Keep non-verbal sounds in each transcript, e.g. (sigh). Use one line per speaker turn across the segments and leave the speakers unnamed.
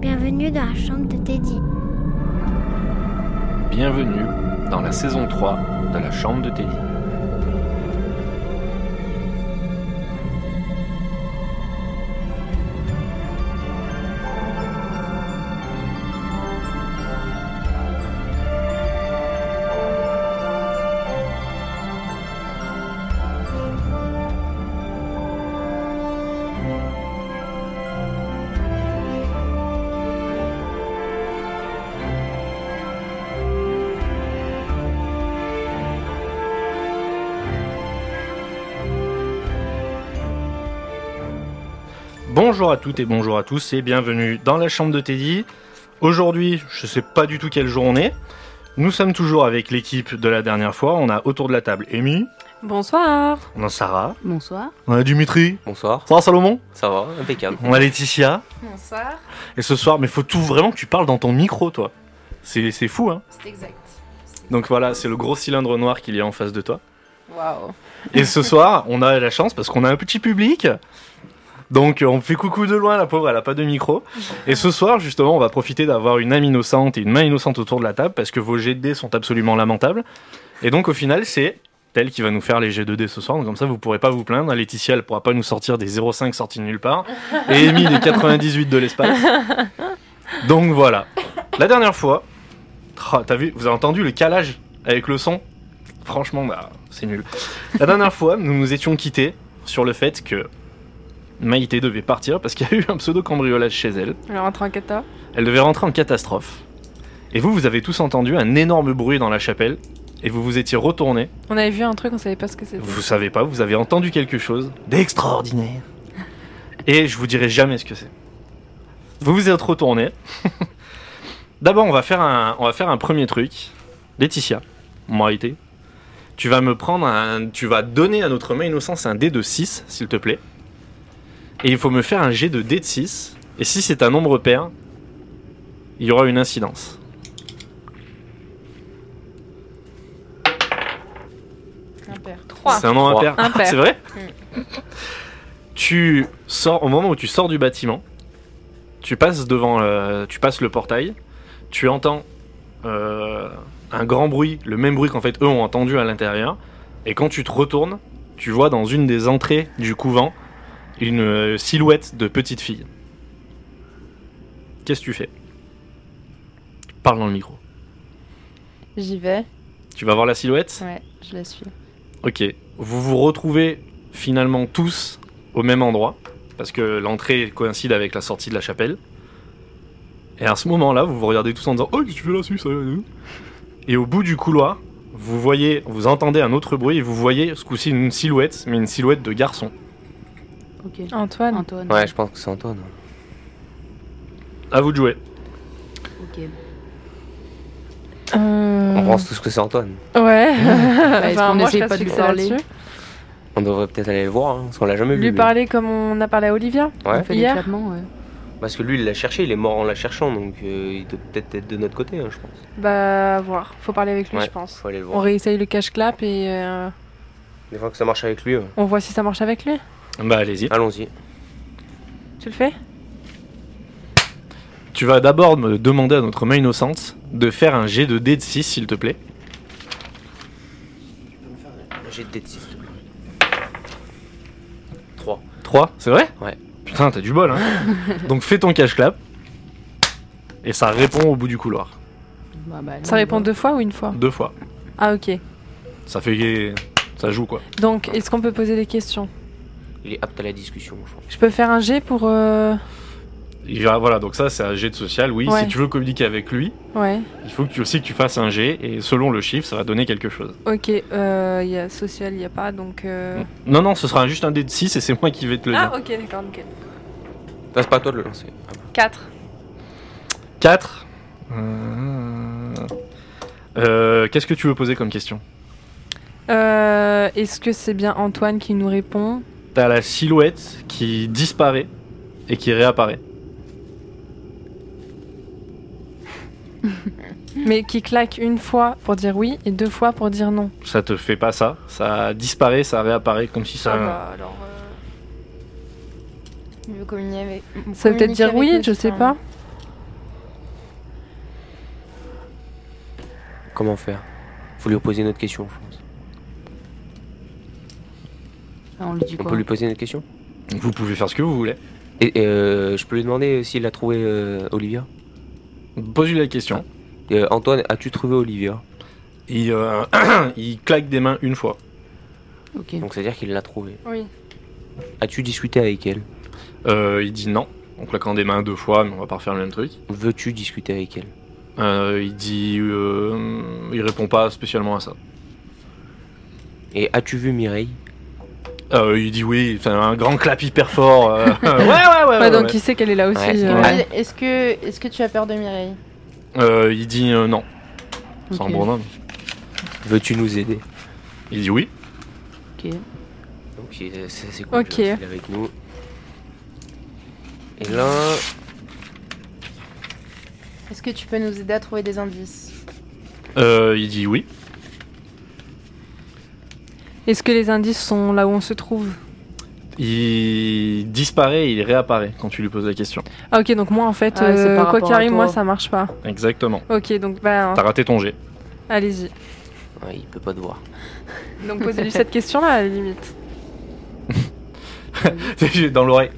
bienvenue dans la chambre de Teddy.
Bienvenue dans la saison 3 de la chambre de Teddy. Bonjour à toutes et bonjour à tous et bienvenue dans la chambre de Teddy. Aujourd'hui, je ne sais pas du tout quelle journée. Nous sommes toujours avec l'équipe de la dernière fois. On a autour de la table Amy,
Bonsoir.
on a Sarah,
Bonsoir.
on a Dimitri,
Bonsoir,
on a Salomon,
ça va, impeccable.
on a Laetitia.
Bonsoir.
Et ce soir, mais faut tout vraiment que tu parles dans ton micro, toi. C'est c'est fou, hein.
C'est exact.
Donc voilà, c'est le gros cylindre noir qu'il y a en face de toi.
Waouh.
Et ce soir, on a la chance parce qu'on a un petit public. Donc euh, on fait coucou de loin, la pauvre, elle a pas de micro. Et ce soir, justement, on va profiter d'avoir une âme innocente et une main innocente autour de la table parce que vos jets de dés sont absolument lamentables. Et donc au final, c'est elle qui va nous faire les jets de dés ce soir. Donc comme ça, vous pourrez pas vous plaindre. Laetitia, elle pourra pas nous sortir des 0,5 sortis de nulle part. Et Amy, des 98 de l'espace. Donc voilà. La dernière fois, Ah, t'as vu, vous avez entendu le calage avec le son Franchement, bah, c'est nul. La dernière fois, nous nous étions quittés sur le fait que Maïté devait partir parce qu'il y a eu un pseudo-cambriolage chez elle.
Alors, rentre en cata.
Elle devait rentrer en catastrophe. Et vous, vous avez tous entendu un énorme bruit dans la chapelle. Et vous vous étiez retournés.
On avait vu un truc, on savait pas ce que c'était.
Vous savez pas, vous avez entendu quelque chose d'extraordinaire. Et je vous dirai jamais ce que c'est. Vous vous êtes retournés. (laughs) D'abord, on, va faire un- on va faire un premier truc. Laetitia, Maïté, tu vas me prendre un. Tu vas donner à notre main innocence un dé de 6, s'il te plaît. Et il faut me faire un jet de dé de 6. Et si c'est un nombre pair, il y aura une incidence.
Impair. 3.
C'est un nombre
Trois.
impair.
Impair.
C'est vrai Tu sors au moment où tu sors du bâtiment, tu passes devant, euh, tu passes le portail, tu entends euh, un grand bruit, le même bruit qu'en fait eux ont entendu à l'intérieur, et quand tu te retournes, tu vois dans une des entrées du couvent une euh, silhouette de petite fille. Qu'est-ce que tu fais Parle dans le micro.
J'y vais.
Tu vas voir la silhouette
Ouais, je la suis.
Ok. Vous vous retrouvez finalement tous au même endroit, parce que l'entrée coïncide avec la sortie de la chapelle. Et à ce moment-là, vous vous regardez tous en disant Oh, qu'est-ce que tu fais là, Suisse Et au bout du couloir, vous voyez, vous entendez un autre bruit et vous voyez ce coup-ci une silhouette, mais une silhouette de garçon.
Ok.
Antoine.
Antoine.
Ouais, je pense que c'est Antoine.
À vous de jouer.
Ok.
Euh,
On pense tous que c'est Antoine.
(laughs) Ouais. Bah,
est-ce qu'on
moi, je
essaye
reste
pas de lui
fixée
parler
là-dessus.
On devrait peut-être aller le voir, hein, parce qu'on l'a jamais vu.
Lui parler comme on a parlé à Olivia.
Ouais.
On fait
Hier.
l'éclatement, ouais.
Parce que lui, il l'a cherché, il est mort en la cherchant, donc euh, il doit peut-être être de notre côté, hein, je pense.
Bah, voir. Faut parler avec lui,
Ouais.
je pense.
Faut aller le
On
voir.
réessaye le cache-clap et euh,
Des fois que ça marche avec lui, ouais.
on voit si ça marche avec lui.
Bah, allez-y.
allons-y.
Tu le fais
Tu vas d'abord me demander à notre main innocente de faire un jet de dé de 6, s'il te plaît.
J'ai de 6 3.
3, c'est vrai
Ouais.
Putain, t'as du bol, hein Donc fais ton cache-clap. Et ça répond au bout du couloir.
Bah, bah,
Ça
non,
répond
bah,
deux fois ou une
Mm.
fois
Deux fois.
Ah, ok.
Ça fait. Ça joue, quoi.
Donc, est-ce qu'on peut poser des questions
Il est apte à la discussion, je pense.
Je peux faire un G pour. euh,
Il va- Voilà, donc ça, c'est un jet de social, oui.
Ouais.
Si tu veux communiquer avec lui,
Ouais.
il faut que tu aussi que tu fasses un jet. Et selon le chiffre, ça va donner quelque chose.
Ok, euh, il y a social, il n'y a pas, donc... euh,
Non, non, ce sera juste un dé de 6 et c'est moi qui vais te le dire.
Ah, ok, d'accord, nickel.
Enfin, Ah, c'est pas à toi de le lancer.
4.
4. Euh, Qu'est-ce que tu veux poser comme question
Euh, Est-ce que c'est bien Antoine qui nous répond
T'as la silhouette qui disparaît et qui réapparaît.
Mais qui claque une fois pour dire oui et deux fois pour dire non.
Ça te fait pas ça. Ça disparaît, ça réapparaît comme si ça.
alors...
Je veux communier avec.
Ça veut peut-être dire oui, je sais pas.
Comment faire Faut lui poser notre question, je pense.
Ah, on lui dit
On
quoi
peut lui poser notre question
Vous pouvez faire ce que vous voulez.
Et euh, je peux lui demander s'il a trouvé euh, Olivia
Posez-lui la question.
Euh, Antoine, as-tu trouvé Olivia
Il, euh, (clears throat) il claque des mains une fois.
Ok.
Donc c'est-à-dire qu'il l'a trouvée.
Oui.
As-tu discuté avec elle
Euh, il dit non, en claquant des mains deux fois, mais on va pas refaire le même truc.
Veux-tu discuter avec elle
Euh, il dit. euh, il répond pas spécialement à ça.
Et as-tu vu Mireille
Euh, il dit oui, enfin un grand clap hyper fort. euh, (laughs) ouais, ouais, ouais. ouais,
Ouais, donc
ouais.
il sait qu'elle est là aussi.
Ouais, c'est
euh,
vrai.
Elle- Est-ce que, est que tu as peur de Mireille
Euh, il dit euh, non, c'est un
ok,
bonhomme.
Veux-tu nous aider
Il dit oui.
ok.
Donc il- ça c'est cool.
Ok.
je vois qu'il est avec nous. Et là,
Est-ce que tu peux nous aider à trouver des indices
(laughs) Euh, il dit oui.
Est-ce que les indices sont là où on se trouve
Il disparaît et il réapparaît quand tu lui poses la question.
Ah ok, donc moi en fait,
Ah, c'est
euh,
par
quoi
rapport
qu'il
à
arrive, moi
toi.
ça marche pas.
Exactement.
Ok, donc bah,
T'as raté ton jet. (laughs)
allez-y.
ouais, il peut pas te voir.
Donc (laughs) posez-lui cette question-là à la limite.
Dans l'oreille.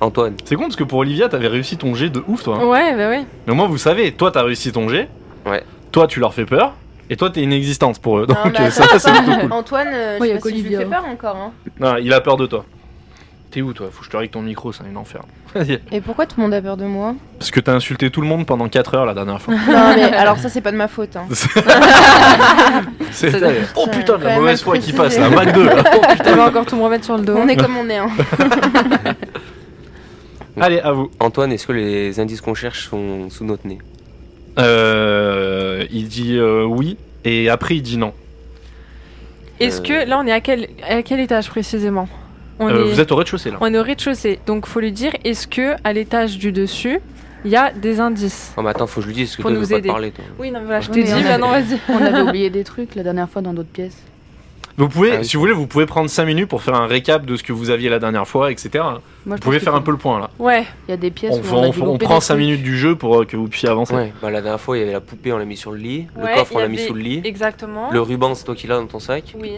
Antoine,
C'est con parce que pour Olivia, t'avais réussi ton jet de ouf, toi. hein.
Ouais, bah ouais.
Mais au moins, vous savez, toi, t'as réussi ton jet.
Ouais.
Toi, tu leur fais peur. Et toi, t'es inexistante pour eux. Donc,
Non, mais
euh, ça,
attends,
c'est
attends.
plutôt cool.
Antoine, euh,
Ouais, y
je
a
sais pas si je lui
qu'Olivia.
fais peur encore. hein.
Non, il a peur de toi. T'es où, toi Faut que je te règle ton micro, c'est un enfer.
Et pourquoi tout le monde a peur de
(laughs)
moi
Parce que t'as insulté tout le monde pendant 4 heures la dernière
(laughs)
fois. (laughs)
Non, mais alors ça, c'est pas de ma faute. hein.
C'est-
C'est-
oh putain, de
quand
la
même
mauvaise
mal
foi qui
précisé.
passe, la Mac 2. là. Oh, putain.
Elle va encore tout me remettre sur
Euh,
le dos.
On est comme on est. hein.
Allez, à vous.
(laughs) Antoine, est-ce que les indices qu'on cherche sont sous notre nez
Euh, il dit euh, oui. Et après, il dit non.
Est-ce que là on est à quel, à quel étage précisément on,
Euh,
est,
Vous êtes au rez-de-chaussée, là.
on est au rez-de-chaussée, donc faut lui dire est-ce que à l'étage du dessus il y a des indices
Non Ah, mais attends, faut que je lui dise, parce que
Pour
toi, tu
nous
veux pas te
aider.
parler, toi.
Oui, non, mais voilà, je
Oui,
t'ai
mais on
dit,
avait-
maintenant vas-y.
(laughs) On avait oublié des trucs la dernière fois dans d'autres pièces.
Vous pouvez,
Ah oui.
si vous voulez, vous pouvez prendre 5 minutes pour faire un récap de ce que vous aviez la dernière fois, etc.
Moi,
Vous pouvez faire un peu le point là.
(laughs) Ouais,
Il y a des pièces
On,
où
fait-
on, a
on- on
développé
prend
des
5
trucs.
minutes du jeu pour euh, que vous puissiez avancer.
Ouais, bah la dernière fois, il y avait la poupée, on l'a mis sur le lit.
Ouais,
le coffre,
il y
on l'a mis
avait-
sous le lit.
exactement.
Le ruban, c'est toi qui l'as dans ton sac.
Oui.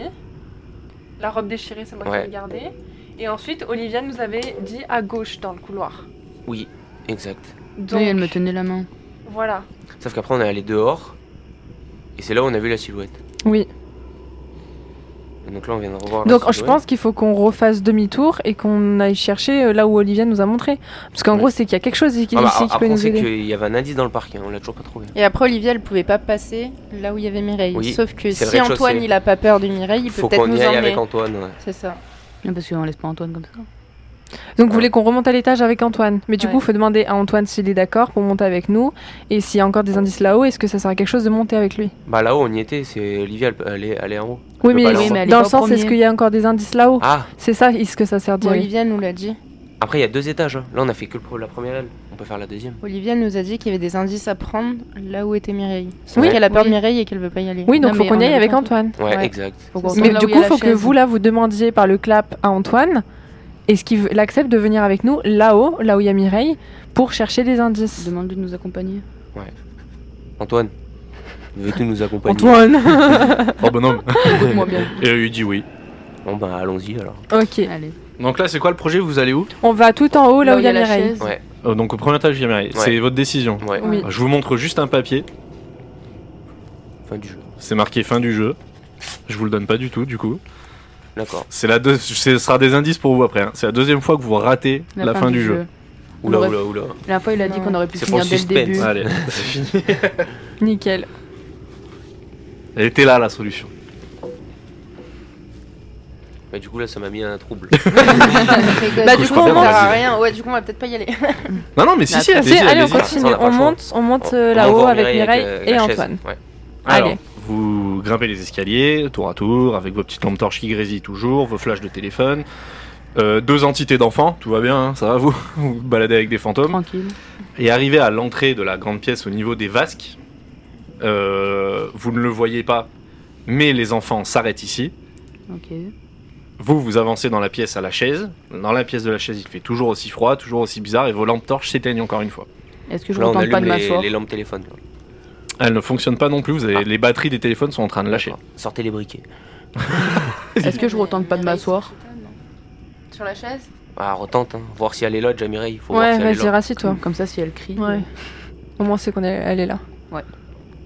La robe déchirée, c'est moi
Ouais.
qui l'ai gardée. Et ensuite, Olivia nous avait dit à gauche dans le couloir.
Oui, exact.
Donc,
Oui, elle me tenait la main.
voilà.
Sauf qu'après, on est allé dehors. Et c'est là où on a vu la silhouette.
Oui.
Et donc là, on vient de revoir la
Donc, je
silhouette.
pense qu'il faut qu'on refasse demi-tour et qu'on aille chercher euh, là où Olivia nous a montré. Parce qu'en
Ouais.
gros, c'est qu'il y a quelque chose ici qui,
Ah bah,
ici qui
après,
peut
on
nous
sait
aider.
qu'il y avait un indice dans le parc, hein, on l'a toujours pas trouvé.
Et après, Olivia, elle pouvait pas passer là où il y avait Mireille.
Oui,
Sauf que
c'est le
si
rez-de-chaussée.
Antoine, il a pas peur de Mireille, il peut
Faut
peut-être
qu'on
nous
y aille avec
emmener.
Antoine. ouais.
C'est ça.
Non, parce qu'on laisse pas Antoine comme ça.
Donc, vous voulez qu'on remonte à l'étage avec Antoine. Mais du
Ouais.
coup, il faut demander à Antoine s'il est d'accord pour monter avec nous. Et s'il y a encore des indices là-haut, est-ce que ça sert à quelque chose de monter avec lui
Bah là-haut, on y était, c'est Olivia, elle, elle est, elle est en haut.
Oui,
peux
mais,
pas le- Oui,
mais elle est
dans
pas
le sens,
au
est-ce
premier.
qu'il y a encore des indices là-haut
Ah,
C'est ça, est-ce que ça sert d'y
Bon,
aller
Olivia nous l'a dit.
après, il y a deux étages. hein. Là, on a fait que le pro- la première aile. On peut faire la deuxième.
Olivia nous a dit qu'il y avait des indices à prendre là où était Mireille. Sauf
Oui.
qu'elle a peur
Oui.
de Mireille et qu'elle veut pas y aller.
Oui, donc
Non,
faut
mais
qu'on
on
y aille
avait
avec
pas-
Antoine.
Ouais,
Ouais.
exact.
Faut qu'on
Mais
tombe
Mais
là
du
où il y a
coup,
la
faut que
chaise.
vous, là, vous demandiez par le clap à Antoine, est-ce qu'il veut- accepte de venir avec nous, là-haut, là où il y a Mireille, pour chercher des indices
Demande-lui de nous accompagner.
Antoine, veux-tu nous accompagner
Antoine
Oh bonhomme.
Moi bien.
(laughs) Et il dit oui.
Bon, bah allons-y alors.
(laughs) Ok.
Allez.
Donc là, c'est quoi le projet Vous allez où
On va tout en haut, là, où il y a
la
Mireille.
chaise.
Ouais.
Euh, Donc au premier étage, il y a Mireille.
Ouais.
C'est votre décision.
Ouais,
Oui.
Je vous montre juste un papier.
fin du jeu.
C'est marqué fin du jeu. Je vous le donne pas du tout, du coup.
D'accord.
C'est la deux... Ce sera des indices pour vous après. hein. C'est la deuxième fois que vous ratez la, fin, du jeu.
Oula,
Ouais.
oula, oula.
La dernière fois, il a dit
Non.
qu'on aurait pu
C'est pour
finir
le
dès le
suspense.
début.
Allez, c'est fini.
Nickel.
Elle était là la solution.
Bah, du coup, là, ça m'a mis
(laughs)
un trouble.
(laughs) bah,
coup,
du
je
coup, on
préfère,
sert à
vas-y.
rien. Ouais, du coup, on va peut-être pas y aller.
Non, non, mais si,
Mais
si,
attends,
allez-y,
Allez, on
allez-y.
continue.
Ça, on a pas
On
le choix.
monte, on monte euh,
On va
là-haut
voir
avec Mireille
avec, euh,
et
la chaise.
Antoine.
Ouais.
Alors,
Allez.
vous grimpez les escaliers, tour à tour, avec vos petites lampes torches qui grésillent toujours, vos flashs de téléphone. Euh, deux entités d'enfants, tout va bien, hein, ça va vous, (laughs) vous baladez avec des fantômes.
Tranquille.
Et arrivé à l'entrée de la grande pièce au niveau des vasques, euh, vous ne le voyez pas, mais les enfants s'arrêtent ici.
Ok.
Vous, vous avancez dans la pièce à la chaise. Dans la pièce de la chaise, il fait toujours aussi froid, toujours aussi bizarre, et vos lampes torches s'éteignent encore une fois.
Est-ce que je
Là, on
n'entends pas
allume
de ma
les,
soeur
les lampes téléphones.
Elle ne fonctionne pas non plus. vous avez- Les batteries des téléphones sont en train de lâcher.
D'accord. Sortez les briquets.
Est-ce que je retente pas de m'asseoir
Sur la chaise
Ah, retente, hein. voir si elle est là, déjà Mireille. Faut voir
Ouais,
si elle est
vas-y,
là.
rassis-toi.
Comme, comme ça, si elle crie,
Ouais. Au moins, c'est qu'on est, elle est là.
euh,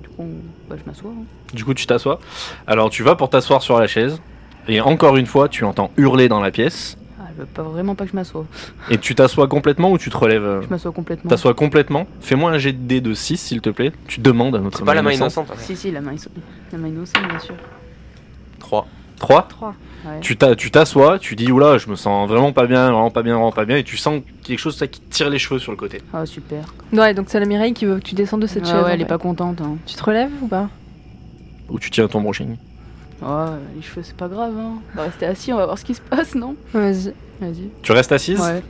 du coup, on- bah, je m'assois. hein.
Du coup, tu t'assois. Alors, tu vas pour t'asseoir sur la chaise. Et encore une fois, tu entends hurler dans la pièce.
Ah, elle veut pas vraiment pas que je m'assoie.
Et tu t'assois complètement ou tu te relèves euh,
Je m'assois complètement.
T'assois complètement. Fais-moi un jet de dé de 6, s'il te plaît. Tu demandes à notre
C'est pas la main innocente. hein.
Si, si, la main, iso- la main innocente, bien sûr.
3.
3
3.
Ouais.
Tu t'a- tu t'assois, tu dis oula, je me sens vraiment pas bien, vraiment pas bien, vraiment pas bien, et tu sens quelque chose ça, qui te tire les cheveux sur le côté.
Ah, super.
Ouais, donc c'est la Mireille qui veut que tu descendes de cette
Ah
chaise.
ouais, elle
en
est
fait.
pas contente. hein.
Tu te relèves ou pas
Ou tu tiens ton brushing.
Ouais, les cheveux, c'est pas grave. Hein. On va rester assis, on va voir ce qui se passe, non
Ouais, Vas-y.
Vas-y.
Tu restes assise
Ouais.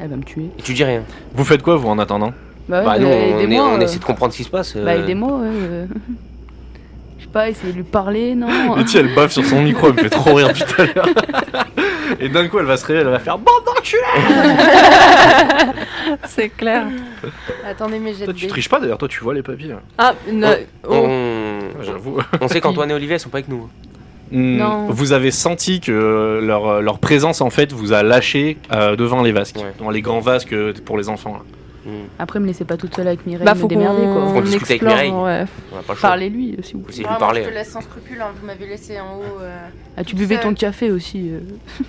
Elle va me tuer.
Et tu dis rien.
Vous faites quoi vous en attendant
ouais,
bah, nous, on,
euh,
est-
aidez-moi,
on
euh.
essaie de comprendre ce qui se passe. euh.
Bah, aidez-moi, ouais. euh. Je sais pas, essayer de lui parler, non
Et tu sais, elle baffe sur son micro, elle me fait trop rire tout à
(laughs)
l'heure. et d'un coup elle va se réveiller, elle va faire bande d'enculés
C'est clair.
Attendez, mais j'ai
Toi, Tu triches pas d'ailleurs, toi tu vois les papiers.
Ah, une- oh.
On...
J'avoue.
on sait qu'Antoine et Olivier sont pas avec nous. hein.
Hmm,
Non.
Vous avez senti que euh, leur, leur présence en fait vous a lâché euh, devant les vasques,
Ouais.
dans les grands vasques euh, pour les enfants. là.
Hmm.
Après, me laissez pas toute seule avec Mireille,
Bah,
me
faut qu'on
démerder, quoi.
Faut
on
discuter avec
explore,
Mireille.
ouais.
Hmm. On a pas le choix.
Parlez-lui, si
Faut
vous voulez.
essayer de lui parler.
je te laisse sans scrupule, hein, vous m'avez laissé en haut. euh.
Ah, tu buvais
Ça-
ton café aussi. euh.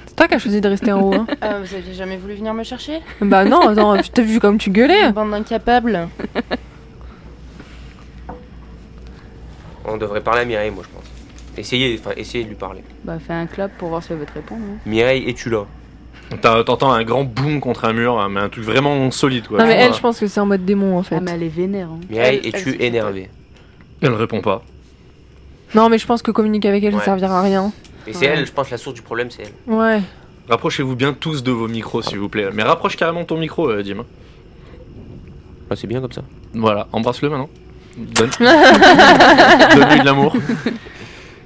C'est toi qui as choisi de rester en haut. hein.
Ah, vous aviez jamais voulu venir me chercher
bah non, attends, je t'ai vu comme tu gueulais.
Une Bande d'incapables.
On devrait parler à Mireille, moi je pense. Essayez, enfin, essayez de lui parler.
Bah, fais un clap pour voir si elle veut te répondre. hein.
Mireille, es-tu là
T'as- T'entends un grand boom contre un mur, hein, mais un truc vraiment solide quoi.
Non, mais
Tu vois.
elle, je pense que c'est en mode démon en fait.
Ah, mais elle est vénère. hein.
Mireille,
Elle- elle
es-tu
s'est fait
énervée
Elle répond pas.
Non, mais je pense que communiquer avec elle,
Ouais.
ça servira à rien.
Et c'est
Ouais.
elle, je pense, la source du problème, c'est elle.
Ouais.
Rapprochez-vous bien tous de vos micros s'il vous plaît. Mais rapproche carrément ton micro, euh, Dim.
Ah, c'est bien comme ça.
Voilà, embrasse-le maintenant.
(laughs)
Donne. Donne-lui de l'amour. Mm.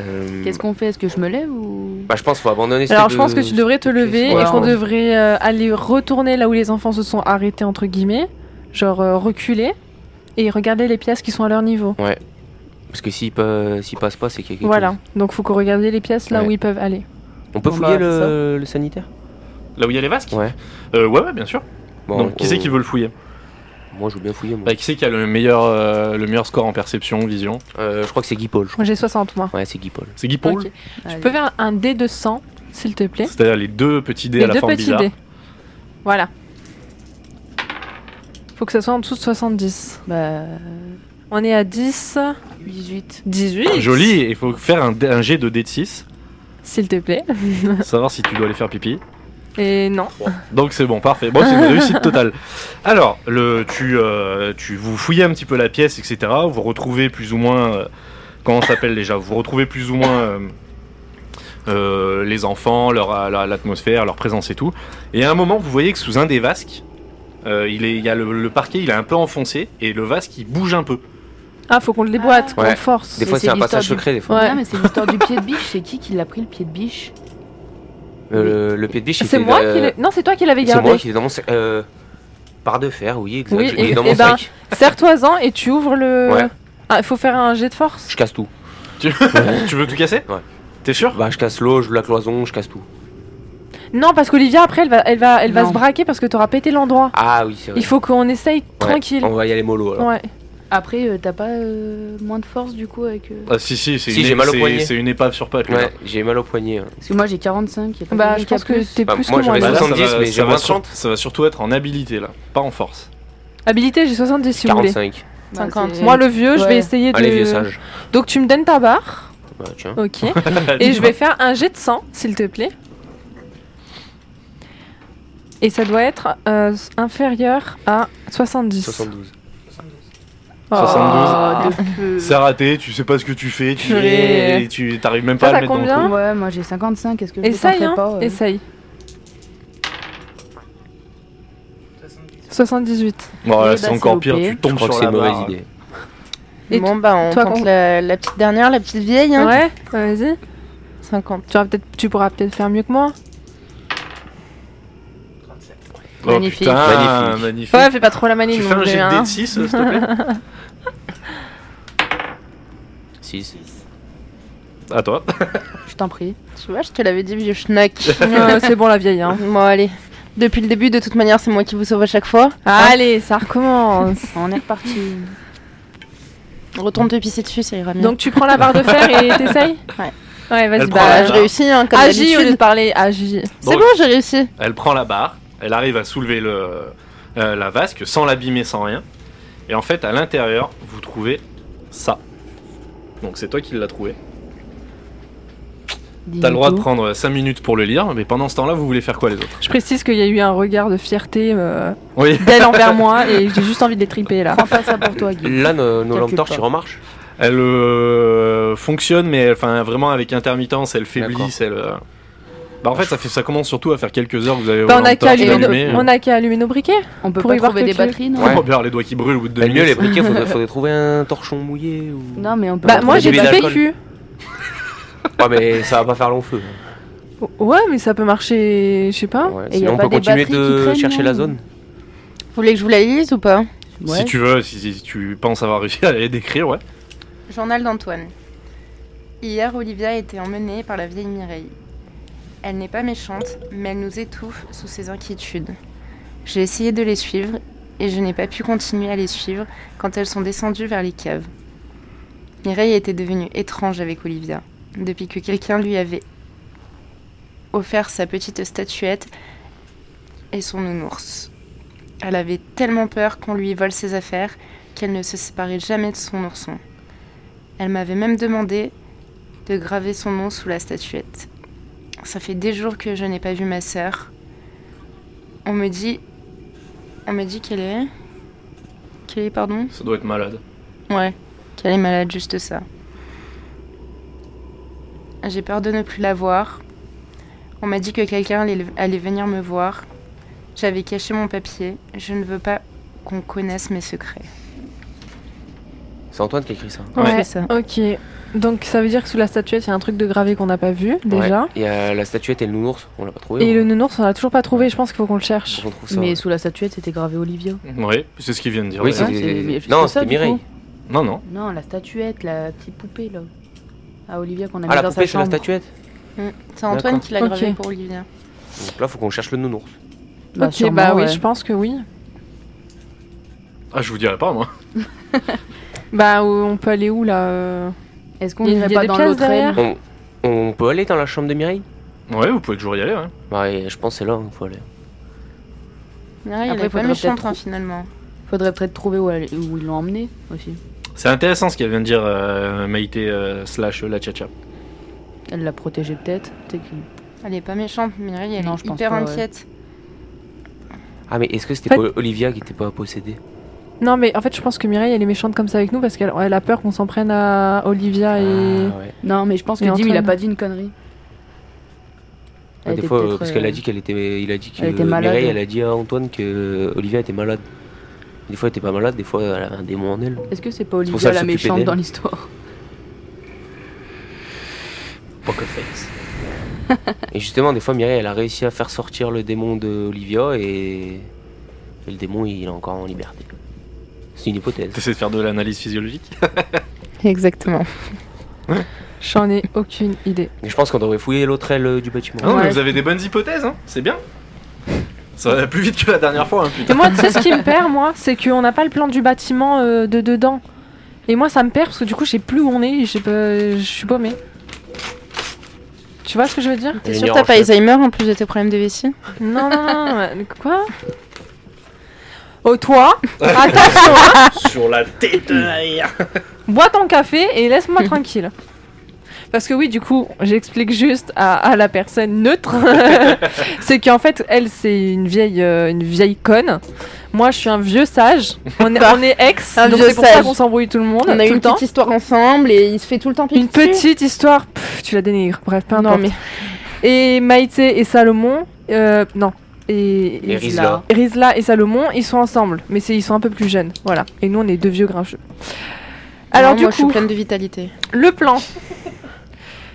Euh,
Qu'est-ce qu'on fait Est-ce que je me lève ou.
Bah, je pense qu'il faut abandonner cette,
Alors, je pense
euh,
que tu devrais te
cette
lever
pièce.
et
Ouais,
qu'on
on-
devrait euh, aller retourner là où les enfants se sont arrêtés, entre guillemets. Genre euh, reculer et regarder les pièces qui sont à leur niveau.
Parce que s'il pa- s'il passe pas, c'est qu'il y a quelque
Voilà. Donc, faut qu'on regarde les pièces là
Ouais.
où ils peuvent aller.
chose. On peut
Bon,
fouiller
bah,
le, le sanitaire
Là où il y a les vasques
Ouais.
Euh, ouais, ouais, bien sûr.
Bon, oh.
Donc, qui
on-
c'est qui veut le fouiller
Moi, je veux bien fouiller. Moi.
Bah, Qui c'est qui a le meilleur, euh, le meilleur score en perception, vision
Euh, je crois que c'est Guy Paul. je crois.
Moi, j'ai 60 moi.
Ouais, c'est Guy Paul.
C'est Guy Paul
Ok.
Allez.
Tu peux faire un dé de 100, s'il te plaît.
C'est-à-dire les deux petits dés
Les
à la
deux
forme
petits
bizarre.
dés. Voilà. Faut que ça soit en dessous de 70.
Bah.
On est à 10,
18.
18.
Ah, Joli, il faut faire un, dé- un jet de dé de 6,
S'il te plaît.
savoir si tu dois aller faire pipi.
Et non.
Donc c'est bon, parfait. Bon, c'est une réussite totale. Alors, le, tu, euh, tu vous fouillez un petit peu la pièce, etc. Vous retrouvez plus ou moins. euh, comment ça s'appelle déjà Vous retrouvez plus ou moins. euh, euh, les enfants, leur, leur- l'atmosphère, leur présence et tout. Et à un moment, vous voyez que sous un des vasques, euh, il, est, il y a le, le parquet, il est un peu enfoncé et le vasque il bouge un peu.
Ah, faut qu'on le déboîte, qu'on
Ouais.
le force.
Des fois,
c'est
c'est un
l'histoire
passage
du-
secret. Des fois.
Ouais.
Non, mais c'est l'histoire du pied de
(laughs)
biche. C'est qui qui l'a pris le pied de biche
Euh, le, le pied de biche, il
C'est
était
moi
dans-
qui l'ai. Non, c'est toi qui l'avais
C'est moi
gardé.
qui l'ai dans mon sac. Euh, Par de fer, oui, exact.
Oui,
je l'ai
et-
dans
et
mon
ben-
sac.
Serre-toi-en et tu ouvres le.
Ouais.
Ah, faut faire un jet de force.
Je casse tout.
Tu, tu veux tout casser
Ouais.
T'es sûr
Bah, je casse l'eau, je la cloison, je casse tout.
Non, parce qu'Olivia, après, elle va, elle va, elle va
Non.
se braquer parce que t'auras pété l'endroit.
Ah oui, c'est vrai.
Il faut qu'on essaye
Ouais,
tranquille.
On va y aller mollo alors.
Ouais.
Après, euh, t'as pas euh, moins de force du coup avec. euh,
Ah, si, si, c'est
Si,
une,
j'ai mal au
c'est-
poignet.
c'est une épave sur patte. le
Ouais,
gars.
j'ai mal au poignet. hein.
Parce que moi j'ai 45. y a pas
Bah,
quelqu'un
je
qui a
pense que t'es
Bah,
plus
moi,
que moi.
j'avais
Bah
là.
là, ça
70,
va-
mais
ça
j'ai
va
moins
sur-
30.
Ça va surtout être en habilité là, pas en force.
(laughs)
Habilité, j'ai 70 si vous voulez.
45.
Bah,
50.
c'est-
Moi, le vieux, je
Ouais.
vais essayer de.
Allez, vieux sage.
Donc, tu me donnes ta barre.
Bah, tiens.
Ok. et je vais faire un jet de sang, s'il te plaît. Et ça doit être euh, inférieur à 70.
72.
Oh.
Ah, 72.
Ah,
Ah.
de
(laughs)
peu.
C'est raté, tu sais pas ce que tu fais, tu
Purée.
et tu t'arrives même
Toi,
pas à le
t'as
mettre dans
combien
le
Ouais, moi j'ai 55. Est-ce que je le
Essaye,
tenterai
hein.
pas euh? ouais.
Essaye. 78.
truc. Bon,
Eh
là,
ben,
c'est
c'est
encore
OP.
pire, tu
Je
tombes
crois que
sur
c'est
la
une mauvaise
barre.
idée.
Et
bon, bah, on
toi,
compte
con-
la, la petite dernière, la petite vieille. Hein.
Ouais, bah, vas-y.
50.
Tu, auras peut-être- tu pourras peut-être faire mieux que moi.
Oh,
Magnifique.
putain,
Magnifique.
magnifique.
Ouais, fais pas trop la
tu
manine.
fais
mon
un
Dieu,
jet de
hein.
dés de 6, s'il te
(laughs)
plaît
6.
À toi.
Je t'en prie.
Tu vois, je te l'avais dit,
(laughs)
vieux schnack.
Euh, c'est bon la vieille. Hein.
bon, allez. Depuis le début, de toute manière, c'est moi qui vous sauve à chaque fois.
Ah.
Hein.
Allez, ça (laughs) recommence.
On est reparti.
(laughs)
Retourne te pisser dessus, ça ira mieux.
Donc tu prends la barre de fer (laughs) et t'essayes
Ouais.
Ouais, vas-y.
Elle prend
bah,
la
je
barre.
réussis, hein, comme
agis euh, au lieu de
d'habitude.
parler. Agis.
C'est
Bon.
bon, j'ai réussi.
Elle prend la barre, elle arrive à soulever le, euh, la vasque sans l'abîmer, sans rien. Et en fait, à l'intérieur, vous trouvez ça. Donc c'est toi qui l'as trouvé. T'as le droit de prendre 5 minutes pour le lire, mais pendant ce temps-là, vous voulez faire quoi les autres
Je précise qu'il y a eu un regard de fierté euh,
Oui.
d'elle envers moi et j'ai juste envie de les triper là.
Prends pas ça pour toi,
(laughs)
Guy.
Là, nos, nos lampes
Calcule
torches,
pas.
ils remarchent.
Elle euh, fonctionne, mais enfin vraiment avec intermittence, elle
D'accord.
faiblit, elle. euh, Bah en fait, ça fait ça commence surtout à faire quelques heures. que Vous avez
Bah,
vos
on a
lampes
qu'à
torches
allumer,
allumées.
nos- on a qu'à allumer nos briquets.
On peut
Pour
pas
y voir
trouver
que
des
tu-
batteries, non
Ouais.
Oh, merde, les doigts qui brûlent au bout de deux
Le mieux, les
minutes.
briquets,
(laughs)
faudrait, faudrait trouver un torchon mouillé ou.
Non, mais on peut.
Bah
pas
moi
trouver
j'ai
des
Trouver
pas
de
batteries.
l'alcool.
vécu.
Ouais, mais ça va pas faire long feu.
Ouais, mais ça peut marcher, je sais pas.
Ouais,
Ah, et y a
sinon, on
pas
peut
des
continuer
batteries qui
de
traînent,
chercher
non
la zone.
Vous voulez que je vous la lise ou pas
Ouais.
Si tu veux, si, si tu penses avoir réussi à les décrire, ouais.
Journal d'Antoine. Hier, Olivia a été emmenée par la vieille Mireille. Elle n'est pas méchante, mais elle nous étouffe sous ses inquiétudes. J'ai essayé de les suivre et je n'ai pas pu continuer à les suivre quand elles sont descendues vers les caves. Mireille était devenue étrange avec Olivia. Depuis que quelqu'un lui avait offert sa petite statuette et son nounours. Elle avait tellement peur qu'on lui vole ses affaires qu'elle ne se séparait jamais de son ourson. Elle m'avait même demandé de graver son nom sous la statuette. Ça fait des jours que je n'ai pas vu ma sœur. On me dit. On me dit qu'elle est. Qu'elle est, pardon
Ça doit être malade.
Ouais, qu'elle est malade, juste ça. J'ai peur de ne plus la voir. On m'a dit que quelqu'un allait, allait venir me voir. J'avais caché mon papier. Je ne veux pas qu'on connaisse mes secrets.
C'est Antoine qui a écrit ça.
C'est ça.
Ok. Donc ça veut dire que sous la statuette, il y a un truc de gravé qu'on n'a pas vu déjà.
Ouais. Il y a la statuette et le nounours, on l'a pas trouvé.
Et
on-
le nounours, on l'a toujours pas trouvé. Je pense qu'il faut qu'on le cherche.
faut qu'on trouve ça.
Mais sous la statuette, c'était gravé Olivia.
Oui, c'est ce qu'ils viennent de dire.
Mhm. Oui,
ouais.
c'est.
Ouais, c'est- mais c'est
non,
ça,
c'était
du
Mireille. Ah,
coup.
Non, non.
Non, la statuette, la petite poupée, là. Ah, Olivia, qu'on a mis
Ah, la
dans
poupée
sa
sur la
chambre.
statuette
C'est Antoine
D'accord.
qui l'a gravé
Ok.
pour Olivia.
Donc là, faut qu'on cherche le nounours.
ok, bah oui, je
je
pense que oui.
Ah, je vous dirai pas, moi.
Bah ou- on peut aller où là euh
Est-ce qu'on
Il y a
irait
des
pas dans
pièces
l'autre
derrière.
aile
On, on peut aller dans la chambre de Mireille
Ouais, vous pouvez toujours y aller. Ouais.
Bah, et je pense que c'est là qu'il faut aller.
Mireille, elle
Après,
est pas
faudrait
méchante
peut-être
hein,
trou-
finalement.
Faudrait peut-être trouver où, elle- où ils l'ont emmenée aussi.
C'est intéressant ce qu'elle vient de dire, euh, Maïté euh, slash la tcha
Elle l'a protégée peut-être. Tu sais qu'il-
Elle est pas méchante, Mireille, elle
Non,
est
je pense
hyper
pas, ouais.
inquiète.
Ah, mais est-ce que c'était
Fait-
pas Olivia qui était pas possédée
Non mais en fait, je pense que Mireille, elle est méchante comme ça avec nous parce qu'elle elle a peur qu'on s'en prenne à Olivia et.
Euh,
Ah, ouais.
Non, mais je pense que
Et
Dim, il a
Antoine.
pas dit une connerie.
Ouais,
Elle
des
était
fois, euh,
peut-être,
parce qu'elle
euh,
a dit qu'elle était, il a dit que
elle était malade.
Mireille, elle a dit à Antoine que euh, Olivia était malade. Des fois, elle était pas malade, des fois, elle avait un démon en elle.
Est-ce que c'est pas
pour ça
Olivia
qu'elle
la
s'occupait
méchante
d'elle.
dans l'histoire
Poker
(laughs)
face. et justement, des fois, Mireille, elle a réussi à faire sortir le démon de Olivia et, et le démon, il est encore en liberté. C'est une hypothèse.
T'essaies de faire de l'analyse physiologique
Exactement.
J'en ai aucune idée.
Mais je pense qu'on devrait fouiller l'autre aile euh, du bâtiment.
Non, mais
Ouais.
vous avez des bonnes hypothèses, hein c'est bien. Ça va plus vite que la dernière fois, hein,
Et
putain.
moi, tu sais ce qui me perd, moi, c'est qu'on n'a pas le plan du bâtiment euh, de dedans. Et moi, ça me perd parce que du coup, je sais plus où on est. Je sais pas, euh, je suis paumée. Tu vois ce que je veux dire
T'es
Les
sûr que
lumières
t'as pas
en chef.
Alzheimer en plus de tes problèmes de vessie
Non, non, non, mais quoi Oh, toi, (laughs) attention, hein,
Sur la tête de l'arrière.
bois ton café et laisse-moi tranquille. Parce que oui, du coup, j'explique juste à, à la personne neutre, (laughs) c'est qu'en fait, elle, c'est une vieille, euh, une vieille conne. Moi, je suis un vieux sage. On est, on est ex,
Bah, Un
donc
vieux
c'est pour ça
sage.
qu'on s'embrouille tout le
Oh,
monde,
On
tout
a eu une
le temps.
petite histoire ensemble et il se fait tout le temps
Une petite histoire, pff, tu la dénigres. Bref, peu
Non
importe.
mais
Et Maïté et Salomon, euh, non, et,
Et
Isla.
Rizla.
Rizla et Salomon, ils sont ensemble, mais c'est- ils sont un peu plus jeunes, voilà. Et nous, on est deux vieux grincheux. Alors
Non,
du
moi, je suis
coup,
pleine de vitalité.
le plan.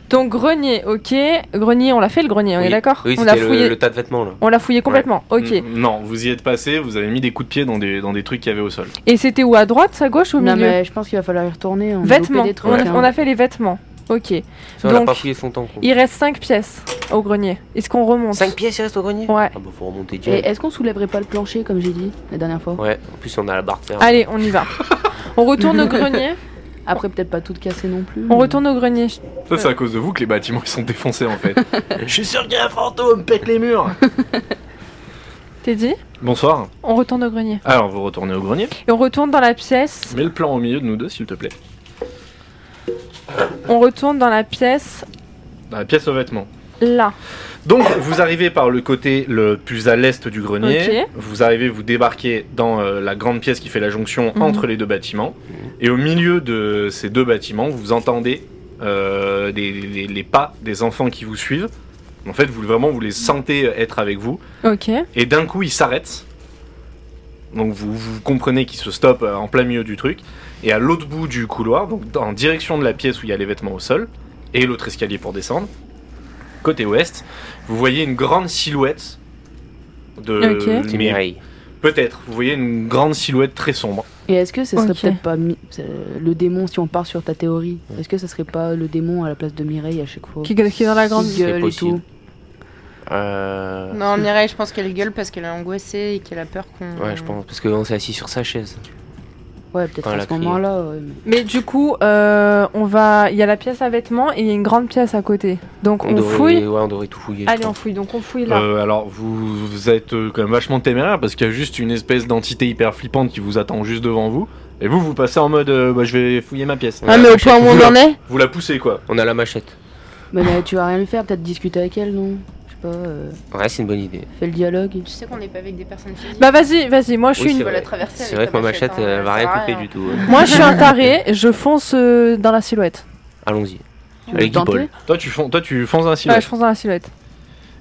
Donc grenier, ok. Grenier, on l'a fait le grenier, on
Oui.
est d'accord
Oui,
On l'a
c'était
fouillé.
le, le tas de vêtements là.
On l'a fouillé complètement, ok.
Mm, Non, vous y êtes passé, vous avez mis des coups de pied dans des, dans des trucs qu'il y avait au sol.
Et c'était où À droite, à gauche ou au
Non,
milieu
mais je pense qu'il va falloir y retourner. On a
Vêtements.
loupé des
on,
trucs,
a,
hein.
on a fait les vêtements. Ok.
Ça, on l'a
Donc,
pas fouillé son temps. quoi.
Il reste 5 pièces au grenier. Est-ce qu'on remonte
Cinq pièces, il reste au grenier
Ouais.
Ah bah faut remonter
Et
direct.
est-ce qu'on soulèverait pas le plancher comme j'ai dit la dernière fois
Ouais, en plus on a la barre de fer.
Allez, on y va. on retourne au grenier.
Après peut-être pas tout casser non plus.
On
mais-
retourne au grenier.
Ça, c'est à cause de vous que les bâtiments ils sont défoncés en fait. (laughs) Je suis sûr qu'il y a un fantôme, pète les murs
T'es dit
Bonsoir.
On retourne au grenier.
Alors, vous retournez au grenier.
Et on retourne dans la pièce.
Mets le plan au milieu de nous deux, s'il te plaît.
On retourne dans la pièce
Dans la pièce aux vêtements.
là.
Donc, vous arrivez par le côté le plus à l'est du grenier.
Ok.
Vous arrivez, vous débarquez dans euh, la grande pièce qui fait la jonction
Mhm.
entre les deux bâtiments. Et au milieu de ces deux bâtiments, vous entendez euh, des- les, les pas des enfants qui vous suivent. En fait, vous vraiment vous les sentez être avec vous.
Ok.
Et d'un coup, ils s'arrêtent. Donc vous, vous comprenez qu'ils se stoppent euh, en plein milieu du truc. Et à l'autre bout du couloir, donc en direction de la pièce où il y a les vêtements au sol, et l'autre escalier pour descendre, côté ouest, vous voyez une grande silhouette de...
Ok.
C'est
mais
Mireille.
Peut-être. Vous voyez une grande silhouette très sombre.
Et est-ce que ce serait
Ok.
peut-être pas mi- euh, le démon si on part sur ta théorie Est-ce que ce serait pas le démon à la place de Mireille à chaque fois
Qui, qui est dans la grande.
Qui
C'est
gueule et
possible.
tout.
Euh...
Non, Mireille, je pense qu'elle gueule parce qu'elle est angoissée et qu'elle a peur qu'on.
Ouais, je pense, parce qu'on s'est assis sur sa chaise.
Ouais, peut-être
Ah,
à
la
ce
criée.
moment-là. ouais, mais-
Mais du coup, euh, on va. Il y a la pièce à vêtements et il y a une grande pièce à côté. Donc on,
devrait,
fouille.
Ouais, on devrait tout fouiller. je
Allez, on
pense.
fouille. Donc on fouille là.
Euh, alors vous, vous êtes euh, quand même vachement téméraire parce qu'il y a juste une espèce d'entité hyper flippante qui vous attend juste devant vous. Et vous, vous passez en mode euh, bah, je vais fouiller ma pièce.
Ah, mais au point où on en est
Vous la poussez quoi.
On a la machette.
Mais, mais tu vas rien lui faire, peut-être discuter avec elle, non Je sais pas, euh,
Ouais, c'est une bonne idée.
fais le dialogue.
Tu sais qu'on n'est pas avec des personnes physiques.
Bah vas-y, vas-y. Moi je suis,
Oui, c'est
une...
Tu vas la
vrai.
traverser
C'est
avec
vrai
ta
que ma
machette,
machette,
hein,
elle va
ça
rien
sert à
couper
rien.
du tout. ouais.
moi je suis un taré. Je fonce euh, dans la silhouette.
Allons-y.
Tu veux
Avec du
tenter
bol.
Toi, tu, fon- toi, tu fonces dans la
Ouais,
silhouette.
Bah, je fonce dans la silhouette.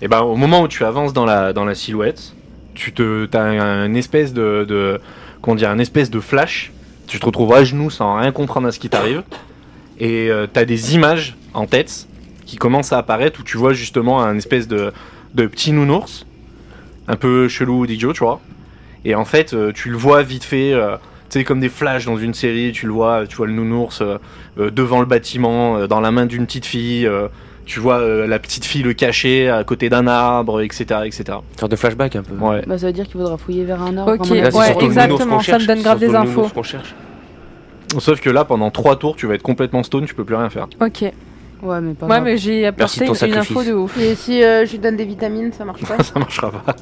Et ben au moment où tu avances dans la, dans la silhouette, tu te as un espèce de, de comment dire, un espèce de flash. Tu te retrouves à genoux sans rien comprendre à ce qui t'arrive. Et tu as des images en tête qui commencent à apparaître où tu vois justement un espèce de, de petit nounours, un peu chelou ou idiot, tu vois. Et en fait, euh, tu le vois vite fait. euh, tu sais, comme des flashs dans une série, tu le vois, tu vois le nounours euh, euh, devant le bâtiment, euh, dans la main d'une petite fille, euh, tu vois euh, la petite fille le cacher à côté d'un arbre, etc. etc.
Une sorte de flashback un peu.
Ouais.
Bah, ça veut dire qu'il faudra fouiller vers un arbre.
Ok.
à mon avis.
Là, c'est
Ouais,
surtout le nounours
exactement,
qu'on
ça me
cherche,
donne
c'est
grave
surtout
des
le nounours
infos.
qu'on cherche.
Sauf que là, pendant trois tours, tu vas être complètement stone, tu peux plus rien faire. (laughs)
Ok.
Ouais, mais pas
Ouais,
grave.
mais j'ai
Merci
apporté
de ton
une, une
sacrifice.
info de ouf.
Et si euh, je lui donne des vitamines, ça marche pas
Ça marchera pas.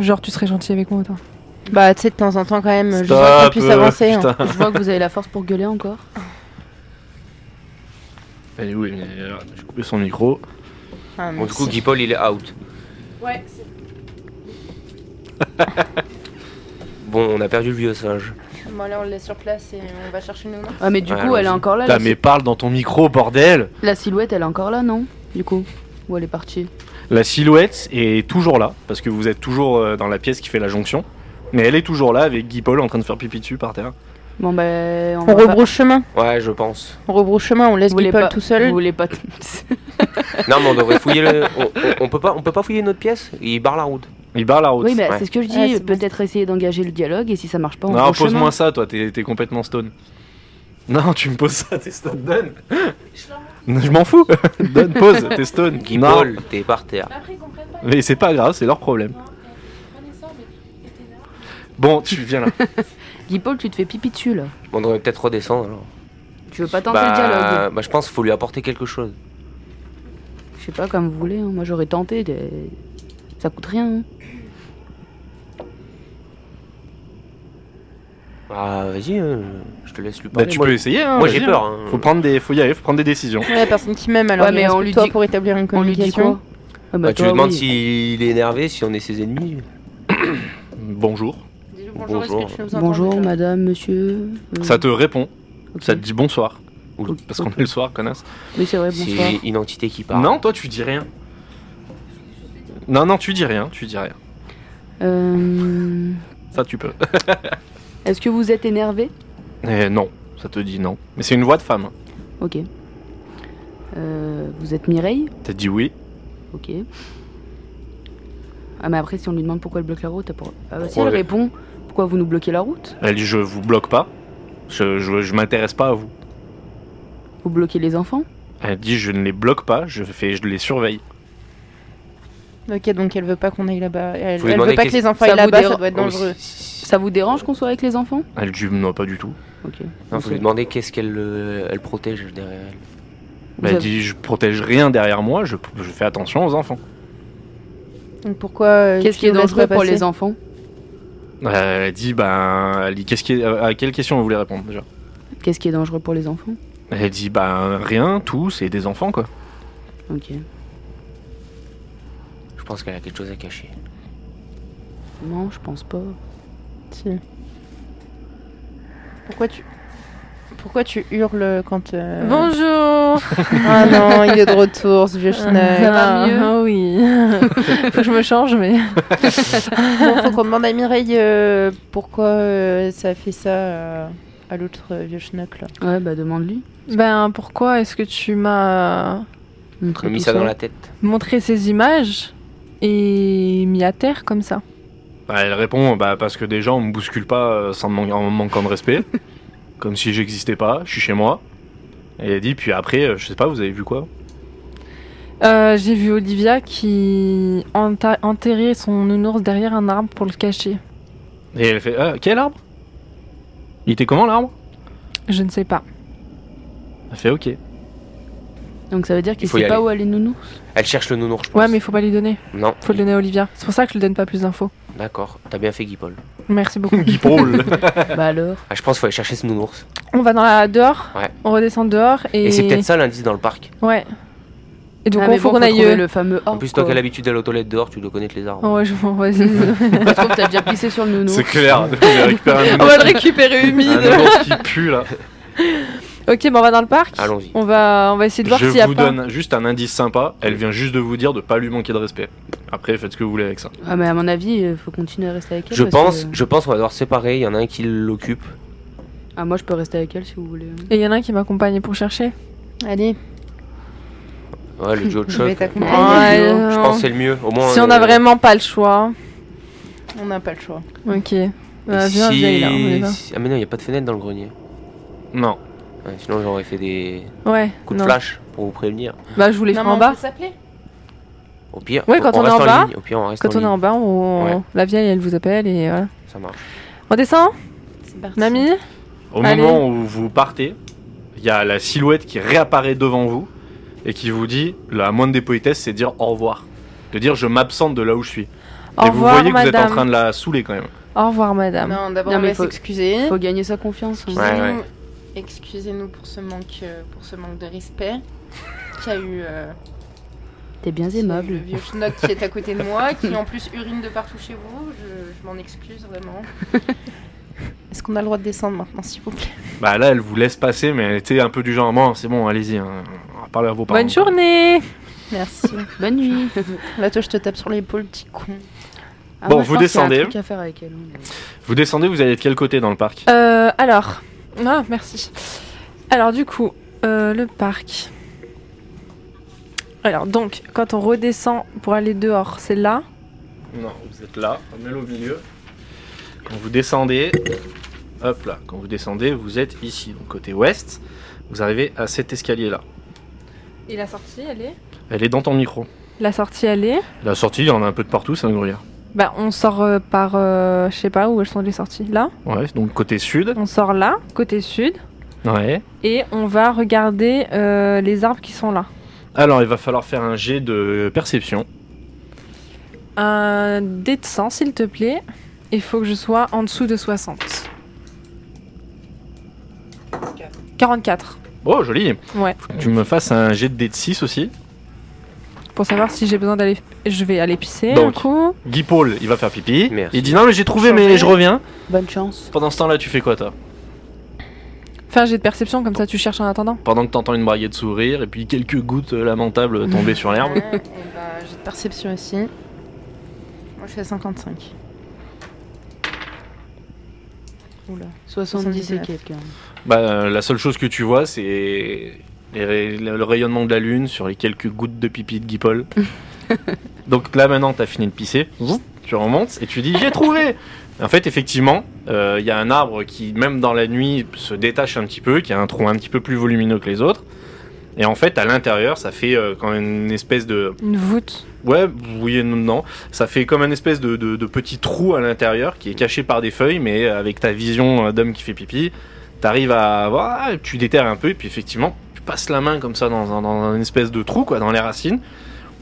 Genre, tu serais gentil avec moi, toi.
(laughs) Bah, tu sais, de temps en temps quand même, je
Stop,
vois qu'on puisse
euh,
avancer. hein.
putain.
Je vois que vous avez la force pour gueuler encore.
Elle est où, Emilie Alors, euh, J'ai coupé son micro.
Ah,
Bon, du coup,
merci.
Guy Paul, il est out.
Ouais.
Bon, on a perdu le vieux singe.
Bon, allez, on le laisse sur place et on va chercher nous.
Ah, mais du
Ouais,
coup, elle
allons-y.
est encore là.
Putain,
La,
mais parle dans ton micro, bordel
si- la silhouette, elle est encore là, non Du coup Ou elle est partie
La silhouette est toujours là, parce que vous êtes toujours euh, dans la pièce qui fait la jonction. Mais elle est toujours là avec Guy Paul en train de faire pipi dessus par terre.
Bon, bah. On,
On
va pas-
rebrousse chemin.
Ouais, je pense.
On rebrousse chemin, on laisse
Vous voulez
Guipol
pas-
tout seul.
Vous voulez pas. (laughs)
Non, mais on devrait fouiller le. On, on- on peut pas, on peut pas fouiller notre pièce Il barre la route.
Il barre la route.
oui, bah,
Ouais.
c'est ce que je dis.
Ouais, c'est bon.
Peut-être essayer d'engager le dialogue et si ça marche pas, on
non,
rebrousse chemin.
pose-moi ça, toi, t'es t'es complètement stone. Non, tu me poses ça, t'es stone, donne Non, Je m'en
(laughs)
fous Donne, pose, t'es stone
Guy
Non,
Paul, t'es par terre.
mais c'est pas grave, c'est leur problème. Bon, tu viens
(laughs)
là.
Guy Paul, tu te fais pipi dessus là.
Bon, on devrait peut-être redescendre alors.
Tu veux pas tenter le dialogue
Bah, bah, je pense qu'il faut lui apporter quelque chose.
Je sais pas, comme vous voulez. hein. Moi, j'aurais tenté. de- Ça coûte rien. hein.
Ah, vas-y, euh, je te laisse lui
Bah,
parler.
tu
moi,
peux essayer, hein,
moi, j'ai
vas-y,
peur.
hein.
hein.
Faut, prendre des, faut y aller, faut prendre des décisions.
Ouais, la personne qui m'aime, alors
Ouais,
il
mais
reste
on
plus
lui
que toi
dit-
pour établir une
On lui dit
communication.
quoi Ah,
Bah, tu
toi,
lui demandes
oui.
s'il est énervé, si on est ses ennemis.
Bonjour.
Dis-lui
Bonjour, est-ce que tu
nous
Bonjour, madame, monsieur. euh,
Ça te répond,
ok.
ça te dit bonsoir.
Oula.
Parce qu'on est le soir, connasse.
Oui, c'est vrai, bonsoir.
C'est une entité qui parle.
Non, toi, tu dis rien. Non, non, tu dis rien, tu dis rien.
Euh,
Ça, tu peux. (laughs)
Est-ce que vous êtes énervé
hein. Eh, non, ça te dit non. Mais c'est une voix de femme.
Ok. Euh, vous êtes Mireille
T'as dit oui.
Ok. Ah, mais après, si on lui demande pourquoi elle bloque la route, elle pourra- Ah, bah, si
Ouais.
elle répond pourquoi vous nous bloquez la route
Elle dit je vous bloque pas. Je, je, je m'intéresse pas à vous.
Vous bloquez les enfants
Elle dit je ne les bloque pas, je, fais, je les surveille.
Ok, donc elle veut pas qu'on aille là-bas. Elle,
Vous lui
elle
demandez
veut pas que
qu'est-ce-
les enfants
Ça
aillent
vous
là-bas, ça
dérange-
doit être dangereux.
Oh, si, si, si.
Ça vous dérange qu'on soit avec les enfants
Elle dit non pas du tout.
Ok.
Non, faut
Ok.
lui demander qu'est-ce qu'elle euh, elle protège derrière elle.
Vous
Elle
avez-
dit je protège rien derrière moi, je, je fais attention aux enfants.
Donc pourquoi euh,
Qu'est-ce
tu
qui est
nous laisses
dangereux
pas
pour
passer
les enfants
Euh, elle dit ben elle dit qu'est-ce qui est- à quelle question vous voulez répondre déjà
Qu'est-ce qui est dangereux pour les enfants
Elle dit ben rien, tout, c'est des enfants quoi.
Ok.
Je pense qu'elle a quelque chose à cacher.
Non, je pense pas.
Si. Pourquoi tu... Pourquoi tu hurles quand... euh,
Bonjour
Ah non, il est de retour, ce vieux
Ça
schneck.
va
Ah,
mieux euh, Oui. (laughs) Faut que je me change, mais.
Bon, faut qu'on demande à Mireille euh, pourquoi euh, ça fait ça euh, à l'autre euh, vieux schnock, là.
Ouais, bah demande-lui.
Ben, pourquoi est-ce que tu m'as
Montre
Elle mis
tout
ça dans la tête.
montré ces images et mis à terre comme ça
Bah, elle répond bah, parce que déjà on me bouscule pas euh, sans man- en manquant de
(laughs)
respect, comme si j'existais pas, je suis chez moi. Et elle dit puis après euh, je sais pas vous avez vu quoi
Euh, J'ai vu Olivia qui enta- enterrait son nounours derrière un arbre pour le cacher.
Et elle fait Ah, quel arbre Il était comment l'arbre
Je ne sais pas.
Elle fait ok.
Donc ça veut dire qu'il
Il faut y
sait pas
aller.
où
(laughs)
aller nounours
Elle cherche le nounours, je pense.
Ouais, mais il faut pas lui donner.
Non.
Faut le donner à Olivia. C'est pour ça que je lui donne pas plus d'infos.
D'accord. T'as bien fait, Guy Paul.
Merci (laughs) beaucoup.
Guy Paul.
Bah alors
Ah, je pense qu'il faut aller chercher ce nounours.
On va dans la dehors.
Ouais.
On redescend dehors et.
Et, c'est peut-être ça l'indice dans le parc.
Ouais. Et donc
Ah,
on
mais
faut
bon,
qu'on aille.
trouver
euh,
le fameux
En
arbre.
plus, toi qui
quoi.
as l'habitude d'aller aux toilettes dehors, tu dois connaître les arbres.
Oh, ouais, je m'en (laughs) vas-y.
(laughs) Ça se trouve, t'as déjà pissé sur le nounours.
c'est clair, vous avez récupéré un
On va le
nounours,
(laughs)
récupérer
Ah,
un
humide.
nounours qui pue là.
ok, bah on va dans le parc.
Allons-y.
On va, on va essayer de voir
Je
s'il y a
vous
pas.
donne juste un indice sympa, elle vient juste de vous dire de pas lui manquer de respect. Après faites ce que vous voulez avec ça.
Ah, mais à mon avis, euh, faut continuer à rester avec elle.
Je
parce
pense,
que-
je pense qu'on va devoir se séparer. Il y en a un qui l'occupe.
Ah, moi, je peux rester avec elle si vous voulez.
Et il y en a un qui m'accompagne pour chercher.
Allez,
Ouais,
(laughs)
le duo de
je vais
choc.
t'accompagner.
Ouais,
Je pense que c'est le mieux. Au moins.
euh, si on a
euh,
vraiment pas le choix.
On n'a pas le choix.
Ok.
et
Bah, viens,
si-
viens, il est là, on est là.
si- Ah, mais non, il n'y a pas de fenêtre dans le grenier.
Non,
Ouais, sinon, j'aurais fait des
Ouais.
coups de
non.
flash pour vous prévenir.
Bah, je vous les ferai en bas.
s'appeler
Au pire,
Ouais,
on-
quand
on
on est
reste
en bas-
ligne. Au pire, on reste
Quand
en
on est en
ligne.
bas, on...
Ouais.
la vieille, elle vous appelle et voilà.
Ça marche.
On descend,
C'est parti.
mamie
Au
Allez.
moment où vous partez, il y a la silhouette qui réapparaît devant vous et qui vous dit la moindre des politesses, c'est de dire au revoir. De dire je m'absente de là où je suis.
Au
et vous
revoir,
voyez que vous êtes en
madame.
train de la saouler quand même.
Au revoir, madame.
Non, d'abord
Non,
on
mais
va
faut-
s'excuser.
Faut gagner sa confiance. hein.
Ouais.
Excusez-nous excusez-nous pour, ce manque, euh, pour ce manque de respect qui a eu... euh,
T'es bien
C'est Le
aimable.
vieux schnock qui est à côté de moi, (laughs) qui en plus urine de partout chez vous, je, je m'en excuse vraiment. (laughs) Est-ce qu'on a le droit de descendre maintenant, s'il vous plaît
Bah là, elle vous laisse passer, mais elle était un peu du genre bon, c'est bon, allez-y, hein, on va parler à vos parents.
Bonne journée
Merci.
(laughs)
Bonne nuit.
Là, toi, je te tape sur l'épaule, petit con.
Ah,
Bon,
moi, je
vous
pense qu'il y a un
descendez.
truc à faire avec elle, hein, mais-
Vous descendez, vous allez de quel côté dans le parc
euh, Alors, ah, merci. Alors, du coup, euh, le parc. Alors, donc, quand on redescend pour aller dehors, c'est là.
Non, vous êtes là, on est au milieu. Quand vous descendez, hop là, quand vous descendez, vous êtes ici, donc côté ouest. Vous arrivez à cet escalier là.
Et la sortie, elle est
Elle est dans ton micro.
La sortie, elle est
La sortie, il y en a un peu de partout, c'est un gruyère.
Bah, on sort euh, par. euh, je sais pas où elles sont les sorties. Là,
Ouais, donc côté sud.
on sort là, côté sud.
Ouais.
Et on va regarder euh, les arbres qui sont là.
Alors, il va falloir faire un jet de perception.
Un dé de 100, s'il te plaît. Il faut que je sois en dessous de 60. 44.
Oh, joli
Ouais.
Faut que tu me fasses un jet de dé de 6 aussi.
Pour savoir si j'ai besoin d'aller. Je vais aller pisser,
Donc.
du coup.
Guy Paul, il va faire pipi.
Merci.
Il dit non, mais j'ai trouvé, mais
Changer.
je reviens.
Bonne chance.
Pendant ce temps-là, tu fais quoi, toi
Enfin, j'ai de perception, comme ça tu cherches en attendant.
Pendant que t'entends une braguette sourire et puis quelques gouttes euh, lamentables tomber sur l'herbe.
Ouais, et bah, J'ai de perception aussi. Moi, je suis à 55. Oula.
70 et
79.
quelques. hein.
Bah, euh, la seule chose que tu vois, c'est les ray- le le rayonnement de la lune sur les quelques gouttes de pipi de Guy Paul. Donc là maintenant, t'as fini de pisser, Zouf, tu remontes et tu dis j'ai trouvé. En fait, effectivement, euh, il y a un arbre qui, même dans la nuit, se détache un petit peu, qui a un tronc un petit peu plus volumineux que les autres. Et en fait, à l'intérieur, ça fait euh, quand même une espèce de
Une voûte.
Ouais, oui et non, non. Ça fait comme un espèce de, de- de petit trou à l'intérieur qui est caché par des feuilles, mais avec ta vision euh, d'homme qui fait pipi, t'arrives à voir, ah, tu déterres un peu, et puis effectivement, tu passes la main comme ça dans, un- dans une espèce de trou, quoi, dans les racines,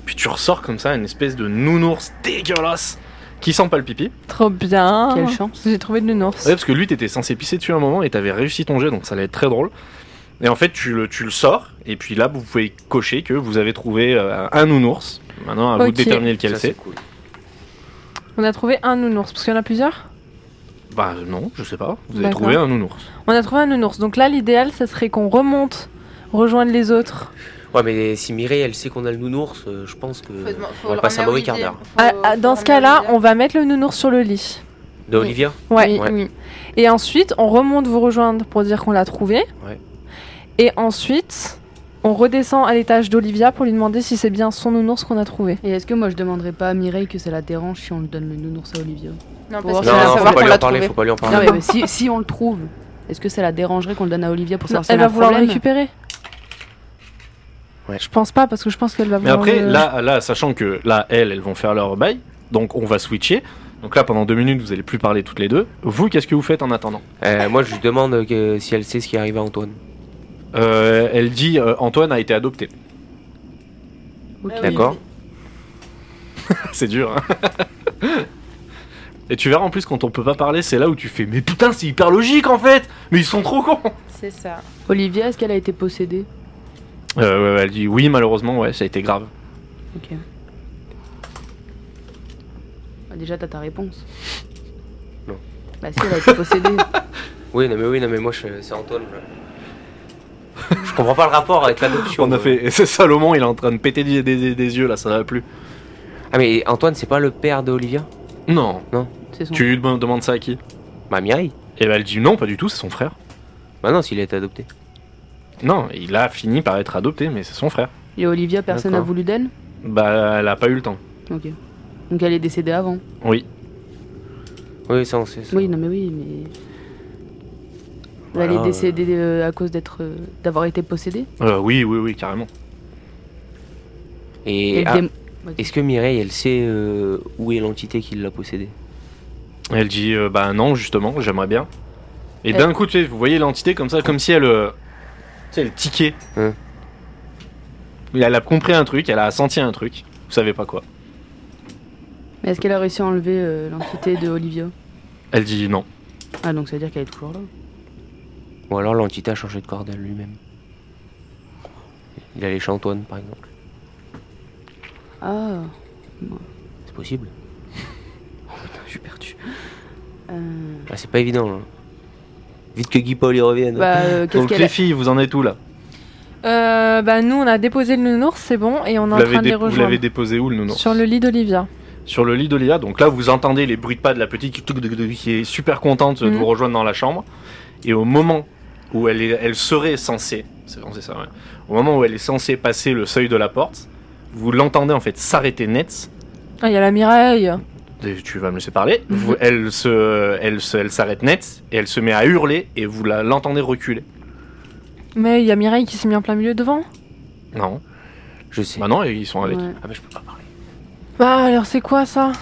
puis tu ressors comme ça une espèce de nounours dégueulasse qui sent pas le pipi.
Trop bien.
Quelle chance.
J'ai trouvé de nounours.
Ouais, parce que lui, t'étais censé pisser dessus un moment et t'avais réussi ton jet, donc ça allait être très drôle. Et en fait, tu le, tu le sors, et puis là, vous pouvez cocher que vous avez trouvé euh, un nounours. Maintenant, à vous
Ok.
de déterminer lequel
Ça, c'est
c'est.
cool.
On a trouvé un nounours, parce qu'il y en a plusieurs.
Bah non, je sais pas. Vous avez
D'accord.
trouvé un nounours.
On a trouvé un nounours. Donc là, l'idéal, ça serait qu'on remonte, rejoindre les autres.
Ouais, mais si Mireille, elle sait qu'on a le nounours, euh, je pense que.
dema-
on va
le
passer un
ramener à
mauvais quart
Olivier.
d'heure.
Faut-
Ah,
faut
ah, dans
ramener
ce cas-là,
Olivier.
on va mettre le nounours sur le lit.
De
Oui.
Olivia
Ouais.
Oui,
Ouais.
oui.
Et ensuite, on remonte vous rejoindre pour dire qu'on l'a trouvé.
Ouais.
Et ensuite, on redescend à l'étage d'Olivia pour lui demander si c'est bien son nounours qu'on a trouvé.
Et est-ce que moi je demanderais pas à Mireille que ça la dérange si on le donne le nounours à Olivia
Non,
Bon,
parce
non,
qu'il va
non, faut
savoir
pas
qu'on
lui en
l'a
parler,
trouvé.
faut pas lui en
Non,
parler.
mais, mais si, si on le trouve, est-ce que ça la dérangerait qu'on le donne à Olivia pour
Non,
savoir si
elle
elle a
va
un
vouloir le
problème
récupérer.
Ouais.
Je pense pas parce que je pense qu'elle va
Mais
vouloir.
après,
le-
là, là, sachant que là, elles, elles vont faire leur bail, donc on va switcher. Donc là, pendant deux minutes, vous allez plus parler toutes les deux. Vous, qu'est-ce que vous faites en attendant
Euh, moi, je lui demande que- si elle sait ce qui est arrivé à Antoine.
Euh, Elle dit euh, Antoine a été adopté. (laughs)
Ah
Ok.
D'accord
c'est dur. hein. Et tu verras en plus quand on peut pas parler, c'est là où tu fais mais putain c'est hyper logique en fait. Mais ils sont trop cons.
C'est ça.
Olivia, est-ce qu'elle a été possédée
Euh, ouais, elle dit oui malheureusement ouais ça a été grave.
Ok. Bah, déjà, t'as ta réponse.
Non.
Bah, si, elle a
(laughs)
été possédée.
Oui, non, mais oui, non, mais moi, je- c'est Antoine.
(laughs)
je- Je comprends pas le rapport avec l'adoption.
On a
euh.
fait et c'est Salomon il est en train de péter des, des- des yeux là ça va plus.
Ah, mais Antoine, c'est pas le père de Olivia
Non.
C'est son.
Tu lui dem- demandes ça à qui
Bah, Mireille.
Et bah elle dit non pas du tout c'est son frère.
Bah, non, s'il a été adopté.
Non, il a fini par être adopté, mais c'est son frère.
Et Olivia, personne n'a
D'accord.
voulu d'elle
Bah, elle a pas eu le temps.
Ok. Donc elle est décédée avant.
Oui.
Oui, ça, on sait. ça.
Oui, non mais oui, mais...
Voilà,
elle
euh.
est décédée euh, à cause d'être, euh, d'avoir été possédée
Euh, oui, oui, oui, carrément.
Et.
le
ah,
démon-
Est-ce que Mireille, elle sait euh, où est l'entité qui l'a possédé
Elle dit, euh, bah non, justement, j'aimerais bien. Et
Euh.
Elle-
d'un coup, tu sais, vous voyez l'entité comme ça, comme si elle. euh, tu sais, elle tiquait.
Hein.
Elle a compris un truc, elle a senti un truc. Vous savez pas quoi.
Mais est-ce qu'elle a réussi à enlever euh, l'entité de Olivia
Elle dit non.
Ah, donc ça veut dire qu'elle est toujours là.
Ou alors l'entité a changé de corps d'elle lui-même Il allait chez Antoine, par exemple.
Ah,
C'est possible
putain, je suis perdue. Euh,
Ah, C'est pas évident, là. Vite que Guy Paul y revienne.
Bah, euh, qu'est-ce
Donc
qu'elle
les
a...
filles, vous en êtes où là
Euh, bah, nous, on a déposé le nounours, c'est bon, et on est
Vous
en
l'avez
train de les
dé- vous l'avez
rejoindre.
déposé où le nounours
Sur le lit d'Olivia.
sur le lit d'Olivia. Donc là, vous entendez les bruits de pas de la petite qui, touc, touc, touc, qui est super contente de
Mhm.
vous rejoindre dans la chambre. Et au moment où elle, est- elle serait censée, c'est bon, c'est ça, ouais. au moment où elle est censée passer le seuil de la porte, vous l'entendez en fait s'arrêter net.
Ah, il y a la Mireille.
Et Tu vas me laisser parler.
Mhm.
Vous- elle se, elle se- elle s'arrête net et elle se met à hurler et vous la- l'entendez reculer.
Mais il y a Mireille qui s'est mis en plein milieu devant.
Non,
Je sais.
bah non, ils sont avec.
Ouais.
Ah, mais je peux pas parler.
Bah, alors c'est quoi ça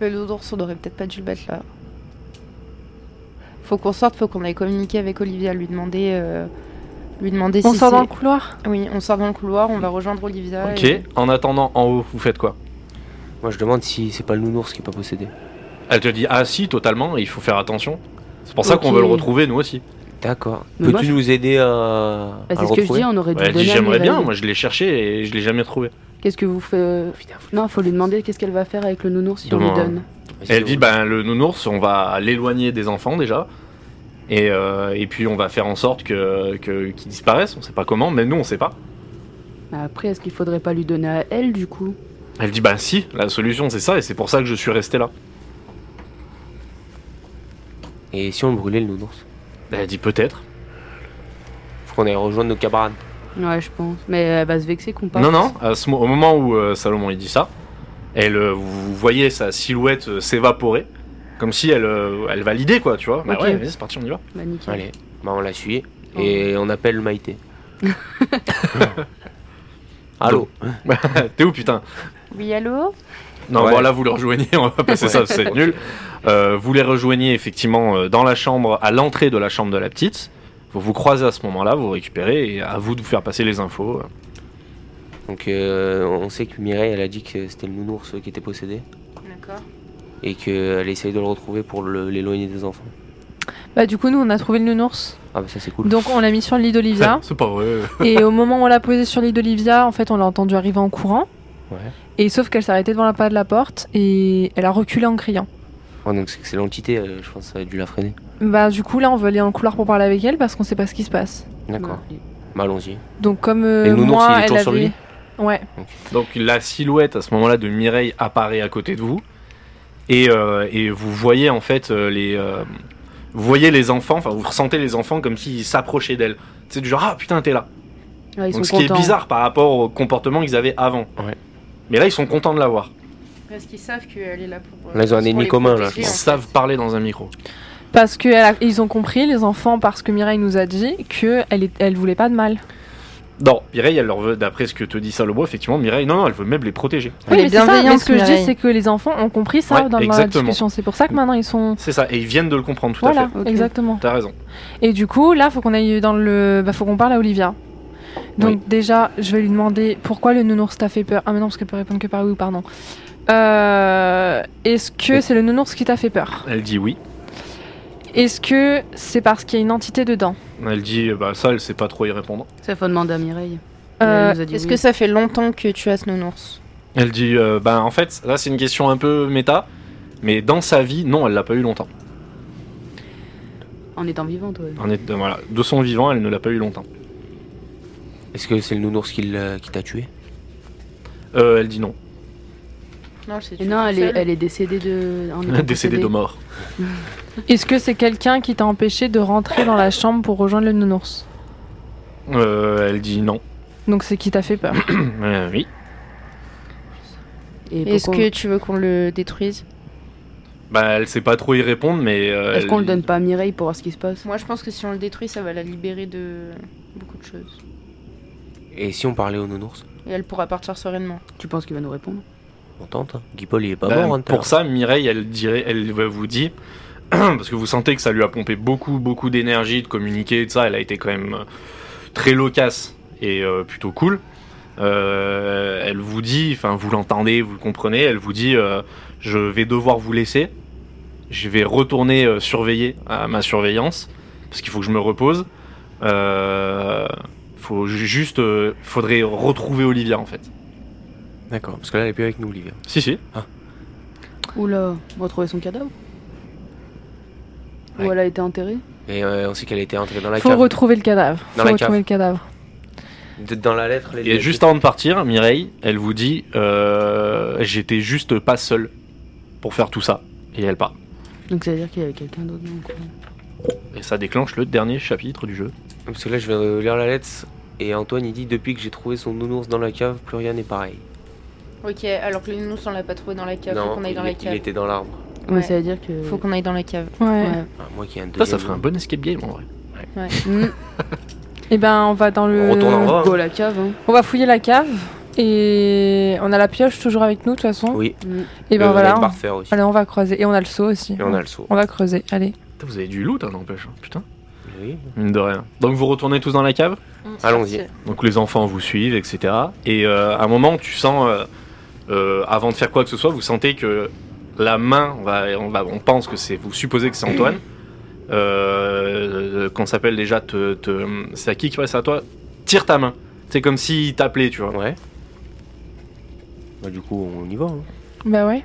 Le loup d'ours, on aurait peut-être pas dû le battre là. Faut qu'on sorte, faut qu'on aille communiquer avec Olivia, lui demander, euh, lui demander
On
si
sort
c'est-
dans le couloir
Oui, on sort dans le couloir, on va rejoindre Olivia.
Ok.
et-
En attendant, en haut, vous faites quoi
Moi, je demande si c'est pas le nounours qui est pas possédé.
Elle te dit ah si totalement. Il faut faire attention. C'est pour ça qu'on
Ok.
veut le retrouver nous aussi.
D'accord.
Mais moi,
Peux-tu
je-
nous aider à.
Bah,
à
c'est
le
ce que je
retrouver
dis, on aurait dû
Ouais, elle
donner
dit
à
j'aimerais
Mireille.
bien, moi je l'ai cherché et je l'ai jamais trouvé.
Qu'est-ce que vous faites euh,
Putain, faut-
Non, faut lui demander qu'est-ce qu'elle va faire avec le nounours si on lui
Demande.
donne.
Vas-y,
elle dit
on-
ben le nounours on va l'éloigner des enfants déjà et, euh, et puis on va faire en sorte que que- qu'il disparaisse, on sait pas comment, mais nous on sait pas.
Mais Bah, Après, est-ce qu'il faudrait pas lui donner à elle du coup
Elle dit ben si, la solution c'est ça et c'est pour ça que je suis resté là.
Et si on le brûlait, le nounours
Bah, Elle dit peut-être.
Faut qu'on aille rejoindre nos camarades.
Ouais, je pense. Mais elle va se vexer qu'on parle.
Non, non, à ce mo- au moment où euh, Salomon il dit ça, elle, euh, vous voyez sa silhouette euh, s'évaporer, comme si elle, euh, elle validait, quoi, tu vois. Bah
Ok.
ouais, vas-y, c'est parti, on y va. (laughs)
Bah, nickel.
Allez, bah on la suit
Oh.
et on appelle
(laughs)
Maïté. Allô
T'es où, putain
Oui, allô
Non,
Ouais.
bon, là, vous le rejoignez, on va passer ça, c'est nul. Euh, vous les rejoignez effectivement euh, dans la chambre, à l'entrée de la chambre de la petite. Vous vous croisez à ce moment-là, vous récupérez, et à vous de vous faire passer les infos.
Donc euh, on sait que Mireille, elle a dit que c'était le nounours qui était possédé
D'accord.
et qu'elle essaye de le retrouver pour le- l'éloigner des enfants.
Bah, du coup, nous, on a trouvé le nounours.
Ah bah ça c'est cool.
Donc, on l'a mis sur l'île
(laughs)
d'Olivia.
(laughs) C'est pas vrai.
et au moment où on l'a posé sur l'île d'Olivia, en fait, on l'a entendu arriver en courant.
Ouais.
Et sauf qu'elle s'est arrêtée devant la pas de la porte et elle a reculé en criant.
Ouais, Ah, donc c'est que c'est l'entité, euh, je pense que ça a dû la freiner.
Bah, du coup, là, on veut aller en couloir pour parler avec elle parce qu'on sait pas ce qui se passe.
D'accord.
Ouais.
Bah allons-y.
Donc, comme euh,
Et le nounours,
moi,
il est
elle
toujours
avait.
sur lui
ouais.
Donc la silhouette à ce moment-là de Mireille apparaît à côté de vous et, euh, et vous voyez en fait euh, les euh, vous voyez les enfants, enfin vous ressentez les enfants comme s'ils s'approchaient d'elle. C'est du genre ah putain t'es là.
Ouais, ils
Donc ce
sont
qui est
contents.
bizarre par rapport au comportement qu'ils avaient avant.
Ouais.
Mais là ils sont contents de la voir.
Parce qu'ils savent qu'elle est là pour. euh,
Là, ils ont un
pour
ennemi
les
commun, là,
protéger,
je
Ils
en fait.
savent parler dans un micro.
Parce qu'ils ont compris, les enfants, parce que Mireille nous a dit qu'elle est- elle voulait pas de mal.
Non, Mireille elle leur veut d'après ce que te dit Salobo effectivement Mireille non non elle veut même les protéger.
Oui, mais
c'est ça,
bienveillante,
mais ce que je dis,
Mireille.
c'est que les enfants ont compris ça
Ouais,
dans la
exactement.
discussion. C'est pour ça que maintenant ils sont.
C'est ça et ils viennent de le comprendre tout à
voilà,
fait.
Ok.
exactement.
T'as raison.
Et du coup, là, faut qu'on aille dans le. Bah, faut qu'on parle à Olivia. Donc, déjà, je vais lui demander pourquoi le nounours t'a fait peur. Ah, mais non, parce qu'elle peut répondre que par oui ou par non. Euh, Est-ce que c'est le nounours qui t'a fait peur
Elle dit oui.
Est-ce que c'est parce qu'il y a une entité dedans
Elle dit bah ça elle sait pas trop y répondre.
Ça, faut demander à Mireille.
Euh,
Elle nous a dit
Est-ce
oui.
que ça fait longtemps que tu as ce nounours
Elle dit, euh, ben en fait, là c'est une question un peu méta, mais dans sa vie, non, elle l'a pas eu longtemps.
En étant vivante, ouais.
En est- euh, voilà, de son vivant, elle ne l'a pas eu longtemps.
Est-ce que c'est le nounours qui, l'a- qui t'a tué
Euh, elle dit non,
Non, c'est
Et non, elle est, elle est décédée de.
(laughs)
en étant
décédée de mort.
Est-ce que c'est quelqu'un qui t'a empêché de rentrer dans la chambre pour rejoindre le nounours
Euh, elle dit non,
Donc, c'est qui t'a fait peur
Euh, oui.
Et
Est-ce
pourquoi-
que tu veux qu'on le détruise
Bah elle sait pas trop y répondre, mais. euh,
Est-ce
elle-
qu'on le donne pas à Mireille pour voir ce qui se passe
Moi, je pense que si on le détruit, ça va la libérer de beaucoup de choses.
Et si on parlait au nounours
Et elle pourra partir sereinement.
Tu penses qu'il va nous répondre
On tente. Hein. Guy Paul il est pas
Bah,
mort. Hein,
pour ça, Mireille, elle dirait, elle va vous dit, (clears throat) parce que vous sentez que ça lui a pompé beaucoup, beaucoup d'énergie de communiquer, et de ça. Elle a été quand même euh, très loquace et euh, plutôt cool. Euh, elle vous dit, enfin, vous l'entendez, vous le comprenez. Elle vous dit, euh, je vais devoir vous laisser. Je vais retourner euh, surveiller à ma surveillance parce qu'il faut que je me repose. Euh, faut ju- juste, euh, faudrait retrouver Olivia en fait.
D'accord. Parce que là elle est plus avec nous, Olivia.
Si si.
Oula, on va trouver son cadavre
Ouais.
Ou elle a été enterrée
Et euh, on sait qu'elle était entrée dans la
Faut
cave.
retrouver le cadavre.
Dans
Faut
la
retrouver le cadavre.
D- Dans la lettre. les-
Et juste avant de partir, Mireille, elle vous dit euh, J'étais juste pas seule pour faire tout ça. Et elle part.
Donc ça veut dire qu'il y avait quelqu'un d'autre dans le coin.
Et ça déclenche le dernier chapitre du jeu.
Parce que là, je viens de lire la lettre et Antoine il dit depuis que j'ai trouvé son nounours dans la cave, plus rien n'est pareil.
Ok, alors que le nounours, on l'a pas trouvé dans la cave. Faut qu'on aille
il,
dans la
il
cave.
était dans l'arbre.
Ouais,
Ouais.
ça veut dire que.
Faut qu'on aille dans la cave.
Ouais.
Ouais.
Ah, moi qui ai un
Là,
deuxième.
ça ferait un bon escape game en vrai.
(laughs) Mm.
Et ben, on va dans le.
On retourne en bas.
Go à la
(laughs)
cave, hein.
On va fouiller la cave et on a la pioche toujours avec nous de toute façon.
Oui.
Mm.
Et ben
Euh,
voilà.
On a
on-
une barre de fer aussi.
Allez, on va creuser et on a le seau aussi.
Et on a le seau.
On va creuser. Allez.
Putain, Vous avez du loot, hein, n'empêche. Putain.
Oui.
Mine de rien. Donc vous retournez tous dans la cave.
Allons-y.
Donc les enfants vous suivent, etc. Et euh, à un moment, tu sens, euh, euh, avant de faire quoi que ce soit, vous sentez que la main, on, va, on, va- on pense que c'est, vous supposez que c'est Antoine, euh, qu'on s'appelle déjà, te, te- c'est à qui qui passe à toi, tire ta main. C'est comme s'il t'appelait, tu vois.
Ouais. Bah, du coup, on y va. hein.
Bah ouais.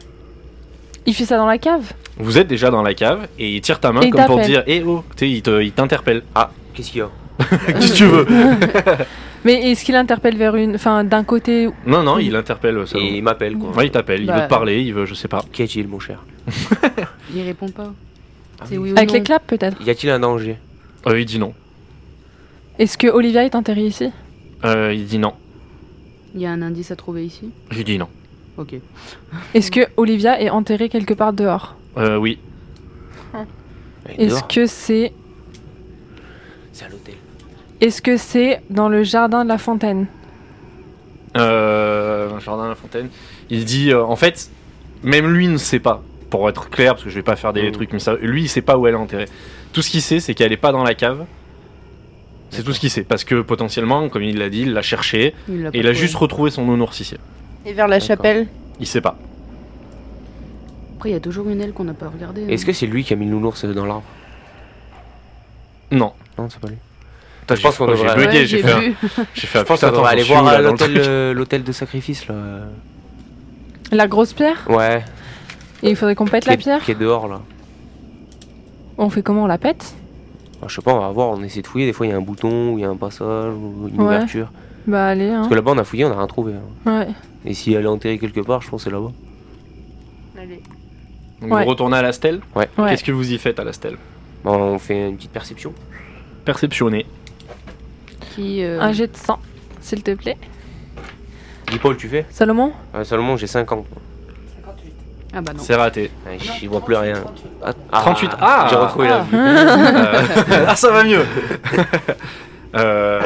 Il fait ça dans la cave.
Vous êtes déjà dans la cave et il tire ta main
Et il
comme pour dire,
t'appelle.
eh oh, tu sais, il, te- il t'interpelle.
Ah, qu'est-ce qu'il y a
Qu'est-ce que tu veux
Mais est-ce qu'il interpelle vers une, enfin d'un côté
Non, non, il interpelle. ça.
Et il m'appelle quoi.
Ouais, il t'appelle, il
Bah,
Ah.
veut te parler, il veut, je sais pas.
Qu'est-il, mon cher
Il répond pas.
Ah
C'est oui ou
Avec
non.
les claps peut-être.
Y a-t-il un danger
Euh, il dit non.
Est-ce que Olivia est enterrée ici
Euh, il dit non.
Il y a un indice à trouver ici
J'ai dit non.
Ok.
Est-ce que Olivia est enterrée quelque part dehors
Euh, oui.
Elle est
Est-ce
dehors.
que c'est
C'est à l'hôtel.
est-ce que c'est dans le jardin de la fontaine
Euh, Jardin La Fontaine. Il dit, euh, en fait, même lui ne sait pas, pour être clair, parce que je vais pas faire des
Mm.
trucs, mais ça, lui, il sait pas où elle est enterrée. Tout ce qu'il sait, c'est qu'elle est pas dans la cave. C'est tout ce qu'il sait, parce que potentiellement, comme il l'a dit, il l'a cherché,
Il l'a pas
et il a
trouvé.
juste retrouvé son nounours ici.
Et vers la
D'accord.
chapelle
Il sait pas.
Après, il y a toujours une aile qu'on n'a pas
Mm.
regardée.
Est-ce que c'est lui qui a mis le nounours dans l'arbre
Non.
Non, c'est pas lui.
Putain,
Je pense
j'ai-
qu'on
oh,
devrait-
J'ai bugué,
Ouais,
j'ai
j'ai
fait, un-
vu.
j'ai fait.
Je pense qu'on devrait aller voir à l'hôtel, euh, l'hôtel de sacrifice là.
La grosse pierre
Ouais.
Et il faudrait qu'on pète
Qui
la
est-
pierre
Qui est dehors là.
On fait comment On la pète
Bah, je sais pas, on va voir, on essaie de fouiller. Des fois, il y a un bouton, ou il y a un passage, ou une
Ouais.
ouverture.
Bah allez. Hein.
Parce que là-bas, on a fouillé, on a rien trouvé. hein.
Ouais.
Et si elle est enterrée quelque part, je pense que c'est là-bas.
Allez.
Donc,
Ouais.
Vous retournez à la stèle
Ouais.
Qu'est-ce que vous y faites à la stèle
Bon, on fait une petite perception.
Perceptionner.
(laughs) Qui, euh,
Un jet de sang, s'il te plaît.
Dis Paul, tu fais
Salomon
Ouais, Seulement, j'ai 50.
Ah bah non.
C'est raté.
Ouais, J'y vois plus rien. Ah, ah,
38. Ah
J'ai retrouvé la
Ah.
vue.
(laughs) Euh, ah, ça va mieux. (laughs) Euh,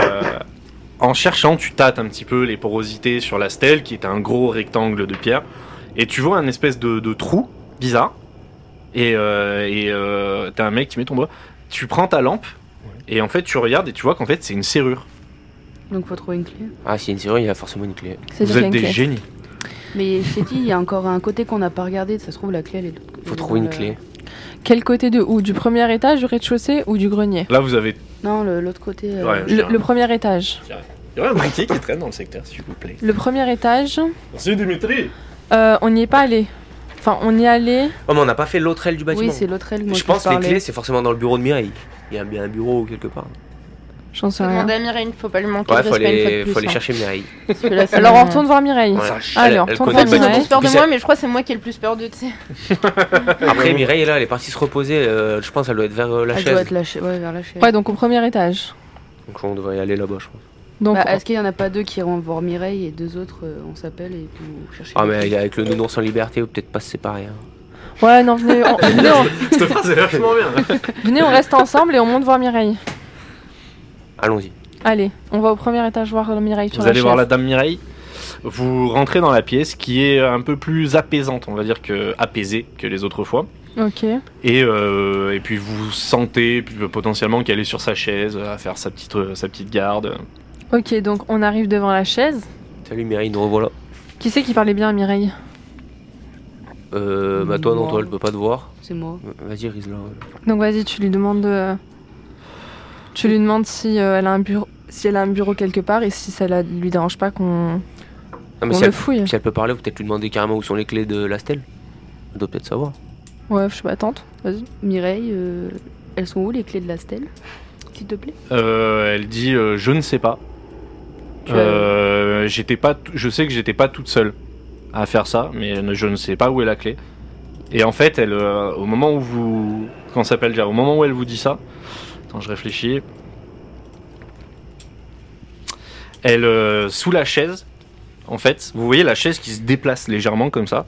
en cherchant, tu tâtes un petit peu les porosités sur la stèle, qui est un gros rectangle de pierre, et tu vois un espèce de, de trou bizarre. Et euh, et, euh, t'as un mec qui met ton doigt. Tu prends ta lampe et en fait tu regardes et tu vois qu'en fait c'est une serrure.
Donc faut trouver une clé.
Ah, s'il y a une serrure, il y a forcément une clé.
C'est
Vous êtes des génies.
Mais je t'ai dit, il y a encore un côté qu'on n'a pas regardé. Ça se trouve, la clé, elle est de l'autre côté.
Faut trouver une clé.
Quel côté de où Du premier étage, du rez-de-chaussée ou du grenier
Là vous avez.
Non, le- l'autre côté. euh,
Ouais. Je
le,
dirais.
le premier étage.
Il y a un briquet qui traîne dans le secteur, s'il vous plaît.
Le premier étage,
Merci Dimitri.
euh, on n'y est pas allé. Enfin, on y est allé.
Oh, mais on n'a pas fait l'autre aile du bâtiment.
Oui, c'est l'autre aile. moi,
je
qui
pense que les
parlais.
clés, c'est forcément dans le bureau de Mireille. Il y a bien un bureau ou quelque part.
J'en sais rien.
Demande à Mireille, faut pas lui manquer
Ouais,
de
faut
respect une fois de
aller,
plus.
faut aller
hein.
chercher Mireille.
Parce que là, c'est-
Alors on retourne voir Mireille.
Ouais.
Alors,
elle
ton
En
connaît
fait,
pas
ils ont
du
Ouais.
tous
tout.
peur de
Puis
moi,
elle-
mais je crois que c'est moi qui ai le plus peur de tu sais.
Après, Mireille est là, elle est partie se reposer. euh, je pense qu'elle doit être vers euh, la
Elle
chaise.
doit être lâchée. Ouais, vers la chaise.
Ouais, donc au premier étage.
Donc, on devrait y aller là-bas, je pense.
Donc,
Bah, Est-ce qu'il y en a pas deux qui iront voir Mireille et deux autres, euh, on s'appelle et puis on cherche.
Ah, mais avec le nounours en liberté, ou peut-être pas se séparer. hein.
ouais, non, venez,
(laughs)
on, venez,
(laughs)
on-
Cette phrase est vachement bien.
venez, on reste ensemble et on monte voir Mireille.
Allons-y.
Allez, on va au premier étage voir Mireille sur
Vous
la
allez voir la
chaise.
dame Mireille. Vous rentrez dans la pièce qui est un peu plus apaisante, on va dire que apaisée que les autres fois.
Ok.
Et, euh, et puis vous sentez puis, euh, potentiellement qu'elle est sur sa chaise à faire sa petite, euh, sa petite garde.
Ok, donc on arrive devant la chaise.
Salut Mireille, nous revoilà.
Qui c'est qui parlait bien à Mireille
Euh, bah, toi, non,
Moi.
toi, elle peut pas te voir.
C'est moi.
Vas-y, Rizla.
Donc vas-y, tu lui demandes. euh, tu lui demandes si euh, elle a un bureau, si elle a un bureau quelque part et si ça la, lui dérange pas qu'on
Non, mais
qu'on
si
le
elle,
fouille.
si elle peut parler, ou peut-être lui demander carrément où sont les clés de la stèle. Elle doit peut-être savoir.
Ouais, je sais pas, tente. Vas-y.
Mireille, euh, elles sont où les clés de la stèle S'il te plaît.
Euh, elle dit euh, je ne sais pas. Euh, j'étais pas t- je sais que j'étais pas toute seule à faire ça, mais ne- je ne sais pas où est la clé. Et en fait, elle, euh, au moment où vous, qu'on s'appelle déjà, au moment où elle vous dit ça, attends, je réfléchis. Elle euh, sous la chaise, en fait, vous voyez la chaise qui se déplace légèrement comme ça,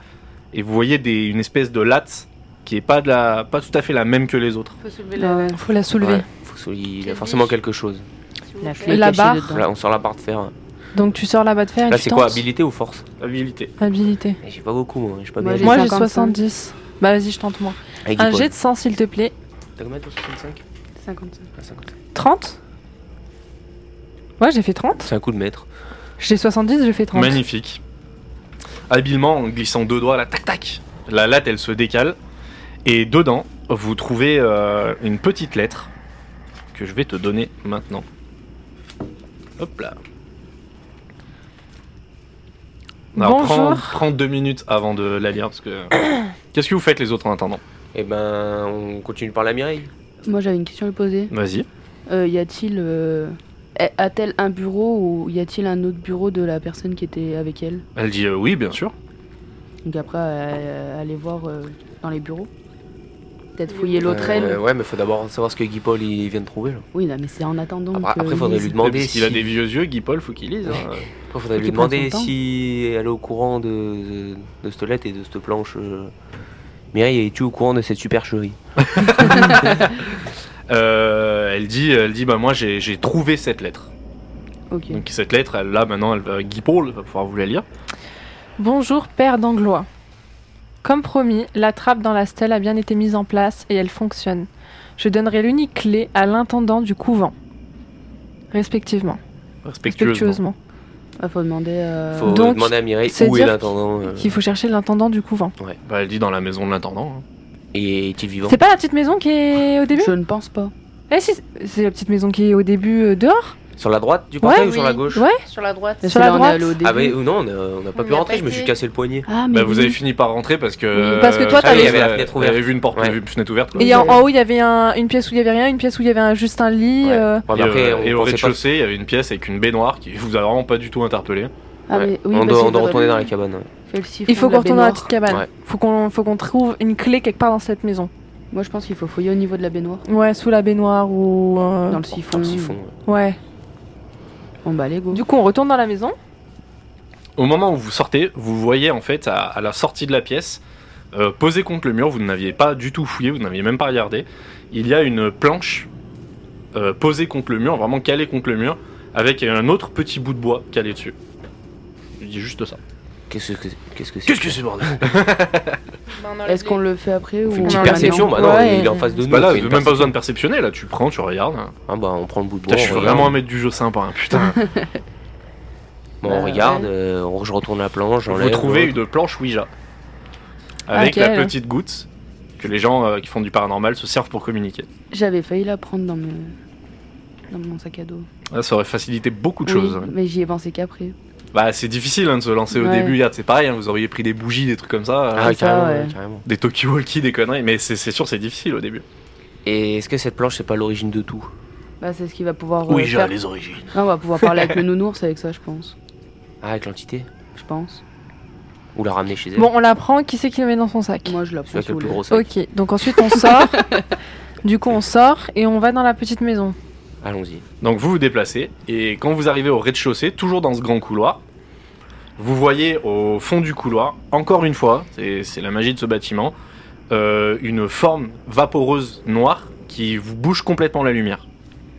et vous voyez des, une espèce de latte qui est pas de la, pas tout à fait la même que les autres.
Faut soulever
Ah
la.
ouais.
Faut la soulever.
Ouais, faut sou- il y a forcément quelque chose.
s'il vous
La
plaît.
clé est
La
cachée
barre.
dedans.
Là, on sort la barre de fer.
Donc tu sors la bas de fer. et
Là,
Ah, tu
c'est quoi
tentes.
Habilité ou force
Habilité.
Habilité.
Eh, J'ai pas beaucoup, moi. J'ai pas
Moi,
bien.
J'ai
Bah, Moi j'ai
55.
70. Bah vas-y, je tente moi.
Avec
Un
dix
jet
points.
de sang s'il te plaît.
T'as combien toi 65
55.
Ah, 55.
30 Ouais, j'ai fait 30.
C'est un coup de maître.
J'ai 70, j'ai fait 30.
Magnifique. Habilement, en glissant deux doigts, là, tac tac, la latte elle se décale. Et dedans, vous trouvez euh, une petite lettre que je vais te donner maintenant. Hop là. Alors, prends,
Bonjour.
prends deux minutes avant de la lire parce que. (coughs) Qu'est-ce que vous faites les autres en attendant
Et ben, on continue par la Mireille.
Moi j'avais une question à lui poser.
Vas-y.
Euh, y a-t-il. euh, eh, A-t-elle un bureau ou y a-t-il un autre bureau de la personne qui était avec elle
Elle dit euh, oui, bien sûr.
euh, Donc après, euh, aller voir euh, dans les bureaux. peut-être fouiller l'autre aile.
Euh, ouais, mais faut d'abord savoir ce que Guy Paul il vient de trouver. Là.
Oui, là, mais c'est en attendant.
Après-
que
euh,
après, faudrait lui
Lise-
demander
Parce qu'il a
si-
des vieux yeux, Guy Paul, faut qu'il lise. (laughs) hein.
Après, faudrait
Faut
lui
qu'il prenne
demander
son temps.
si elle est au courant de, de cette lettre et de cette planche. euh. Mireille, es-tu au courant de cette supercherie
Euh, elle dit, elle dit, bah moi j'ai j'ai trouvé cette lettre.
Ok.
Mm.
Donc cette lettre, elle, là maintenant, elle, va- Guy Paul va pouvoir vous la lire.
Bonjour, père d'Anglois. Comme promis, la trappe dans la stèle a bien été mise en place et elle fonctionne. Je donnerai l'unique clé à l'intendant du couvent. Respectivement.
Respectueusement.
Respectueusement.
Ah, faut demander. euh,
Faut
Donc,
demander à Mireille
c'est
où est
dire
l'intendant. euh,
Qu'il faut chercher l'intendant du couvent.
Bah, elle dit dans la maison de l'intendant. hein.
Et est-il vivant
C'est pas la petite maison qui est au début
Je ne pense pas.
Eh si, c'est la petite maison qui est au début euh, dehors
Sur la droite du portail
Ouais,
ou sur la
oui.
gauche
Ouais.
Sur la droite.
Parce
Sur
que
la
là, on est
droite.
allé au
Ah, mais
début.
ou non, on a- on n'a pas
On
pu
a
rentrer,
pas
je me suis
été.
cassé le poignet.
Ah, mais
Bah, vous
oui.
avez fini par rentrer parce que.
Oui, parce que toi,
euh,
t'avais-
vous
Il y avait
la fenêtre
vous avez vu une porte,
Ouais.
vous avez vu une fenêtre ouverte. quoi.
Et en, en haut, il y avait un- une pièce où il y avait rien, une pièce où il y avait un, juste un lit.
Ouais.
euh,
Ouais,
Et,
mais après,
euh, et au
on pensait pas-
rez-de-chaussée, il y avait une pièce avec une baignoire qui vous a vraiment pas du tout interpellé.
Ah,
Ouais.
mais oui,
on
bah,
doit,
c'est
on doit
vrai.
retourner dans la cabane. ouais.
Fais le siphon
Il faut
de la
qu'on retourne dans la petite
baignoire.
cabane.
Ouais.
Faut qu'on faut qu'on trouve une clé quelque part dans cette maison.
Moi, je pense qu'il faut fouiller au niveau de la baignoire.
Ouais, sous la baignoire ou. euh,
Dans le siphon.
Dans le siphon, ouais.
Ouais.
Bon, bah, allez, go.
Du coup, on retourne dans la maison.
Au moment où vous sortez, vous voyez en fait à, à la sortie de la pièce, euh, posée contre le mur, vous n'aviez pas du tout fouillé, vous n'aviez même pas regardé, il y a une planche euh, posée contre le mur, vraiment calée contre le mur, avec un autre petit bout de bois calé dessus. Je dis juste ça.
Qu'est-ce que qu'est-ce que c'est
Qu'est-ce que c'est bordel
Est-ce qu'on le fait après
On
ou
fait
on
une petite
en a
perception Bah
maintenant
non,
Ouais.
il est en face de nous.
Bah là,
on fait une
même pas
perception.
besoin de perceptionner, là tu prends, tu regardes. hein.
Ah bah on prend le bout de bois.
Putain, je suis
on regarde.
vraiment un maître du jeu sympa, hein,
(laughs)
putain.
Bon, on
Ouais.
regarde, euh, on- je retourne la planche.
vous
j'enlève,
trouvez
ouais.
une planche Ouija avec
Ah,
la
quelle
petite goutte que les gens euh, qui font du paranormal se servent pour communiquer.
J'avais failli la prendre dans, mes... dans mon sac à dos.
Ah, ça aurait facilité beaucoup de
Oui,
choses.
Mais j'y ai pensé qu'après.
Bah, c'est difficile hein, de se lancer au
Ouais.
début. regarde, C'est pareil, hein, vous auriez pris des bougies, des trucs comme ça,
Ah,
euh,
ouais. ça,
carrément, ouais, carrément.
des talkie-walkie, des conneries. Mais c'est c'est sûr, c'est difficile au début.
Et est-ce que cette planche, c'est pas l'origine de tout
Bah, c'est ce qu'il va pouvoir. euh, faire.
les origines.
Non, on
(laughs)
va pouvoir parler avec le nounours avec ça, je pense.
Ah, avec l'entité
Je pense.
Ou la ramener chez elle
Bon, on la prend. Qui c'est qui la met dans son sac
Moi, je la prends
Celui avec
sous
le plus
le-
gros sac.
Ok. Donc ensuite, on (laughs) sort. du coup, on sort et on va dans la petite maison.
Allons-y.
Donc, vous vous déplacez, et quand vous arrivez au rez-de-chaussée, toujours dans ce grand couloir, vous voyez au fond du couloir, encore une fois, c'est c'est la magie de ce bâtiment, euh, une forme vaporeuse noire qui vous bouge complètement la lumière.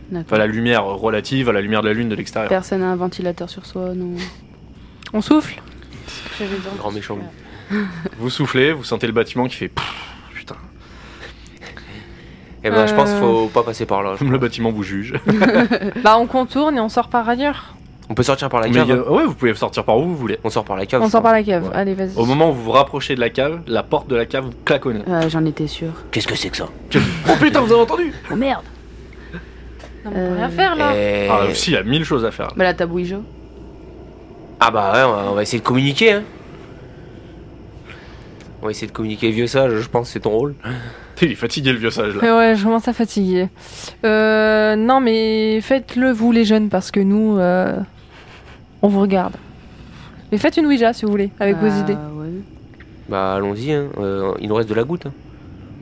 D'accord.
Enfin, la lumière relative à la lumière de la lune de l'extérieur.
Personne n'a un ventilateur sur soi, non
On souffle.
Grand méchant loup.
Vous soufflez, vous sentez le bâtiment qui fait pfff, putain,
Eh ben, je pense qu'il
Euh.
faut pas passer par là.
le bâtiment vous juge.
Bah, on contourne et on sort par ailleurs.
On peut sortir par la
Mais
cave
il y a- ouais, vous pouvez sortir par où vous voulez.
On sort par la cave.
on
je
sort
pense.
par la cave.
Ouais.
Allez, vas-y.
Au moment où vous vous rapprochez de la cave, la porte de la cave claconne.
Ah, J'en étais sûre.
Qu'est-ce que c'est que ça
Oh putain, vous avez entendu
Oh merde
Non, mais on peut
Euh,
rien faire là.
Eh,
Ah, là aussi, il y a mille choses à faire.
Bah, la table Ouija.
Ah bah ouais, on va- on va essayer de communiquer. Hein. On va essayer de communiquer, vieux sage, je pense que c'est ton rôle.
Il est fatigué le vieux sage là.
Ouais, ouais, je commence à fatiguer. Euh, non, mais faites-le vous les jeunes parce que nous, euh, on vous regarde. Mais faites une Ouija si vous voulez, avec vos
Ah,
idées.
ouais.
Bah allons-y, hein. Euh, il nous reste de la goutte. hein.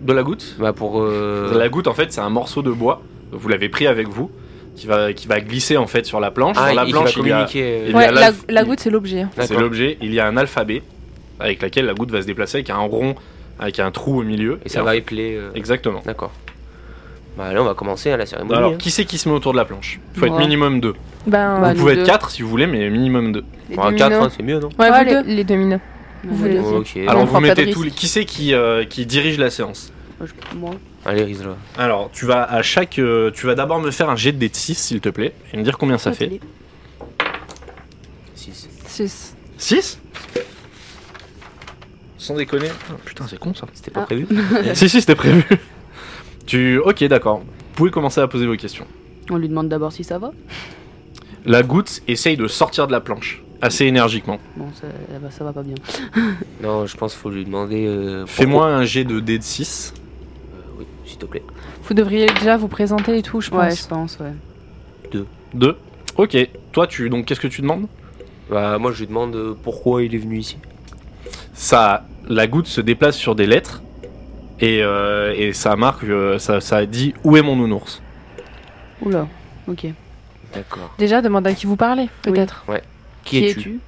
De la goutte
Bah pour... euh,
La goutte, en fait, c'est un morceau de bois. Vous l'avez pris avec vous, qui va, qui va glisser en fait sur la planche.
Ah,
sur la
il- il
planche,
va
il y a-
communiquer. euh,
il y a
Ouais, la,
l'alph-
la goutte, c'est l'objet.
c'est
d'accord.
l'objet. Il y a un alphabet avec lequel la goutte va se déplacer, avec un rond, avec un trou au milieu.
Et ça va épeler. euh,
Exactement.
D'accord. Bah là, on va commencer hein, la cérémonie.
Alors,
hein.
qui c'est qui se met autour de la planche Il faut être
Moi.
minimum deux.
Ben,
Bah,
Vous
nous
pouvez être
deux.
quatre si vous voulez, mais minimum deux.
Les
Bon, à
dominos.
quatre, hein, c'est mieux, non
ouais,
Ah,
vous
les,
deux.
les dominos.
Bah,
Vous
vas-y.
voulez-
Ok.
Alors, vous
on prend pas de
mettez tous les...
risque.
Qui c'est qui, euh, qui dirige la séance
Moi, je- Moi
Allez, Riz, là.
Alors, tu vas à chaque, euh, tu vas d'abord me faire un jet de dés de 6, s'il te plaît, et me dire combien ça fait.
6.
Six.
6 Sans déconner. Ah, putain, c'est con ça.
C'était pas
Ah. (laughs)
prévu.
(laughs) si, si, c'était prévu. Tu, ok, d'accord. Vous pouvez commencer à poser vos questions.
On lui demande d'abord si ça va.
La goutte essaye de sortir de la planche assez énergiquement.
Bon, ça, ah bah, ça va pas bien.
Non, je pense qu'il faut lui demander. euh, pourquoi-
Fais-moi un jet de dés de 6.
Euh, oui, s'il te plaît.
Vous devriez déjà vous présenter et tout, je
Ouais, je
pense.
pense, ouais.
2. Ok. Toi, tu, donc, qu'est-ce que tu demandes
Bah, moi, je lui demande euh, pourquoi il est venu ici.
Ça, la goutte se déplace sur des lettres Et, euh, et ça marque, euh, ça, ça dit où est mon nounours.
Oula, ok.
D'accord.
Déjà, demande à qui vous parlez,
Oui.
peut-être.
Qui, es-tu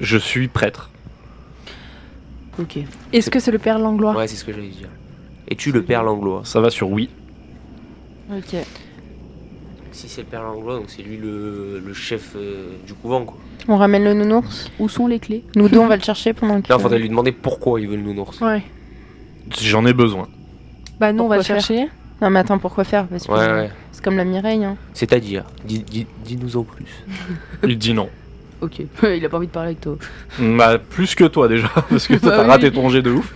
Je suis prêtre.
Ok.
Est-ce que c'est le père Langlois
Ouais, c'est ce que j'allais dire. Es-tu le hein. père Langlois
Ça va sur oui.
hein.
Ok.
Si c'est le père Langlois, donc c'est lui le, le chef euh, du couvent, quoi.
On ramène le nounours.
Où sont les clés
Nous deux, on va le chercher pendant que.
Là, faudrait lui demander pourquoi il veut le nounours.
Ouais.
J'en ai besoin.
Bah, nous, on va
Pourquoi
le chercher.
Non, mais attends, pourquoi faire Parce que
Ouais, ouais.
c'est comme la Mireille. Hein.
C'est-à-dire, dis- dis- dis-nous en plus.
Il dit non.
Ok. (laughs) Il a pas envie de parler avec toi.
Bah, plus que toi déjà, (laughs) parce que toi
Bah
t'as
oui.
raté ton jet de ouf.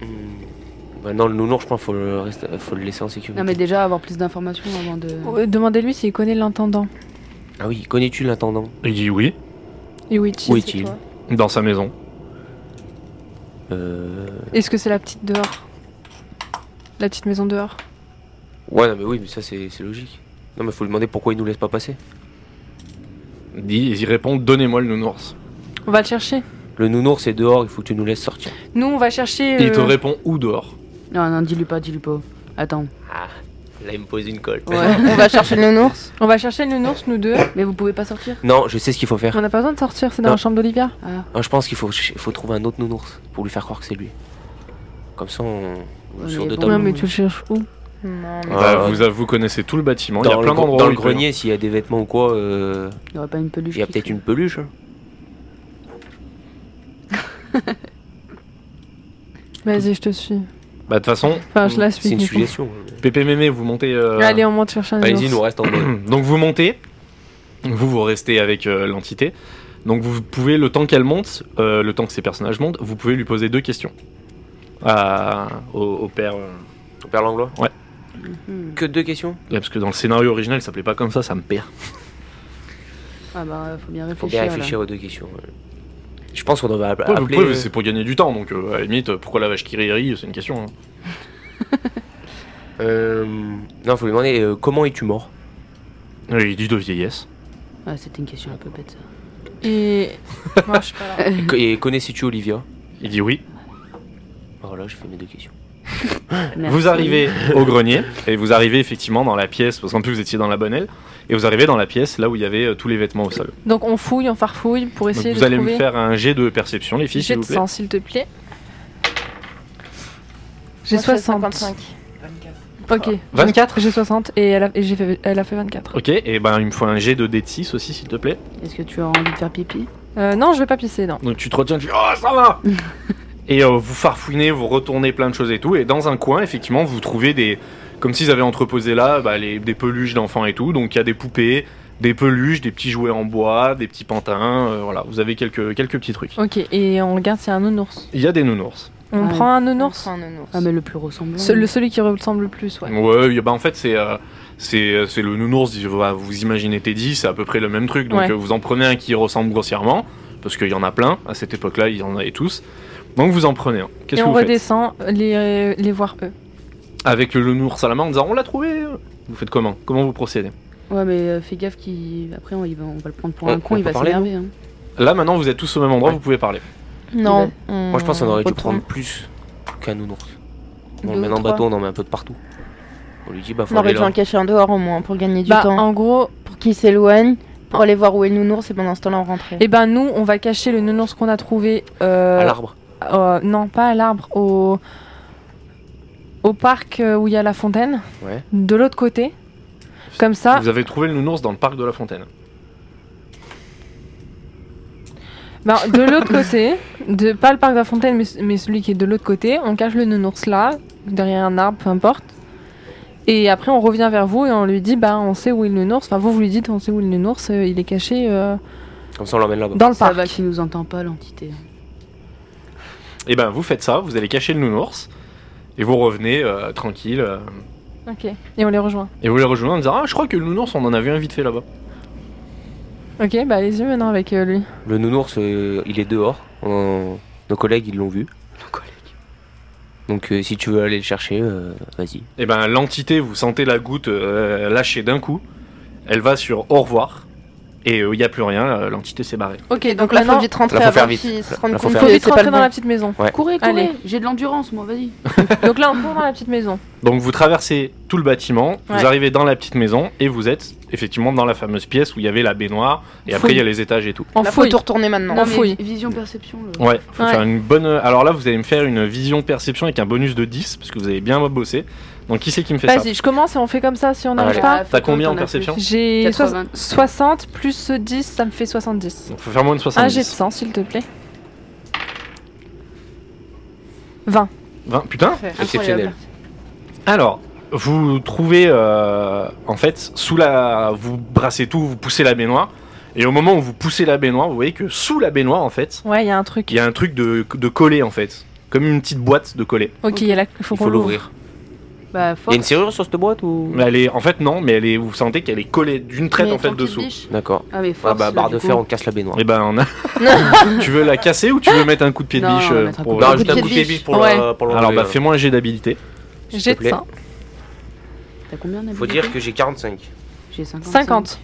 Hmm. Bah non, le nounours, je pense, faut le, reste- faut le laisser en sécurité.
Non, mais déjà, avoir plus d'informations avant de.
Euh, Demandez-lui s'il connaît l'intendant.
Ah oui, connais-tu l'intendant
Il dit oui,
Et Witchy,
Où
c'est
est-il
toi.
dans sa maison.
euh...
Est-ce que c'est la petite dehors La petite maison dehors
Ouais, non, mais oui, mais ça, c'est c'est logique. Non, mais faut lui demander pourquoi il nous laisse pas passer.
Il dit- il répond donnez-moi le nounours.
On va le chercher.
Le nounours est dehors, il faut que tu nous laisses sortir.
Nous, on va chercher.
Et il te
euh,
répond où dehors
Non, non, dis-lui pas, dis-lui pas. Attends.
Ah, là, il me pose une colle.
(laughs) Ouais.
On va chercher le nounours.
euh, On va chercher le nounours, nous deux.
mais vous pouvez pas sortir
Non, je sais ce qu'il faut faire.
On n'a pas besoin de sortir, c'est dans
Non.
la chambre d'Olivia.
Ah,
Ah, je pense qu'il faut, ch- faut trouver un autre nounours pour lui faire croire que c'est lui. Comme ça, on. on est
Ouais,
sûr
mais
de
bon.
ta
Non,
Non,
mais
mais
tu le cherches où
Non, mais-
Ah,
Bah,
ouais.
vous, vous connaissez tout le bâtiment, il y a
Dans,
plein
le, gr-
d'endroits
dans
où
le
il peut y avoir.
grenier, s'il y a des vêtements ou quoi, euh,
il y aurait pas une peluche.
il y a
qui
peut-être
serait-
une peluche. hein.
Vas-y, je te suis.
Bah, de toute façon,
Enfin, Ah, je la suis.
C'est une
du coup.
suggestion.
Pépé Mémé, vous montez. euh,
Allez, on monte chercher un
Allez-y, nous
nounours.
reste en bas.
(clears throat) Donc vous montez, vous vous restez avec euh, l'entité. Donc vous pouvez, le temps qu'elle monte, euh, le temps que ces personnages montent, vous pouvez lui poser deux questions à, au, au père. euh,
Au père Langlois
Hmm.
Que deux questions
ouais, parce que dans le scénario original, il s'appelait pas comme ça, ça me perd.
Ah bah, faut bien réfléchir.
Faut bien
là.
réfléchir aux deux questions. ouais. Je pense qu'on devrait app-
Ouais, vous
appeler. euh,
pouvez, mais c'est pour gagner du temps, donc euh, à la limite, euh, pourquoi la vache qui rit, rit, c'est une question. hein.
euh, non, faut lui demander euh, comment es-tu mort
Euh, Il dit de vieillesse.
Ah, c'était une question un peu bête ça.
Et. Moi, je suis pas là.
Et co- Et connaissais-tu Olivia
Il dit oui.
Voilà, j'ai fait mes deux questions.
Merci.
Vous
(laughs)
arrivez au grenier et vous arrivez effectivement dans la pièce, parce qu'en plus vous étiez dans la bonne aile, et vous arrivez dans la pièce là où il y avait euh, tous les vêtements au sol.
Donc, on fouille, on farfouille pour
Donc,
essayer
vous
de
allez
trouver.
me faire un jet de perception, les filles, s'il
J'ai de
vous plaît.
sang, s'il te plaît. J'ai
Moi, je fais
60.
55.
Ok.
Ah, 24
J'ai 60 et elle a, et j'ai fait, elle a fait 24.
Ok, et ben il me faut un jet de D6 aussi, s'il te plaît.
Est-ce que tu as envie de faire pipi
Euh, non, je vais pas pisser, non.
Donc tu te retiens, tu dis Oh, ça va (laughs) Et euh, vous farfouinez, vous retournez plein de choses et tout. Et dans un coin, effectivement, vous trouvez des. Comme s'ils avaient entreposé là bah, les- des peluches d'enfants et tout. Donc il y a des poupées, des peluches, des petits jouets en bois, des petits pantins. euh, voilà, vous avez quelques, quelques petits trucs.
Ok, et on regarde s'il y a un nounours.
Il y a des nounours.
On
Ouais.
prend un nounours
Nounours. Un nounours.
Ah, mais le plus ressemblant.
Ce- le, Celui qui ressemble le plus, ouais.
Ouais, il y a- bah, en fait, c'est. euh, C'est euh, c'est le nounours, il va- vous imaginez Teddy, c'est à peu près le même truc. Donc
Ouais.
euh, vous en prenez un qui ressemble grossièrement, parce qu'il y en a plein, à cette époque-là, il y en avait tous. Donc vous en prenez un. Qu'est-ce
Et
que
on
vous faites
redescend les, les voir eux.
avec le nounours à la main en disant on l'a trouvé. euh. Vous faites comment Comment vous procédez
Ouais, mais euh, fais gaffe qu'il. Après, on, il va- on va le prendre pour
Oh, On-
un con,
on
il
peut
va
parler,
s'énerver. Hein.
Là maintenant vous êtes tous au même endroit,
Ouais.
vous pouvez parler.
Non.
Moi, je pense qu'on aurait dû
retourne.
prendre plus qu'un nounours. On
Deux
le met
ou
dans le
trois.
bateau, on en met un peu de partout. On lui dit, bah, faut
On aurait
aller
dû
là.
en cacher un dehors au moins pour gagner du
Bah,
temps.
en gros,
Pour qu'il s'éloigne, pour aller voir où est le nounours et pendant ce temps-là on rentrait.
eh ben nous, on va cacher le nounours qu'on a trouvé. euh,
À l'arbre.
euh, non, pas à l'arbre, au, au parc euh, où il y a la fontaine.
Ouais.
De l'autre côté. Comme ça,
Vous avez trouvé le nounours dans le parc de la Fontaine.
Ben, de l'autre (laughs) côté, de, pas le parc de la fontaine, mais, mais celui qui est de l'autre côté, on cache le nounours là, derrière un arbre, peu importe. Et après, on revient vers vous et on lui dit, bah, on sait où est le nounours. Enfin, vous, vous lui dites, on sait où est le nounours, euh, il est caché euh,
Comme ça, on l'emmène là-bas.
dans le
Ça
parc.
va qu'il nous entend pas, l'entité.
Et ben vous faites ça, vous allez cacher le nounours et vous revenez euh, tranquille euh,
Ok. Et on les rejoint.
et vous les rejoignez en disant ah je crois que le nounours on en a vu un vite fait là-bas.
Ok, bah, allez-y maintenant avec euh, lui.
Le nounours, euh, il est dehors. On- Nos collègues, ils l'ont vu. Nos collègues. Donc, euh, si tu veux aller le chercher, euh, vas-y.
Et ben l'entité vous sentez la goutte euh, lâcher d'un coup. Elle va sur au revoir Et euh, il n'y a plus rien, euh, l'entité s'est barrée.
Ok, donc, là,
maintenant-
faut vite rentrer
Là, faut
avant
faire vite.
qu'ils se
Là,
rendent
faut
compte
faire
Faut
que
vite
Bah, c'est pas
rentrer
le
dans
bon.
la petite maison.
Courez,
Allez.
courez J'ai de l'endurance, moi, vas-y.
Donc là, on court dans la petite maison.
Donc vous traversez tout le bâtiment,
Ouais.
vous arrivez dans la petite maison et vous êtes effectivement dans la fameuse pièce où il y avait la baignoire et après
Fouille.
il y a les étages et tout.
On
Là, faut
fouille.
tout retourner maintenant.
Non, mais- fouille.
vision, perception. le-
Ouais, faut
Ouais.
faire une bonne. Alors là, vous allez me faire une vision perception avec un bonus de 10 parce que vous avez bien bossé. Donc qui c'est qui me fait ça
Vas-y, je commence et on fait comme ça si on
Ah,
n'arrive
Allez.
pas.
T'as combien en
t'en as
perception
plus.
J'ai
80.
60 plus 10, ça me fait 70.
Donc faut faire moins de
Un jet de
70.
100, s'il te plaît. 20.
20. Putain.
Parfait.
Exceptionnel.
Alors, vous trouvez, euh, en fait, sous la, vous brassez tout, vous poussez la baignoire, et au moment où vous poussez la baignoire, vous voyez que sous la baignoire, en fait,
Ouais, il y a un truc.
il y a un truc de, de collé, en fait, comme une petite boîte de collé.
Ok, il y a la- faut
Il
qu'on
faut
l'ouvre.
l'ouvrir. Il
Bah,
y
fort.
a une serrure sur cette boîte ou
Mais elle est, en fait, non, mais elle est, vous sentez qu'elle est collée d'une traite en fait dessous.
D'accord.
Ah, mais
Ah
force.
bah barre de fer, on casse la baignoire.
Et ben,
(laughs)
on a... tu veux la casser ou tu veux mettre un coup de pied de
Non,
biche
on va
euh,
mettre un
pour-
coup de
Non, juste un
pied
coup
de
de pied
biche.
biche pour
Ouais.
le- pour l'enlever,
Alors, bah,
euh,
fais-moi un jet d'habilité.
s'il te
Jet de
plaît.
100.
T'as combien d'habitants
Faut dire que j'ai 45.
J'ai 55.
50.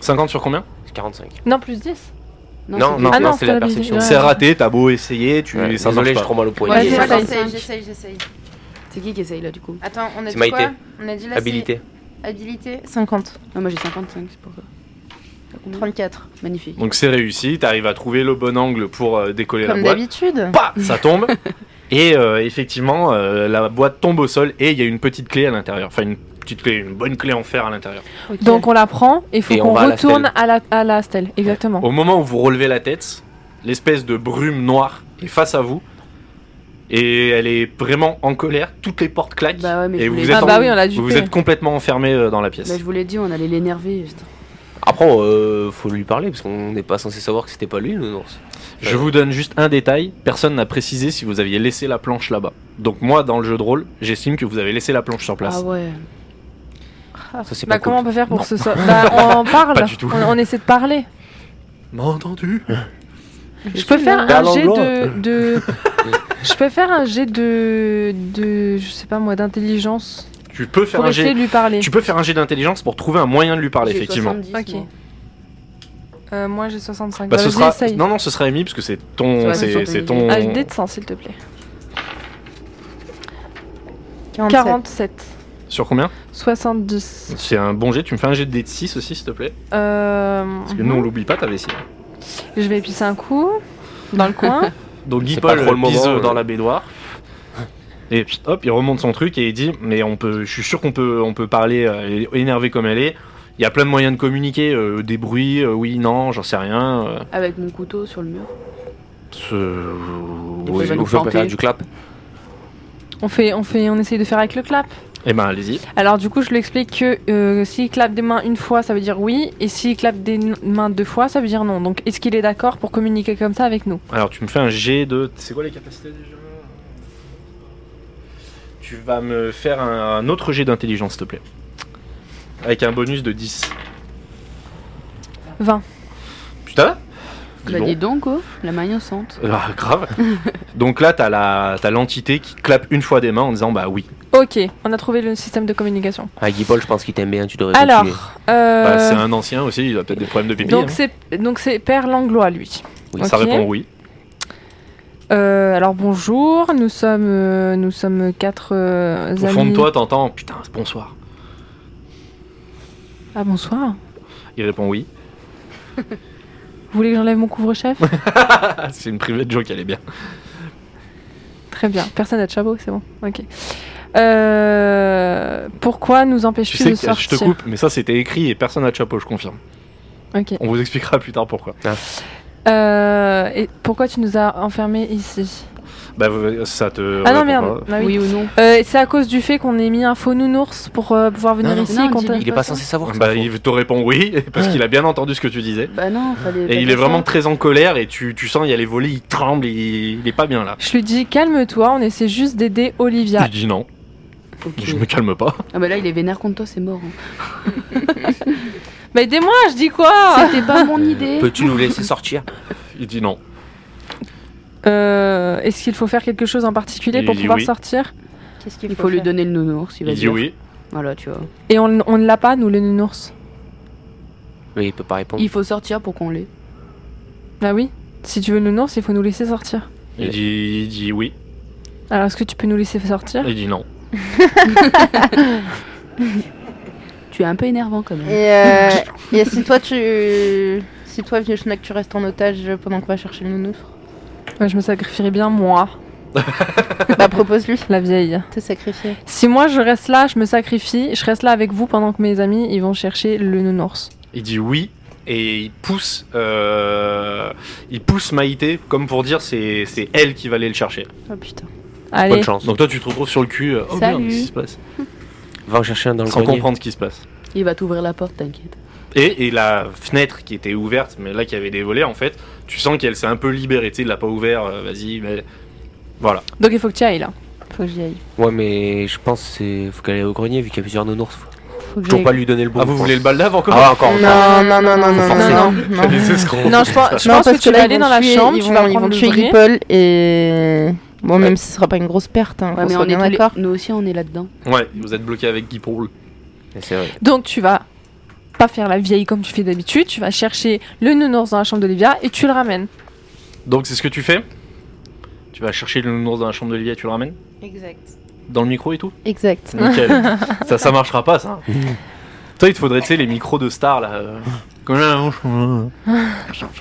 50 sur combien
45.
Non, plus 10.
Non, non,
c'est-
Ah non,
non, c'est la
c'est la
perception.
biche,
C'est raté, t'as beau essayer, tu...
Ouais,
ça
Désolé, j'ai
marche
trop
pas.
mal au poignet.
Ouais,
Ouais,
j'essaye,
j'essaye,
j'essaye,
j'essaye.
j'essaye, j'essaye.
C'est qui qui essaye là du coup
Attends, on a
C'est
dit
Maïté.
quoi On a dit là, c'est-
Habilité.
Habilité 50,
Non, moi j'ai 55, c'est pour ça. T'as combien
34.
Magnifique.
Donc c'est réussi, t'arrives à trouver le bon angle pour euh, décoller la
Comme
boîte.
d'habitude.
Bah, ça tombe. (laughs) et euh, effectivement, euh, la boîte tombe au sol et il y a une petite clé à l'intérieur. Enfin, une petite clé, une bonne clé en fer à l'intérieur.
Donc on la prend et faut
Et on
qu'on
va à la
retourne
stèle.
à la, à la stèle. Exactement.
Au moment où vous relevez la tête, l'espèce de brume noire est face à vous. Et elle est vraiment en colère, toutes les portes claquent.
Bah ouais, mais
et
je
vous
voulais-
êtes,
Ah
en-
bah oui, on l'a dû.
vous êtes complètement enfermé euh, dans la pièce.
Bah, je vous l'ai dit, on allait l'énerver. putain.
Après, euh, faut lui parler parce qu'on n'est pas censé savoir que c'était pas lui, le ours.
Je vous donne juste un détail, personne n'a précisé si vous aviez laissé la planche là-bas. Donc moi, dans le jeu de rôle, j'estime que vous avez laissé la planche sur place.
Ah ouais.
Ça, c'est
Bah
pas cool.
comment on peut faire pour
(laughs)
ce soir Bah on en parle.
Pas du tout.
On, on essaie de parler.
M'a entendu
Je peux faire
Parle
un
en
jet
blanc.
de, de- Je peux faire un jet de de je sais pas moi d'intelligence
Tu peux faire
pour
un
essayer
jet.
de lui parler.
Tu peux faire un jet d'intelligence pour trouver un moyen de lui parler,
J'ai
effectivement.
70,
Ok.
moi.
Euh, moi j'ai 65.
Bah, ce
Vas-y,
sera...
essaye.
Non, non, ce sera Amy, parce que c'est
Ça
ton...
va,
C'est
c'est
c'est
ton Ah,
ton...
Un jet de 100 s'il te plaît.
47.
47.
Sur combien
70.
C'est un bon jet, tu me fais un jet de dé de 6 aussi, s'il te plaît.
Euh,
Parce que nous, on
Mhm.
l'oublie pas, t'avais 6.
Je vais pisser un coup dans
(laughs)
le coin.
Donc Guy
C'est pas
Paul
trop le moment,
bise, euh,
ouais.
dans la baignoire. Et puis, hop, il remonte son truc et il dit Mais on peut, je suis sûr qu'on peut, on peut parler, euh, et énerver comme elle est. Il y a plein de moyens de communiquer, euh, des bruits, euh, oui, non, j'en sais rien. euh,
Avec mon couteau sur le mur.
ce-
fois,
oui,
il va nous
Ou on peut
planter.
faire du clap.
On fait, on fait, on essaye de faire avec le clap.
Eh ben, allez-y.
Alors du coup, je lui explique que euh, s'il clappe des mains une fois, ça veut dire oui, et s'il clappe des n- mains deux fois, ça veut dire non. Donc est-ce qu'il est d'accord pour communiquer comme ça avec nous
Alors, tu me fais un G de. C'est quoi les capacités déjà Tu vas me faire un, un autre G d'intelligence, s'il te plaît. Avec un bonus de 10.
20.
Putain Dis
Bah
donc.
dis donc, oh, la main innocente.
Ah,
(laughs)
grave. Donc là, t'as la, t'as l'entité qui clappe une fois des mains en disant bah oui.
Ok, on a trouvé le système de communication.
Ah, Guy Paul, je pense qu'il t'aime bien, tu devrais
Alors,
continuer.
euh,
Bah, c'est un ancien aussi, il a peut-être des problèmes de pipi.
donc
hein.
c'est donc c'est Père Langlois lui.
Oui,
Ça
Ok.
répond oui.
Euh, alors bonjour, nous sommes euh, nous sommes quatre euh,
Au
amis.
fond de toi, t'entends putain, bonsoir.
Ah bonsoir.
Il répond oui.
Vous voulez que j'enlève mon couvre-chef
Ah, c'est une privée de joke, elle est bien.
Très bien. Personne n'a de chapeau, c'est bon. Ok. Euh, pourquoi nous
Tu
empêches-tu
sais
de
que je
sortir
te coupe, mais ça c'était écrit et personne n'a de chapeau, je confirme.
Ok.
On vous expliquera plus tard pourquoi.
Euh, et pourquoi tu nous as enfermés ici
Bah, vous- ça te.
Ah non,
répond
merde.
pas.
Ah oui.
Oui ou non
Euh, c'est à cause du fait qu'on ait mis un faux nounours pour euh, pouvoir venir
Non, non,
ici.
non,
qu'on
dis-le.
t'a-
Il est pas censé savoir. que
Bah,
c'est faux.
il te répond oui (laughs) parce qu'il a bien entendu ce que tu disais.
Bah non, fallait. pas
Et il
dire
est vraiment
ça.
très en colère et tu, tu sens il y a les volets, il tremble, il, il est pas bien là.
Je lui dis calme-toi, on essaie juste d'aider Olivia.
Tu dis non,
Ok.
(laughs) je me calme pas.
Ah bah là, il est vénère contre toi, c'est mort. hein.
Mais Bah, aidez-moi, je dis quoi
C'était pas
Euh,
mon idée.
Peux-tu nous laisser sortir
Il dit non.
Euh, Est-ce qu'il faut faire quelque chose en particulier
Il
pour
dit
pouvoir
oui.
sortir
Qu'est-ce qu'il
Il faut lui donner le nounours, il va
Il dit
dire.
oui.
Voilà, tu vois.
Et on on ne l'a pas, nous, le nounours
Mais il peut pas répondre.
Il faut sortir pour qu'on l'ait.
Bah oui. Si tu veux nous non, il faut nous laisser sortir.
Il dit, il dit oui.
Alors est-ce que tu peux nous laisser sortir
Il dit non.
Tu es un peu énervant quand même.
Et, euh, (laughs) et si toi, tu. Si toi, vieux schnack, tu restes en otage pendant qu'on va chercher le (laughs) nounours,
Ouais, Je me sacrifierais bien moi,
bah propose-lui.
la vieille.
Te sacrifier.
Si moi je reste là, je me sacrifie, je reste là avec vous pendant que mes amis ils vont chercher le nounours.
Il dit oui et il pousse, euh, il pousse Maïté comme pour dire c'est c'est elle qui va aller le chercher.
Oh putain.
Allez.
Bonne chance. Donc toi tu te retrouves sur le cul. euh, Oh merde,
Salut.
qu'est-ce qui se passe
Va en chercher un dans le
Sans
grenier.
comprendre ce qui se passe.
Il va t'ouvrir la porte, t'inquiète.
Et, et la fenêtre qui était ouverte, mais là qui avait des volets en fait, tu sens qu'elle s'est un peu libérée. Tu sais, il l'a pas ouvert. euh, Vas-y, mais voilà.
Donc il faut que tu ailles là.
Faut que j'y aille.
Ouais, mais je pense c'est faut qu'elle aille au grenier vu qu'il y a plusieurs nounours. Faut
Faut que
toujours
j'aille.
pas lui donner le bon.
ah vous voulez le baldav encore
Ah encore. encore.
Non, non, non, non, non, non,
forcément.
non, non.
Les escrocs.
Non, je pense, je
Non,
pense
parce
que tu
là,
vas
ils
aller
vont
dans la
tuer-
chambre,
ils
tu
vont,
vas
ils vont
prendre
tuer
l'ouvrier.
Gripple et. Bon, même si ce sera pas une grosse perte, hein,
Ouais,
on
mais
sera
on est
bien
tous les-
d'accord.
Nous aussi, on est là-dedans.
Ouais, vous êtes bloqué avec Guy Proul.
Mais C'est vrai.
Donc tu vas pas faire la vieille comme tu fais d'habitude, tu vas chercher le nounours dans la chambre d'Olivia et tu le ramènes.
Donc c'est ce que tu fais Tu vas chercher le nounours dans la chambre de Livia, tu le ramènes
Exact.
Dans le micro et tout
Exact.
(laughs) Nickel. ça, ça marchera pas, ça. Toi, il te faudrait, tu sais, les micros de star, là. euh, comme là, on- (laughs)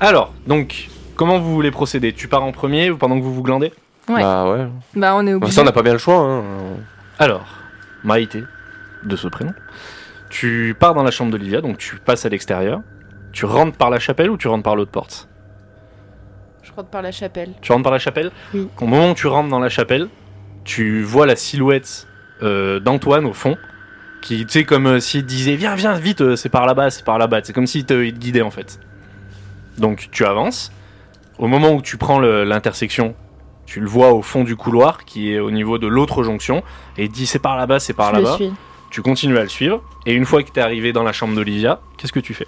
Alors, donc, comment vous voulez procéder Tu pars en premier ou pendant que vous vous glandez
Ouais.
Bah ouais.
Bah on est
Bah,
obligé.
ça on n'a pas bien le choix. Hein.
Alors, Maïté, de ce prénom, tu pars dans la chambre d'Olivia, donc tu passes à l'extérieur. Tu rentres par la chapelle ou tu rentres par l'autre porte
Je rentre par la chapelle.
Tu rentres par la chapelle
Oui.
Au moment où tu rentres dans la chapelle, tu vois la silhouette euh, d'Antoine au fond, qui, tu sais, comme euh, s'il te disait Viens, viens, vite, euh, c'est par là-bas, c'est par là-bas. C'est comme s'il te, il te guidait en fait. Donc tu avances. Au moment où tu prends le- l'intersection, tu le vois au fond du couloir qui est au niveau de l'autre jonction et il te dit C'est par là-bas, c'est par
je le
là-bas.
suis.
Tu continues à le suivre. Et une fois que tu es arrivé dans la chambre d'Olivia, qu'est-ce que tu fais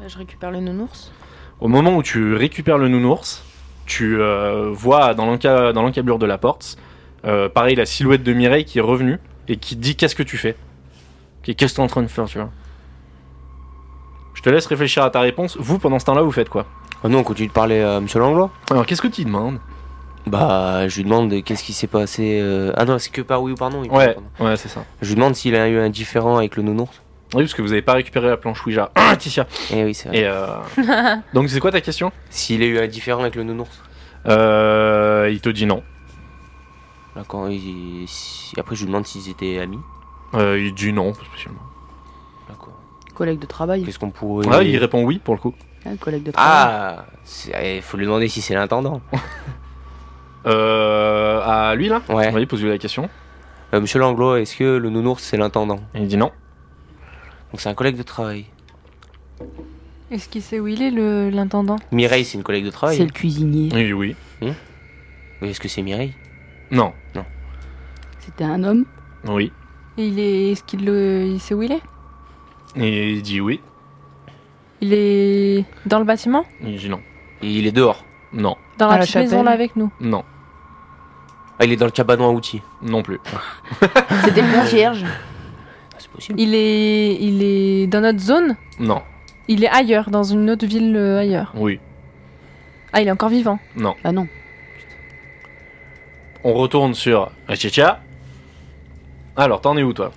Là, je récupère le nounours.
Au moment où tu récupères le nounours, tu euh, vois dans l'enca- dans l'encablure de la porte, euh, pareil, la silhouette de Mireille qui est revenue et qui te dit qu'est-ce que tu fais Qu'est- Qu'est-ce que t'es en train de faire, tu vois Je te laisse réfléchir à ta réponse. Vous, pendant ce temps-là, vous faites quoi
Ah, nous on continue de parler à Monsieur Langlois.
Alors, qu'est-ce que tu demandes
Bah je lui demande euh, qu'est-ce qui s'est passé. euh, Ah non c'est que par oui ou par non. il peut
Ouais,
répondre.
ouais, c'est ça.
Je lui demande s'il a eu un différent avec le nounours.
Oui, parce que vous avez pas récupéré la planche Ouija. Ah, Titia
Eh oui c'est vrai.
Et euh, Donc, c'est quoi ta question
S'il a eu un différent avec le nounours.
Euh, Il te dit non.
Là, quand il- si- Après je lui demande s'ils étaient amis.
Euh, il dit non, pas spécialement.
D'accord.
Collègue de travail.
Qu'est-ce qu'on pourrait.
Ah, il répond oui pour le coup.
Hein, collègue de travail.
Ah c'est- eh, faut lui demander si c'est l'intendant.
Euh, à lui là
Ouais.
Oui, pose-lui la question.
Euh, Monsieur Langlois, est-ce que le nounours c'est l'intendant
Il dit non.
Donc c'est un collègue de travail.
Est-ce qu'il sait où il est le- l'intendant
Mireille, c'est une collègue de
C'est
travail.
le cuisinier.
Oui, oui.
Mais Est-ce que c'est Mireille
Non.
C'était un homme.
Oui.
Il est est-ce qu'il le il sait où il est
Et il dit oui.
Il est dans le bâtiment
Il dit non.
Et Il est dehors.
Non.
Dans
À
la
la
petite maison
chapelle.
là avec nous.
Non.
Ah, il est dans le cabanon à outils.
Non (laughs) plus.
C'était le concierge.
Ah, c'est possible.
Il est il est dans notre zone
Non.
Il est ailleurs dans une autre ville euh, ailleurs.
Oui.
Ah, il est encore vivant.
Ah non.
On retourne sur Achicha. Alors, t'en es où toi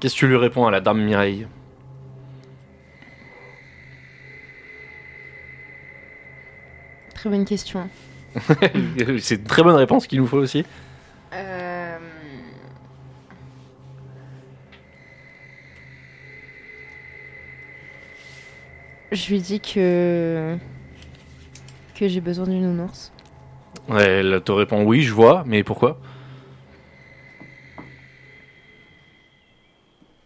Qu'est-ce que tu lui réponds à la dame Mireille
Très bonne question.
(laughs) C'est une très bonne réponse qu'il nous faut aussi.
Euh... Je lui dis que que j'ai besoin du nounours.
Elle te répond oui, je vois, mais pourquoi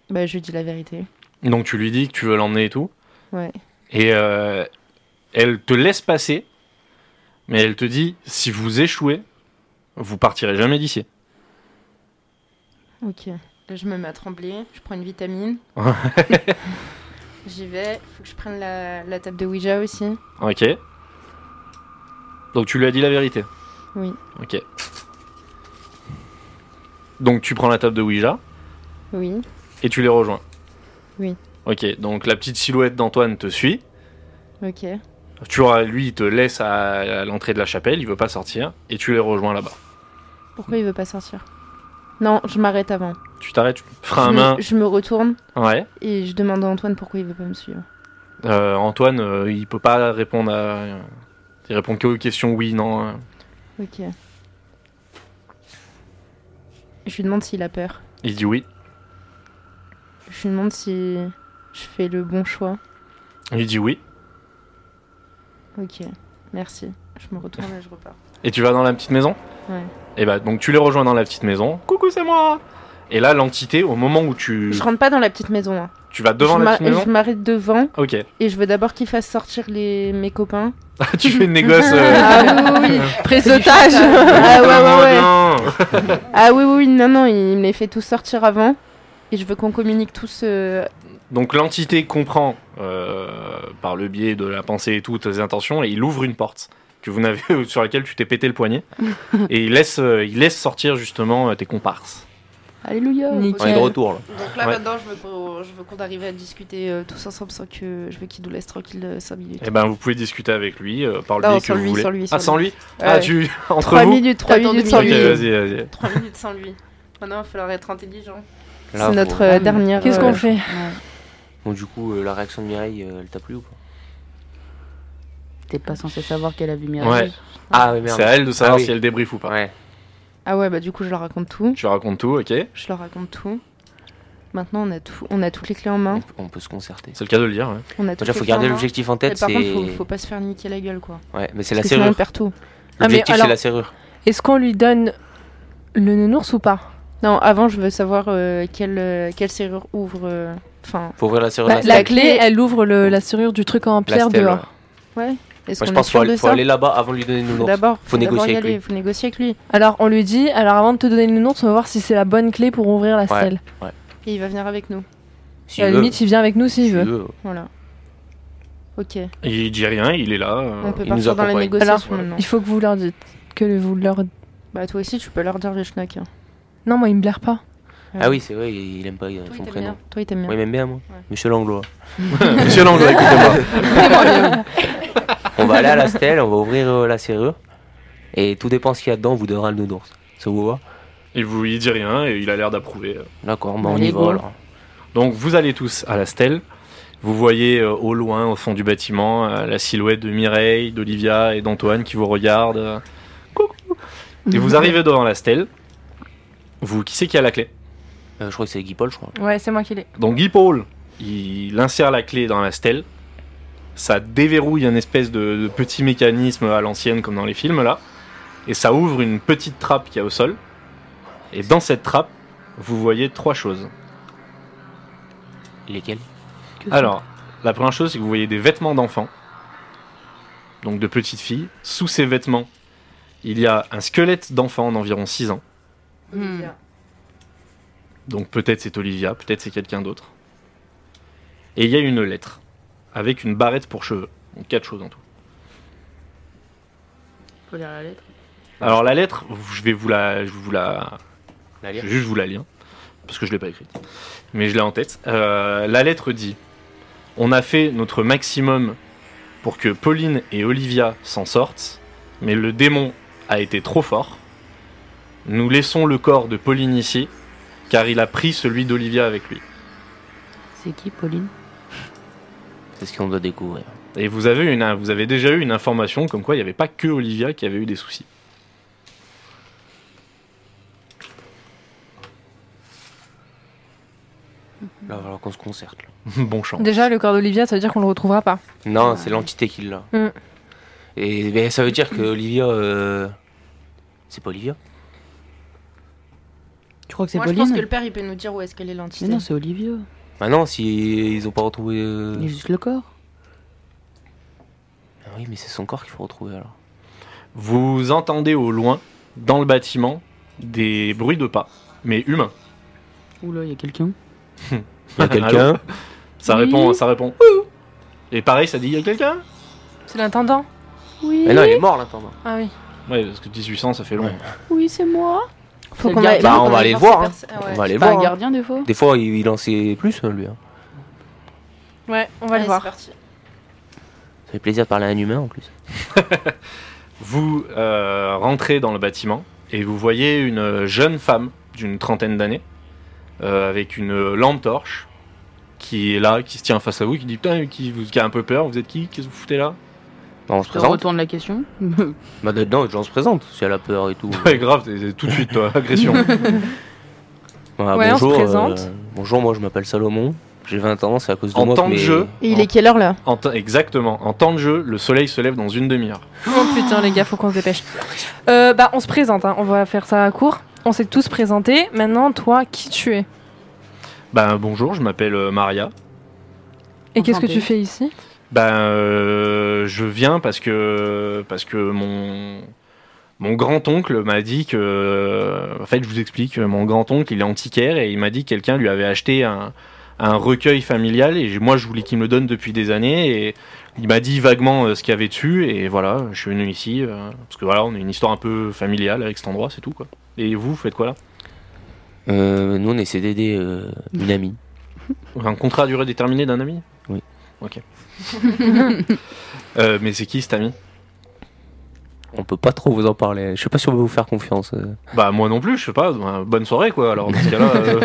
Bah, je lui dis la vérité.
Donc tu lui dis que tu veux l'emmener et tout.
Ouais.
Et euh, elle te laisse passer, mais elle te dit si vous échouez, vous partirez jamais d'ici.
Ok. Là, je me mets à trembler. Je prends une vitamine. (laughs) J'y vais. Faut que je prenne la, la table de Ouija aussi.
Ok. Donc tu lui as dit la vérité
Oui.
Ok. Donc tu prends la table de Ouija
Oui.
et tu les rejoins.
Oui.
Ok, donc la petite silhouette d'Antoine te suit.
Ok.
Tu vois, lui, il te laisse à, à l'entrée de la chapelle, il veut pas sortir, et tu les rejoins là-bas.
Pourquoi il veut pas sortir Non, je m'arrête avant.
Tu t'arrêtes, tu freins
je,
à main.
me, je me retourne
Ouais.
et je demande à Antoine pourquoi il veut pas me suivre.
Euh, Antoine, euh, il peut pas répondre à. Il répond qu'aux questions oui, non. euh.
Ok. Je lui demande s'il a peur.
Il dit oui.
Je lui demande si je fais le bon choix.
Il dit oui.
Ok, merci. Je me retourne et je repars.
Et tu vas dans la petite maison
Ouais.
Et bah, donc tu les rejoins dans la petite maison. Coucou, c'est moi Et là, l'entité, au moment où tu.
Je rentre pas dans la petite maison. hein.
Tu vas devant
je
la
m'a-
petite maison
Je m'arrête devant
Ok. (laughs)
et je veux d'abord qu'il fasse sortir les... mes copains.
tu fais une négoce. euh,
Ah
(laughs)
oui, oui, oui.
Prise otage
(laughs)
(laughs)
Ah ouais, ouais, ouais.
vraiment bien.
Ah oui, oui, oui, non, non, il me les fait tous sortir avant. Et je veux qu'on communique tous. euh,
Donc l'entité comprend euh, par le biais de la pensée et tout tes intentions et il ouvre une porte que vous n'avez (laughs) sur laquelle tu t'es pété le
(laughs)
poignet et il laisse euh, il laisse sortir justement euh, tes comparses.
(laughs)
Alléluia.
Nickel.
On est de retour là.
Donc là
Ouais.
maintenant, je veux, je veux qu'on arrive à discuter euh, tous ensemble sans que je veux qu'il nous laisse tranquille 5 minutes.
Et ben vous pouvez discuter avec lui euh, par le
Non,
biais
sans
que vous
lui,
voulez.
sans lui,
ah
sans
sans lui. Ah
Ouais.
tu (laughs) entre
3
vous.
minutes, 3
T'attends
minutes
deux
sans
Ok,
lui.
minutes.
vas-y vas-y.
3 minutes sans lui. Maintenant, il va falloir être intelligent.
Là,
C'est notre
bon.
euh, dernière.
Qu'est-ce
euh,
qu'on fait
ouais.
Bon, du coup, euh, la réaction de Mireille, euh, elle t'a plu ou pas
T'es pas censé savoir qu'elle a vu
Ouais.
Mireille.
Ah, ouais, merde.
C'est à elle de savoir
Ah oui.
si elle débriefe ou pas.
Ouais.
Ah ouais, bah du coup, je leur raconte tout.
Tu racontes tout, ok
Je leur raconte tout. Maintenant, on a, tout, on a toutes les clés en main.
On, peut, on peut se concerter.
C'est le cas de le dire. ouais.
On a toutes
Déjà,
les
faut
clés en
garder
main.
l'objectif en
Mais
tête.
Hein? par
c'est-
contre, faut, faut pas se faire niquer la gueule, quoi.
Ouais, mais c'est la
Parce que sinon, on
serrure.
perd tout.
Ah, mais
L'objectif, c'est
alors-
la serrure.
Est-ce qu'on lui donne le nounours ou pas
Non, avant, je veux savoir euh, quelle, euh, quelle serrure ouvre. euh, Enfin,
Faut ouvrir la serrure.
Bah,
de
La
la stèle.
clé, elle ouvre le- la serrure du truc en
La
pierre
stèle,
dehors.
ouais.
est-ce
Moi, je
qu'on est
pense qu'il
sûr
faut,
de
aller- faut
ça
aller là-bas avant de lui donner le nounours.
D'abord, faut d'abord
négocier
y
avec
aller,
lui.
faut négocier avec lui.
Alors on lui dit, alors avant de te donner le nounours, on va voir si c'est la bonne clé pour ouvrir la
Ouais.
selle.
Et il va venir avec nous.
Si
Et à la limite, il vient avec nous s'il
s'il
veut.
veut.
Voilà. Ok,
Il dit rien, il est là. euh,
on peut
Euh, il nous
partir dans la
accompagne.
négociation
Alors,
maintenant.
Il faut que vous leur dites. Que vous leur...
Bah, toi aussi, tu peux leur dire le schnock. hein.
Non, moi, il me blaire pas.
Ah oui, c'est vrai, il il aime pas euh,
Toi,
son
il t'aime bien.
prénom.
Toi, il t'aime bien.
Oui, il m'aime bien, moi.
Ouais.
Monsieur Langlois.
(laughs) Monsieur Langlois, écoutez-moi.
On va aller à la stèle, on va ouvrir euh, la serrure. Et tout dépend ce qu'il y a dedans, on vous donnera le nounours. Ça vous va
Il vous il dit rien et il a l'air d'approuver.
D'accord, bah, on
Allez,
y
go.
va alors.
Donc vous allez tous à la stèle. Vous voyez euh, au loin, au fond du bâtiment, euh, la silhouette de Mireille, d'Olivia et d'Antoine qui vous regardent. euh, coucou. Et vous arrivez devant la stèle. Vous, qui c'est qui a la clé
Euh, je crois que c'est Guy Paul, je crois.
Ouais, c'est moi qui l'ai.
Donc Guy Paul, il insère la clé dans la stèle. Ça déverrouille un espèce de, de petit mécanisme à l'ancienne comme dans les films là. Et ça ouvre une petite trappe qu'il y a au sol. Et dans cette trappe, vous voyez trois choses.
Lesquels
Alors, la première chose, c'est que vous voyez des vêtements d'enfants, donc de petites filles. Sous ces vêtements, il y a un squelette d'enfant d'environ 6 ans.
Hmm.
Donc peut-être c'est Olivia, peut-être c'est quelqu'un d'autre. Et il y a une lettre, avec une barrette pour cheveux. Donc quatre choses en tout.
Faut lire la lettre.
Alors la lettre, je vais vous la, je vous la,
La
Je
lire
vais juste vous la lire, parce que je l'ai pas écrite, mais je l'ai en tête. Euh, la lettre dit On a fait notre maximum pour que Pauline et Olivia s'en sortent, mais le démon a été trop fort. Nous laissons le corps de Pauline ici, car il a pris celui d'Olivia avec lui.
C'est qui, Pauline
C'est ce qu'on doit découvrir.
Et vous avez, une, vous avez déjà eu une information comme quoi il n'y avait pas que Olivia qui avait eu des soucis. (laughs)
Là, il va falloir qu'on se concerte. là.
bon chance.
Déjà, le corps d'Olivia, ça veut dire qu'on le retrouvera pas.
Non, c'est l'entité qui l'a.
Mm.
Et ben, ça veut dire que Olivia. euh, C'est pas Olivia
Tu crois que c'est
Moi, je pense
Pauline
que le père, il peut nous dire où est-ce qu'elle est l'entité.
Mais non, c'est Olivia.
Bah non, si ils ont pas retrouvé. euh,
Il y a juste le corps.
Ah oui, mais c'est son corps qu'il faut retrouver alors.
Vous entendez au loin, dans le bâtiment, des bruits de pas, mais humains.
Oula, il y a quelqu'un.
(laughs) Il y a quelqu'un
Allô Ça
Oui.
répond, ça répond. Ouh. Et pareil, ça dit il y a quelqu'un
C'est l'intendant
Oui,
Mais Eh non, il est mort l'intendant.
Ah oui.
Ouais, parce que 1800 ça fait long.
Ouais.
oui, c'est moi.
Faut
C'est
qu'on
le
aille-
Bah,
faut
on
qu'on
va
aille
aller le voir.
ces
hein.
perso- Ah ouais.
On va aller
Pas un
voir. hein.
gardien, des fois
Des fois, il il en sait plus, hein, lui. hein.
Ouais, on va le
Allez, c'est
voir.
parti.
Ça fait plaisir de parler à un humain en plus.
Vous euh, rentrez dans le bâtiment et vous voyez une jeune femme d'une trentaine d'années euh, avec une lampe torche qui est là, qui se tient face à vous, qui dit putain, qui, vous- qui a un peu peur. Vous êtes qui Qu'est-ce que vous foutez là
Bah, on se
Je
présente.
retourne la question.
Bah, dedans, les gens se présentent si elle a peur et
(laughs)
tout.
Ouais, grave, t'es- t'es tout de suite toi, agression.
Bah,
Ouais, on se
bonjour,
présente.
bonjour, moi je m'appelle Salomon. J'ai 20 ans, c'est à cause de
En
moi.
temps
que
de
mes-
jeu.
Et il est quelle heure là
En te- exactement. En temps de jeu, le soleil se lève dans une demi-heure.
Oh putain les gars, faut qu'on se dépêche. Euh, bah on se présente, hein. on va faire ça à court. On s'est tous présentés. Maintenant, toi, qui tu es
Ben bonjour, je m'appelle euh, Maria.
Et qu'est-ce que tu
Enchantée.
fais ici
Ben euh, je viens parce que parce que mon mon grand-oncle m'a dit que en fait, je vous explique, mon grand-oncle, il est antiquaire et il m'a dit que quelqu'un lui avait acheté un un recueil familial et j'ai- moi je voulais qu'il me le donne depuis des années et il m'a dit vaguement euh, ce qu'il y avait dessus et voilà, je suis venu ici euh, parce que voilà, on a une histoire un peu familiale avec cet endroit, c'est tout quoi. Et vous, vous faites quoi là
Euh, nous, on essaie d'aider euh, une amie.
Un contrat à durée déterminée d'un ami
Oui.
Ok. (laughs) Euh, mais c'est qui cet ami
On peut pas trop vous en parler. Je sais pas si on peut vous faire confiance. euh.
Bah moi non plus, je sais pas. bah, bonne soirée quoi. Alors dans ce cas-là. euh,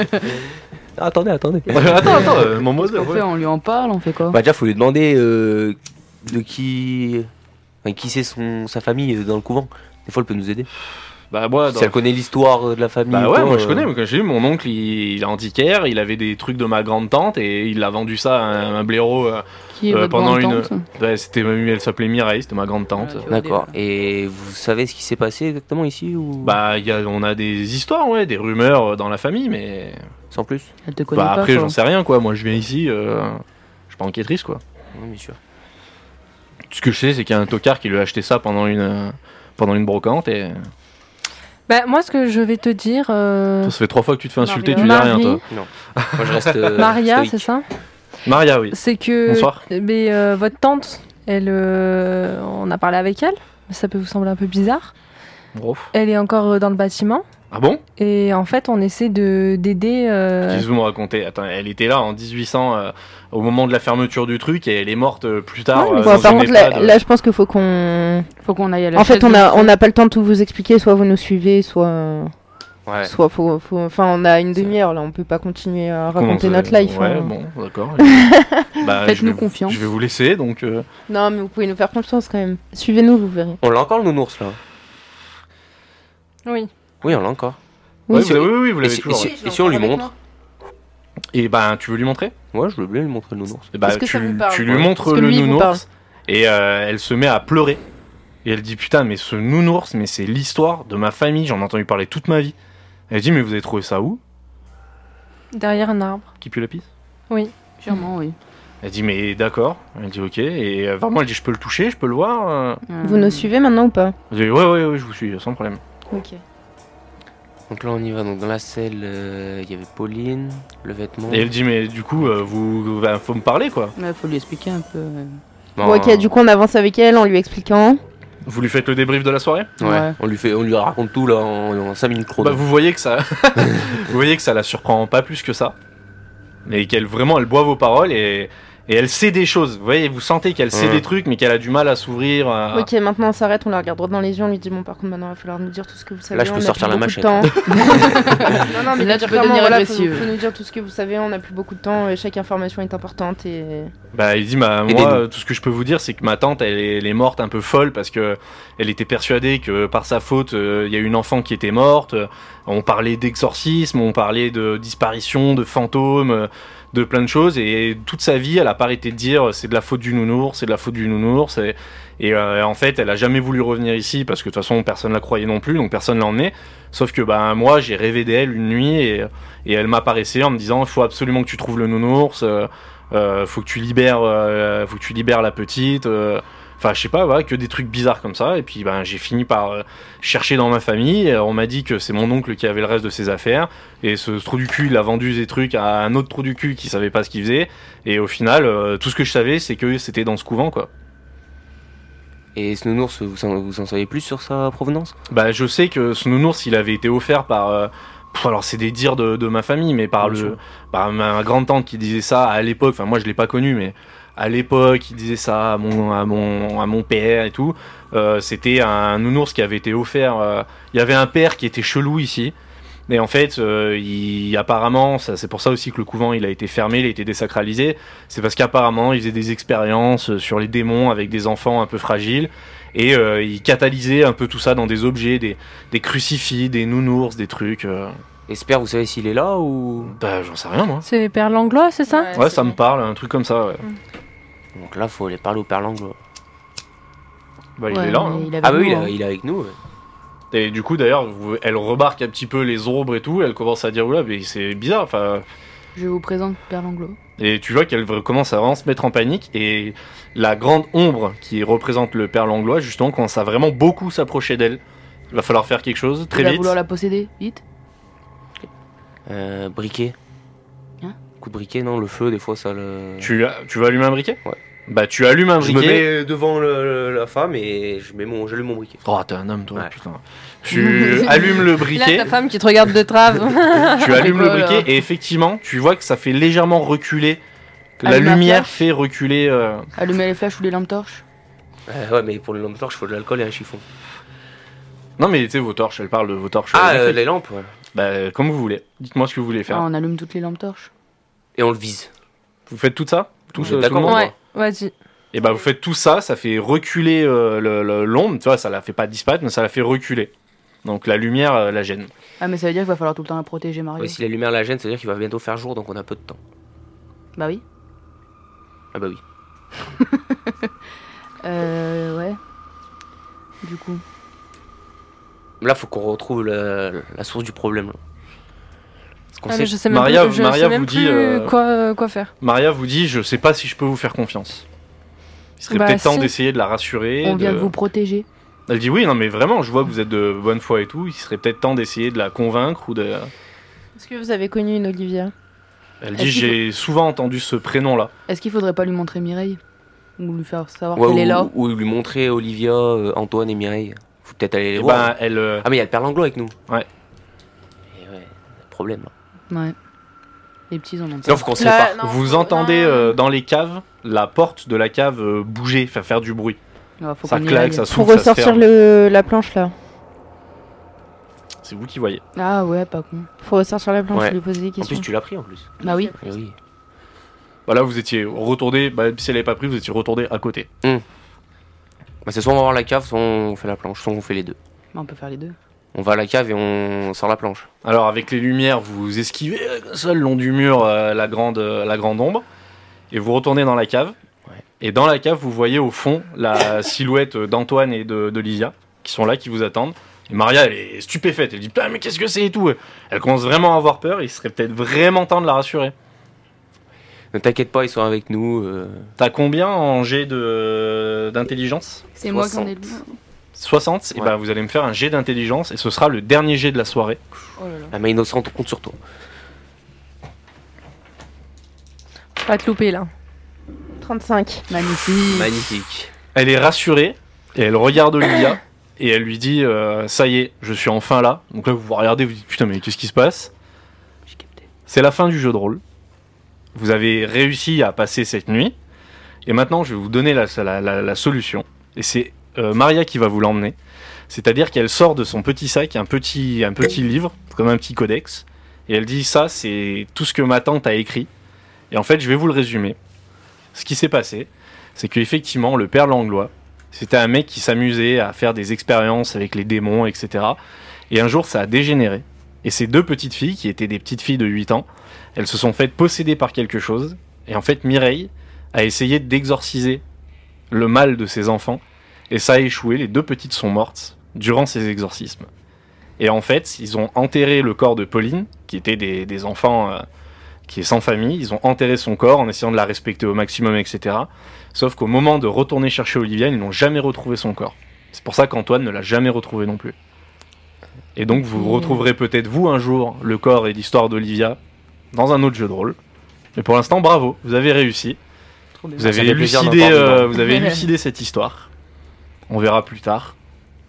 Ah, attendez, attendez.
attends, attends, euh, (laughs) mademoiselle,
On,
ouais.
fait, on lui en parle, on fait quoi
Bah, déjà, faut lui demander euh, de qui. enfin, qui c'est son... sa famille euh, dans le couvent. Des fois, elle peut nous aider.
Bah moi. dans-
Si elle connaît l'histoire euh, de la famille.
Bah
ou
ouais,
quoi,
moi je
euh,
connais. mais Quand j'ai eu mon oncle, il, il est antiquaire. Il avait des trucs de ma grande tante et il a vendu ça à un, un blaireau. euh,
Qui est
Euh,
votre
pendant
grande
une-
tante
ouais, c'était elle s'appelait Mireille, c'était ma grande tante.
Ah, tu vois.
euh, D'accord. Et vous savez ce qui s'est passé exactement ici ou
Bah il y a- on a des histoires, ouais, des rumeurs euh, dans la famille, mais
Sans plus.
Elle te connaît
bah
pas.
après
quoi.
j'en sais rien quoi. Moi je viens ici, euh, je suis pas enquêtrice quoi.
Oui, bien sûr.
Ce que je sais, c'est qu'il y a un tocard qui lui a acheté ça pendant une, euh, pendant une brocante et
Euh.
Bah moi, ce que je vais te dire, euh,
ça se fait trois fois que tu te fais insulter,
Maria.
tu dis rien toi.
Marie.
Moi,
(laughs)
je reste. euh,
Maria,
stoïque.
c'est ça
Maria, oui.
C'est que.
Bonsoir.
Mais euh, votre tante, elle, euh, on a parlé avec elle. Ça peut vous sembler un peu bizarre.
Brof.
Elle est encore euh, dans le bâtiment.
Ah bon
Et en fait, on essaie de d'aider. euh,
Qu'est-ce que vous me racontez Attends, elle était là en 1800 euh, au moment de la fermeture du truc et elle est morte euh, plus tard.
Ouais,
euh,
bon,
dans
Par
une
contre, là,
EHPAD.
là, je pense qu'il faut qu'on.
Faut qu'on aille à la
En fait,
chaise
on
de-
a on n'a pas le temps de tout vous expliquer. Soit vous nous suivez,
euh,
soit
Ouais.
soit faut, faut- Enfin, on a une
C'est-
demi-heure là. On peut pas continuer à
Comment
raconter
vous-
notre life.
Ouais,
hein.
bon,
(laughs)
d'accord. Bah, je
Faites-nous
vais-
confiance.
Je vais vous laisser donc. euh,
Non, mais vous pouvez nous faire confiance quand même. Suivez-nous, vous verrez.
On l'a encore le nounours là.
Oui.
Oui, on l'a encore.
ouais,
Oui,
vous-
oui.
oui, oui, vous
Et
l'avez
si-
toujours.
si-
ouais.
et si on lui montre
Et ben, tu veux lui montrer
Ouais, je veux bien lui montrer le nounours.
Eh ben,
Est-ce que
tu,
ça vous parle
tu lui
Ouais.
montres
Parce que
le
lui, il vous parle.
nounours et euh, elle se met à pleurer. Et elle dit putain mais ce nounours mais c'est l'histoire de ma famille, j'en ai entendu parler toute ma vie. Elle dit mais vous avez trouvé ça où
Derrière un arbre.
Qui pue la pisse
Sûrement, oui.
Elle dit mais d'accord. Elle dit ok et euh, vraiment elle dit je peux le toucher, je peux le voir. euh.
Vous nous suivez maintenant ou pas
Elle dit ouais ouais ouais je vous suis sans problème.
Ok.
Donc là, on y va. Donc dans la selle, euh, il y avait Pauline, le vêtement.
Et elle dit mais du coup euh, vous bah, faut me parler quoi.
Ouais, faut lui expliquer un peu. euh.
Ben,
Bon, ok, du coup, on avance avec elle en lui expliquant.
Vous lui faites le débrief de la soirée
Ouais.
Ouais.
On lui fait, on lui raconte tout là en, en 5 minutes chrono.
Bah vous voyez que ça (laughs) vous voyez que ça la surprend pas plus que ça. Mais qu'elle vraiment elle boit vos paroles et, et elle sait des choses. Vous voyez, vous sentez qu'elle sait
Ouais.
des trucs mais qu'elle a du mal à s'ouvrir. à-
Ok, maintenant on s'arrête, on la regarde droit dans les yeux, on lui dit bon par contre maintenant il va falloir nous dire tout ce que vous savez.
je peux
on a
sortir
plus
la
beaucoup de
machette.
temps. non non mais
Là,
là
tu
tu
peux devenir
faut,
agressive.
faut nous dire tout ce que vous savez, on a plus beaucoup de temps et chaque information est importante et
Bah il dit bah
Aidez-nous.
moi euh, tout ce que je peux vous dire c'est que ma tante elle est, elle est morte un peu folle parce que elle était persuadée que par sa faute euh, il y a une enfant qui était morte. Euh, On parlait d'exorcisme, on parlait de disparition, de fantômes, euh, de plein de choses et toute sa vie elle a pas arrêté de dire euh, c'est de la faute du nounours, c'est de la faute du nounours et, et, euh, en fait elle a jamais voulu revenir ici parce que de toute façon personne la croyait non plus donc personne l'a emmenée. Sauf que bah moi j'ai rêvé d'elle une nuit et, et elle m'apparaissait en me disant faut absolument que tu trouves le nounours. euh, euh, faut que tu libères euh, faut que tu libères la petite euh, enfin je sais pas voilà, que des trucs bizarres comme ça et puis ben j'ai fini par euh, chercher dans ma famille Euh, on m'a dit que c'est mon oncle qui avait le reste de ses affaires et ce, ce trou du cul il a vendu des trucs à un autre trou du cul qui savait pas ce qu'il faisait et au final euh, tout ce que je savais c'est que c'était dans ce couvent quoi
Et ce nounours, vous en, vous en savez plus sur sa provenance
Bah, je sais que ce nounours, il avait été offert par, euh, Pff, alors c'est des dires de, de ma famille, mais par
Bien
le,
sûr.
par ma grande tante qui disait ça à l'époque. Enfin moi je l'ai pas connu, mais à l'époque il disait ça à mon à mon à mon père et tout. Euh, C'était un nounours qui avait été offert. euh, Il y avait un père qui était chelou ici. Et en fait, euh, il, apparemment, ça- c'est pour ça aussi que le couvent il a été fermé, il a été désacralisé. C'est parce qu'apparemment, il faisait des expériences sur les démons avec des enfants un peu fragiles. Et euh, il catalysait un peu tout ça dans des objets, des, des crucifix, des nounours, des trucs. euh,
Et ce père, vous savez s'il est là ou.
bah, j'en sais rien, moi.
C'est les pères langlois, c'est ça
Ouais, ça me parle, un truc comme ça, ouais.
Donc là, faut aller parler au père Langlois.
Bah, il
Ouais,
est là.
mais
hein.
il avait
Ah, bah oui,
nous,
il, est-
hein.
il est avec nous. ouais.
Et du coup, d'ailleurs, vous- elle remarque un petit peu les ombres et tout, elle commence à dire, oula, mais c'est bizarre, enfin.
Je vous présente Père Langlo.
Et tu vois qu'elle commence à vraiment se mettre en panique et la grande ombre qui représente le père Langlois, justement, commence à vraiment beaucoup s'approcher d'elle. Il va falloir faire quelque chose
Il
très
va
vite.
vouloir la posséder, vite.
Euh, briquet.
Hein
Coup de briquet, non, le feu, des fois, ça le.
Tu, tu vas allumer un briquet
Ouais.
Bah, tu allumes un
Je
briquet.
me mets devant le- le- la femme et je mets mon, j'allume mon briquet.
Oh, t'es un homme, toi,
Ouais.
putain. Tu allumes le briquet.
Là, ta femme qui te regarde de trave.
tu allumes le
Rigole,
briquet
hein.
et effectivement, tu vois que ça fait légèrement reculer. Que la
Allume la
lumière
flash.
fait reculer. euh,
Allumer les flashs ou les lampes torches.
Euh, ouais, mais pour le lampe torche, faut de l'alcool et un chiffon.
Non, mais tu sais, vos torches, elle parle de vos torches.
Ah,
électriques.
euh, les lampes, ouais.
Bah, comme vous voulez. Dites-moi ce que vous voulez faire.
Ah, on allume toutes les lampes torches.
Et on le vise.
Vous faites tout ça Tout
Vous
ça, tout
êtes
le
d'accord
monde
moi
ouais, vas-y.
Et bah, vous faites tout ça, ça fait reculer euh, le- le- l'ombre. Tu vois, ça la fait pas disparaître, mais ça la fait reculer. Donc la lumière euh, la gêne.
Ah, mais ça veut dire qu'il va falloir tout le temps la protéger, Mario.
Ouais, si la lumière la gêne, ça veut dire qu'il va bientôt faire jour, donc on a peu de temps.
Bah oui.
Ah bah oui.
Euh, ouais. Du coup.
Là, faut qu'on retrouve le- la source du problème. là. Parce qu'on
Ah,
sait-
mais je sais même
Maria-
plus, je
Maria
sais même
vous dit,
plus
euh,
quoi, quoi faire.
Maria vous dit Je sais pas si je peux vous faire confiance. Il serait
Bah,
peut-être temps
si.
d'essayer de la rassurer.
On vient
de-
de vous protéger.
Elle dit Oui, non, mais vraiment, je vois que vous êtes de bonne foi et tout. Il serait peut-être temps d'essayer de la convaincre ou de.
Est-ce que vous avez connu une Olivia
Elle
Est-ce
dit
qu'il faut-
j'ai souvent entendu ce prénom là.
Est-ce qu'il faudrait pas lui montrer Mireille Ou lui faire savoir
Ouais,
qu'elle est
ou-
là
Ou, lui montrer Olivia, euh, Antoine et Mireille. Faut peut-être aller les
Et
voir.
ben elle euh,
Ah, mais il y a le père Langlois avec nous.
Ouais.
Et ouais, problème là.
Ouais. Les petits en ont
Sinon,
pas.
faut qu'on se
Là,
sépare.
non,
Bah, vous
faut-
entendez
non.
euh, dans les caves la porte de la cave euh, bouger, faire faire du bruit.
Ouais, faut
ça
qu'on y
claque,
aille.
ça
Pour
souffle, ça se
ressortir
ferme.
le, la planche là.
C'est vous qui voyez.
Ah ouais, pas con.
Faut ressortir la planche
Ouais.
et lui poser des
En plus,
questions.
tu l'as pris en plus.
Bah oui.
Et Eh oui.
Voilà, vous étiez retourné, bah, si elle n'avait pas pris, vous étiez retourné à côté.
Bah, c'est soit on va voir la cave, soit on fait la planche, soit on fait les deux.
Bah, on peut faire les deux.
On va à la cave et on sort la planche.
Alors avec les lumières, vous esquivez euh, comme ça le long du mur euh, la, grande, euh, la grande ombre et vous retournez dans la cave.
Ouais.
Et dans la cave, vous voyez au fond la (laughs) silhouette d'Antoine et de, de Lydia qui sont là, qui vous attendent. Et Maria, elle est stupéfaite. Elle dit Putain, mais qu'est-ce que c'est et tout Elle commence vraiment à avoir peur. Il serait peut-être vraiment temps de la rassurer.
Ne t'inquiète pas, ils sont avec nous. euh,
T'as combien en jet de- d'intelligence
C'est moi qui en ai le
60.
60 Et
Ouais.
ben vous allez me faire un jet d'intelligence et ce sera le dernier jet de la soirée.
Oh là là.
La main innocente, on compte sur toi.
Faut Pas te louper là.
35.
Magnifique.
Magnifique.
Elle est rassurée et elle regarde Olivia et elle lui dit euh, Ça y est, je suis enfin là. Donc là, vous vous regardez, vous dites Putain, mais qu'est-ce qui se passe
J'ai capté.
C'est la fin du jeu de rôle. Vous avez réussi à passer cette nuit. Et maintenant, je vais vous donner la, la- la- la solution. Et c'est euh, Maria qui va vous l'emmener. C'est-à-dire qu'elle sort de son petit sac un petit, un petit livre, comme un petit codex. Et elle dit Ça, c'est tout ce que ma tante a écrit. Et en fait, je vais vous le résumer. Ce qui s'est passé, c'est qu'effectivement, le père Langlois, c'était un mec qui s'amusait à faire des expériences avec les démons, etc. Et un jour, ça a dégénéré. Et ces deux petites filles, qui étaient des petites filles de 8 ans, elles se sont faites posséder par quelque chose. Et en fait, Mireille a essayé d'exorciser le mal de ses enfants. Et ça a échoué. Les deux petites sont mortes durant ces exorcismes. Et en fait, ils ont enterré le corps de Pauline, qui était des, des enfants euh, qui est sans famille. Ils ont enterré son corps en essayant de la respecter au maximum, etc. Sauf qu'au moment de retourner chercher Olivia, ils n'ont jamais retrouvé son corps. C'est pour ça qu'Antoine ne l'a jamais retrouvé non plus. Et donc vous
Ok.
retrouverez peut-être vous un jour le corps et l'histoire d'Olivia dans un autre jeu de rôle. Mais pour l'instant, bravo, vous avez réussi. Vous
Ça
avez,
fait plaisir d'en
élucidé,
parler,
euh,
hein.
vous avez élucidé cette histoire. On verra plus tard.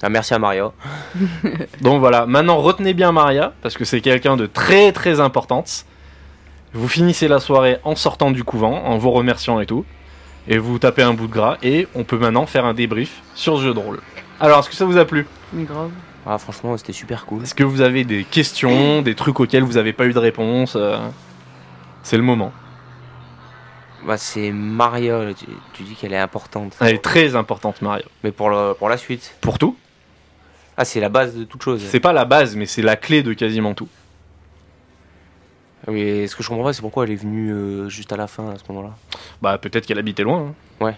Ah, merci à Maria.
Donc voilà, maintenant retenez bien Maria, parce que c'est quelqu'un de très très importante. Vous finissez la soirée en sortant du couvent, en vous remerciant et tout. Et vous tapez un bout de gras, et on peut maintenant faire un débrief sur ce jeu de rôle. Alors, est-ce que ça vous a plu
Mais grave.
Ah, franchement, c'était super cool.
Est-ce que vous avez des questions, des trucs auxquels vous n'avez pas eu de réponse euh, C'est le moment.
Bah, c'est Maria, là, tu, tu dis qu'elle est importante.
Elle est très importante, Maria.
Mais pour, le, pour la suite.
Pour tout
Ah, c'est la base de toute chose.
C'est pas la base, mais c'est la clé de quasiment tout.
Ah Oui, et ce que je comprends pas, c'est pourquoi elle est venue euh, juste à la fin, à ce moment-là.
Bah, peut-être qu'elle habitait loin. hein.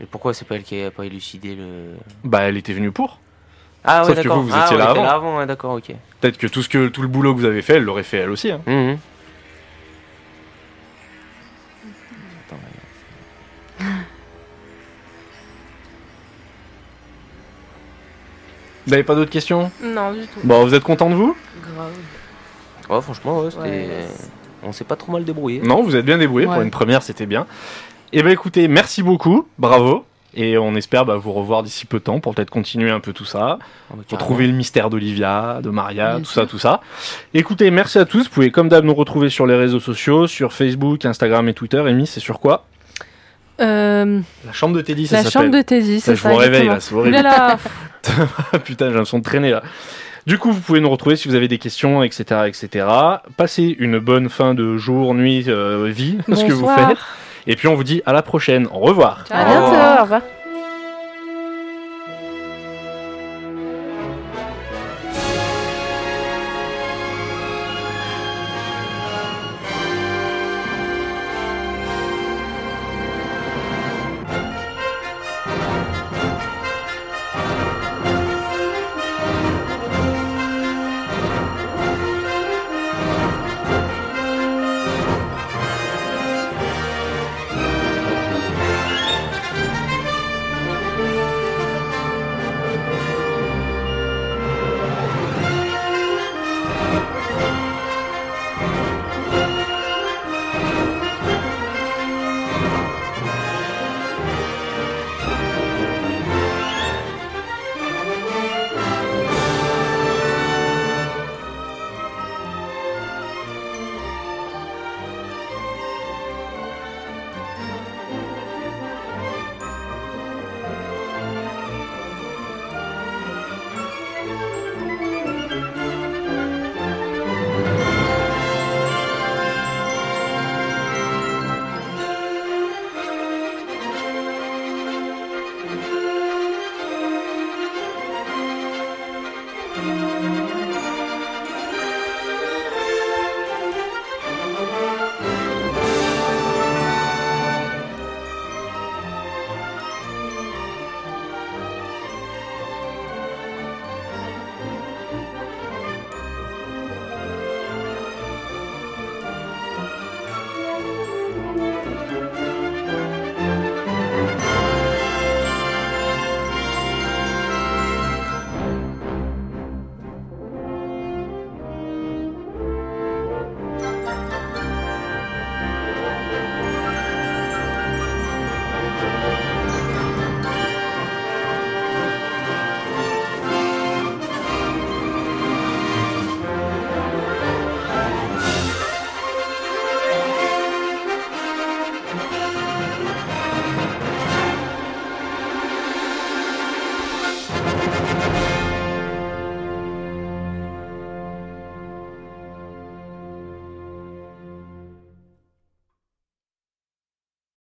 Et pourquoi c'est pas elle qui a pas élucidé le.
Bah, elle était venue pour.
Ah,
Sauf que
d'accord.
vous, vous
Ah,
étiez
on
là
était
avant.
ouais, d'accord, ok.
Peut-être que tout, ce que tout le boulot que vous avez fait, elle l'aurait fait elle aussi. hein.
Mhm.
Vous n'avez pas d'autres questions
Non, du tout.
Bon, Bah, vous êtes content de vous
Grave.
Ouais, franchement, ouais, c'était-
Ouais.
on s'est pas trop mal débrouillé.
Non, vous êtes bien débrouillé. Pour
Ouais.
une première, c'était bien. Eh ben écoutez, merci beaucoup. Bravo. Et on espère bah, vous revoir d'ici peu de temps pour peut-être continuer un peu tout ça.
Ah, bah,
Pour
carrément.
trouver le mystère d'Olivia, de Maria,
Bien
tout ça, tout ça. Écoutez, merci à tous. Vous pouvez comme d'hab nous retrouver sur les réseaux sociaux, sur Facebook, Instagram et Twitter. Amy, c'est sur quoi
Euh,
La chambre de Teddy, ça
la chambre
s'appelle.
de Teddy,
Ça,
c'est
je
ça.
vous réveille
exactement.
là, c'est horrible.
Ouh là là,
Ah, Putain, j'ai l'impression de traîner là. Du coup, vous pouvez nous retrouver si vous avez des questions, etc., etc. Passez une bonne fin de jour, nuit, euh, vie, (laughs) (laughs) ce que vous
bonsoir.
faites. Et puis on vous dit à la prochaine. Au revoir.
Au
À
revoir.
bientôt, au revoir.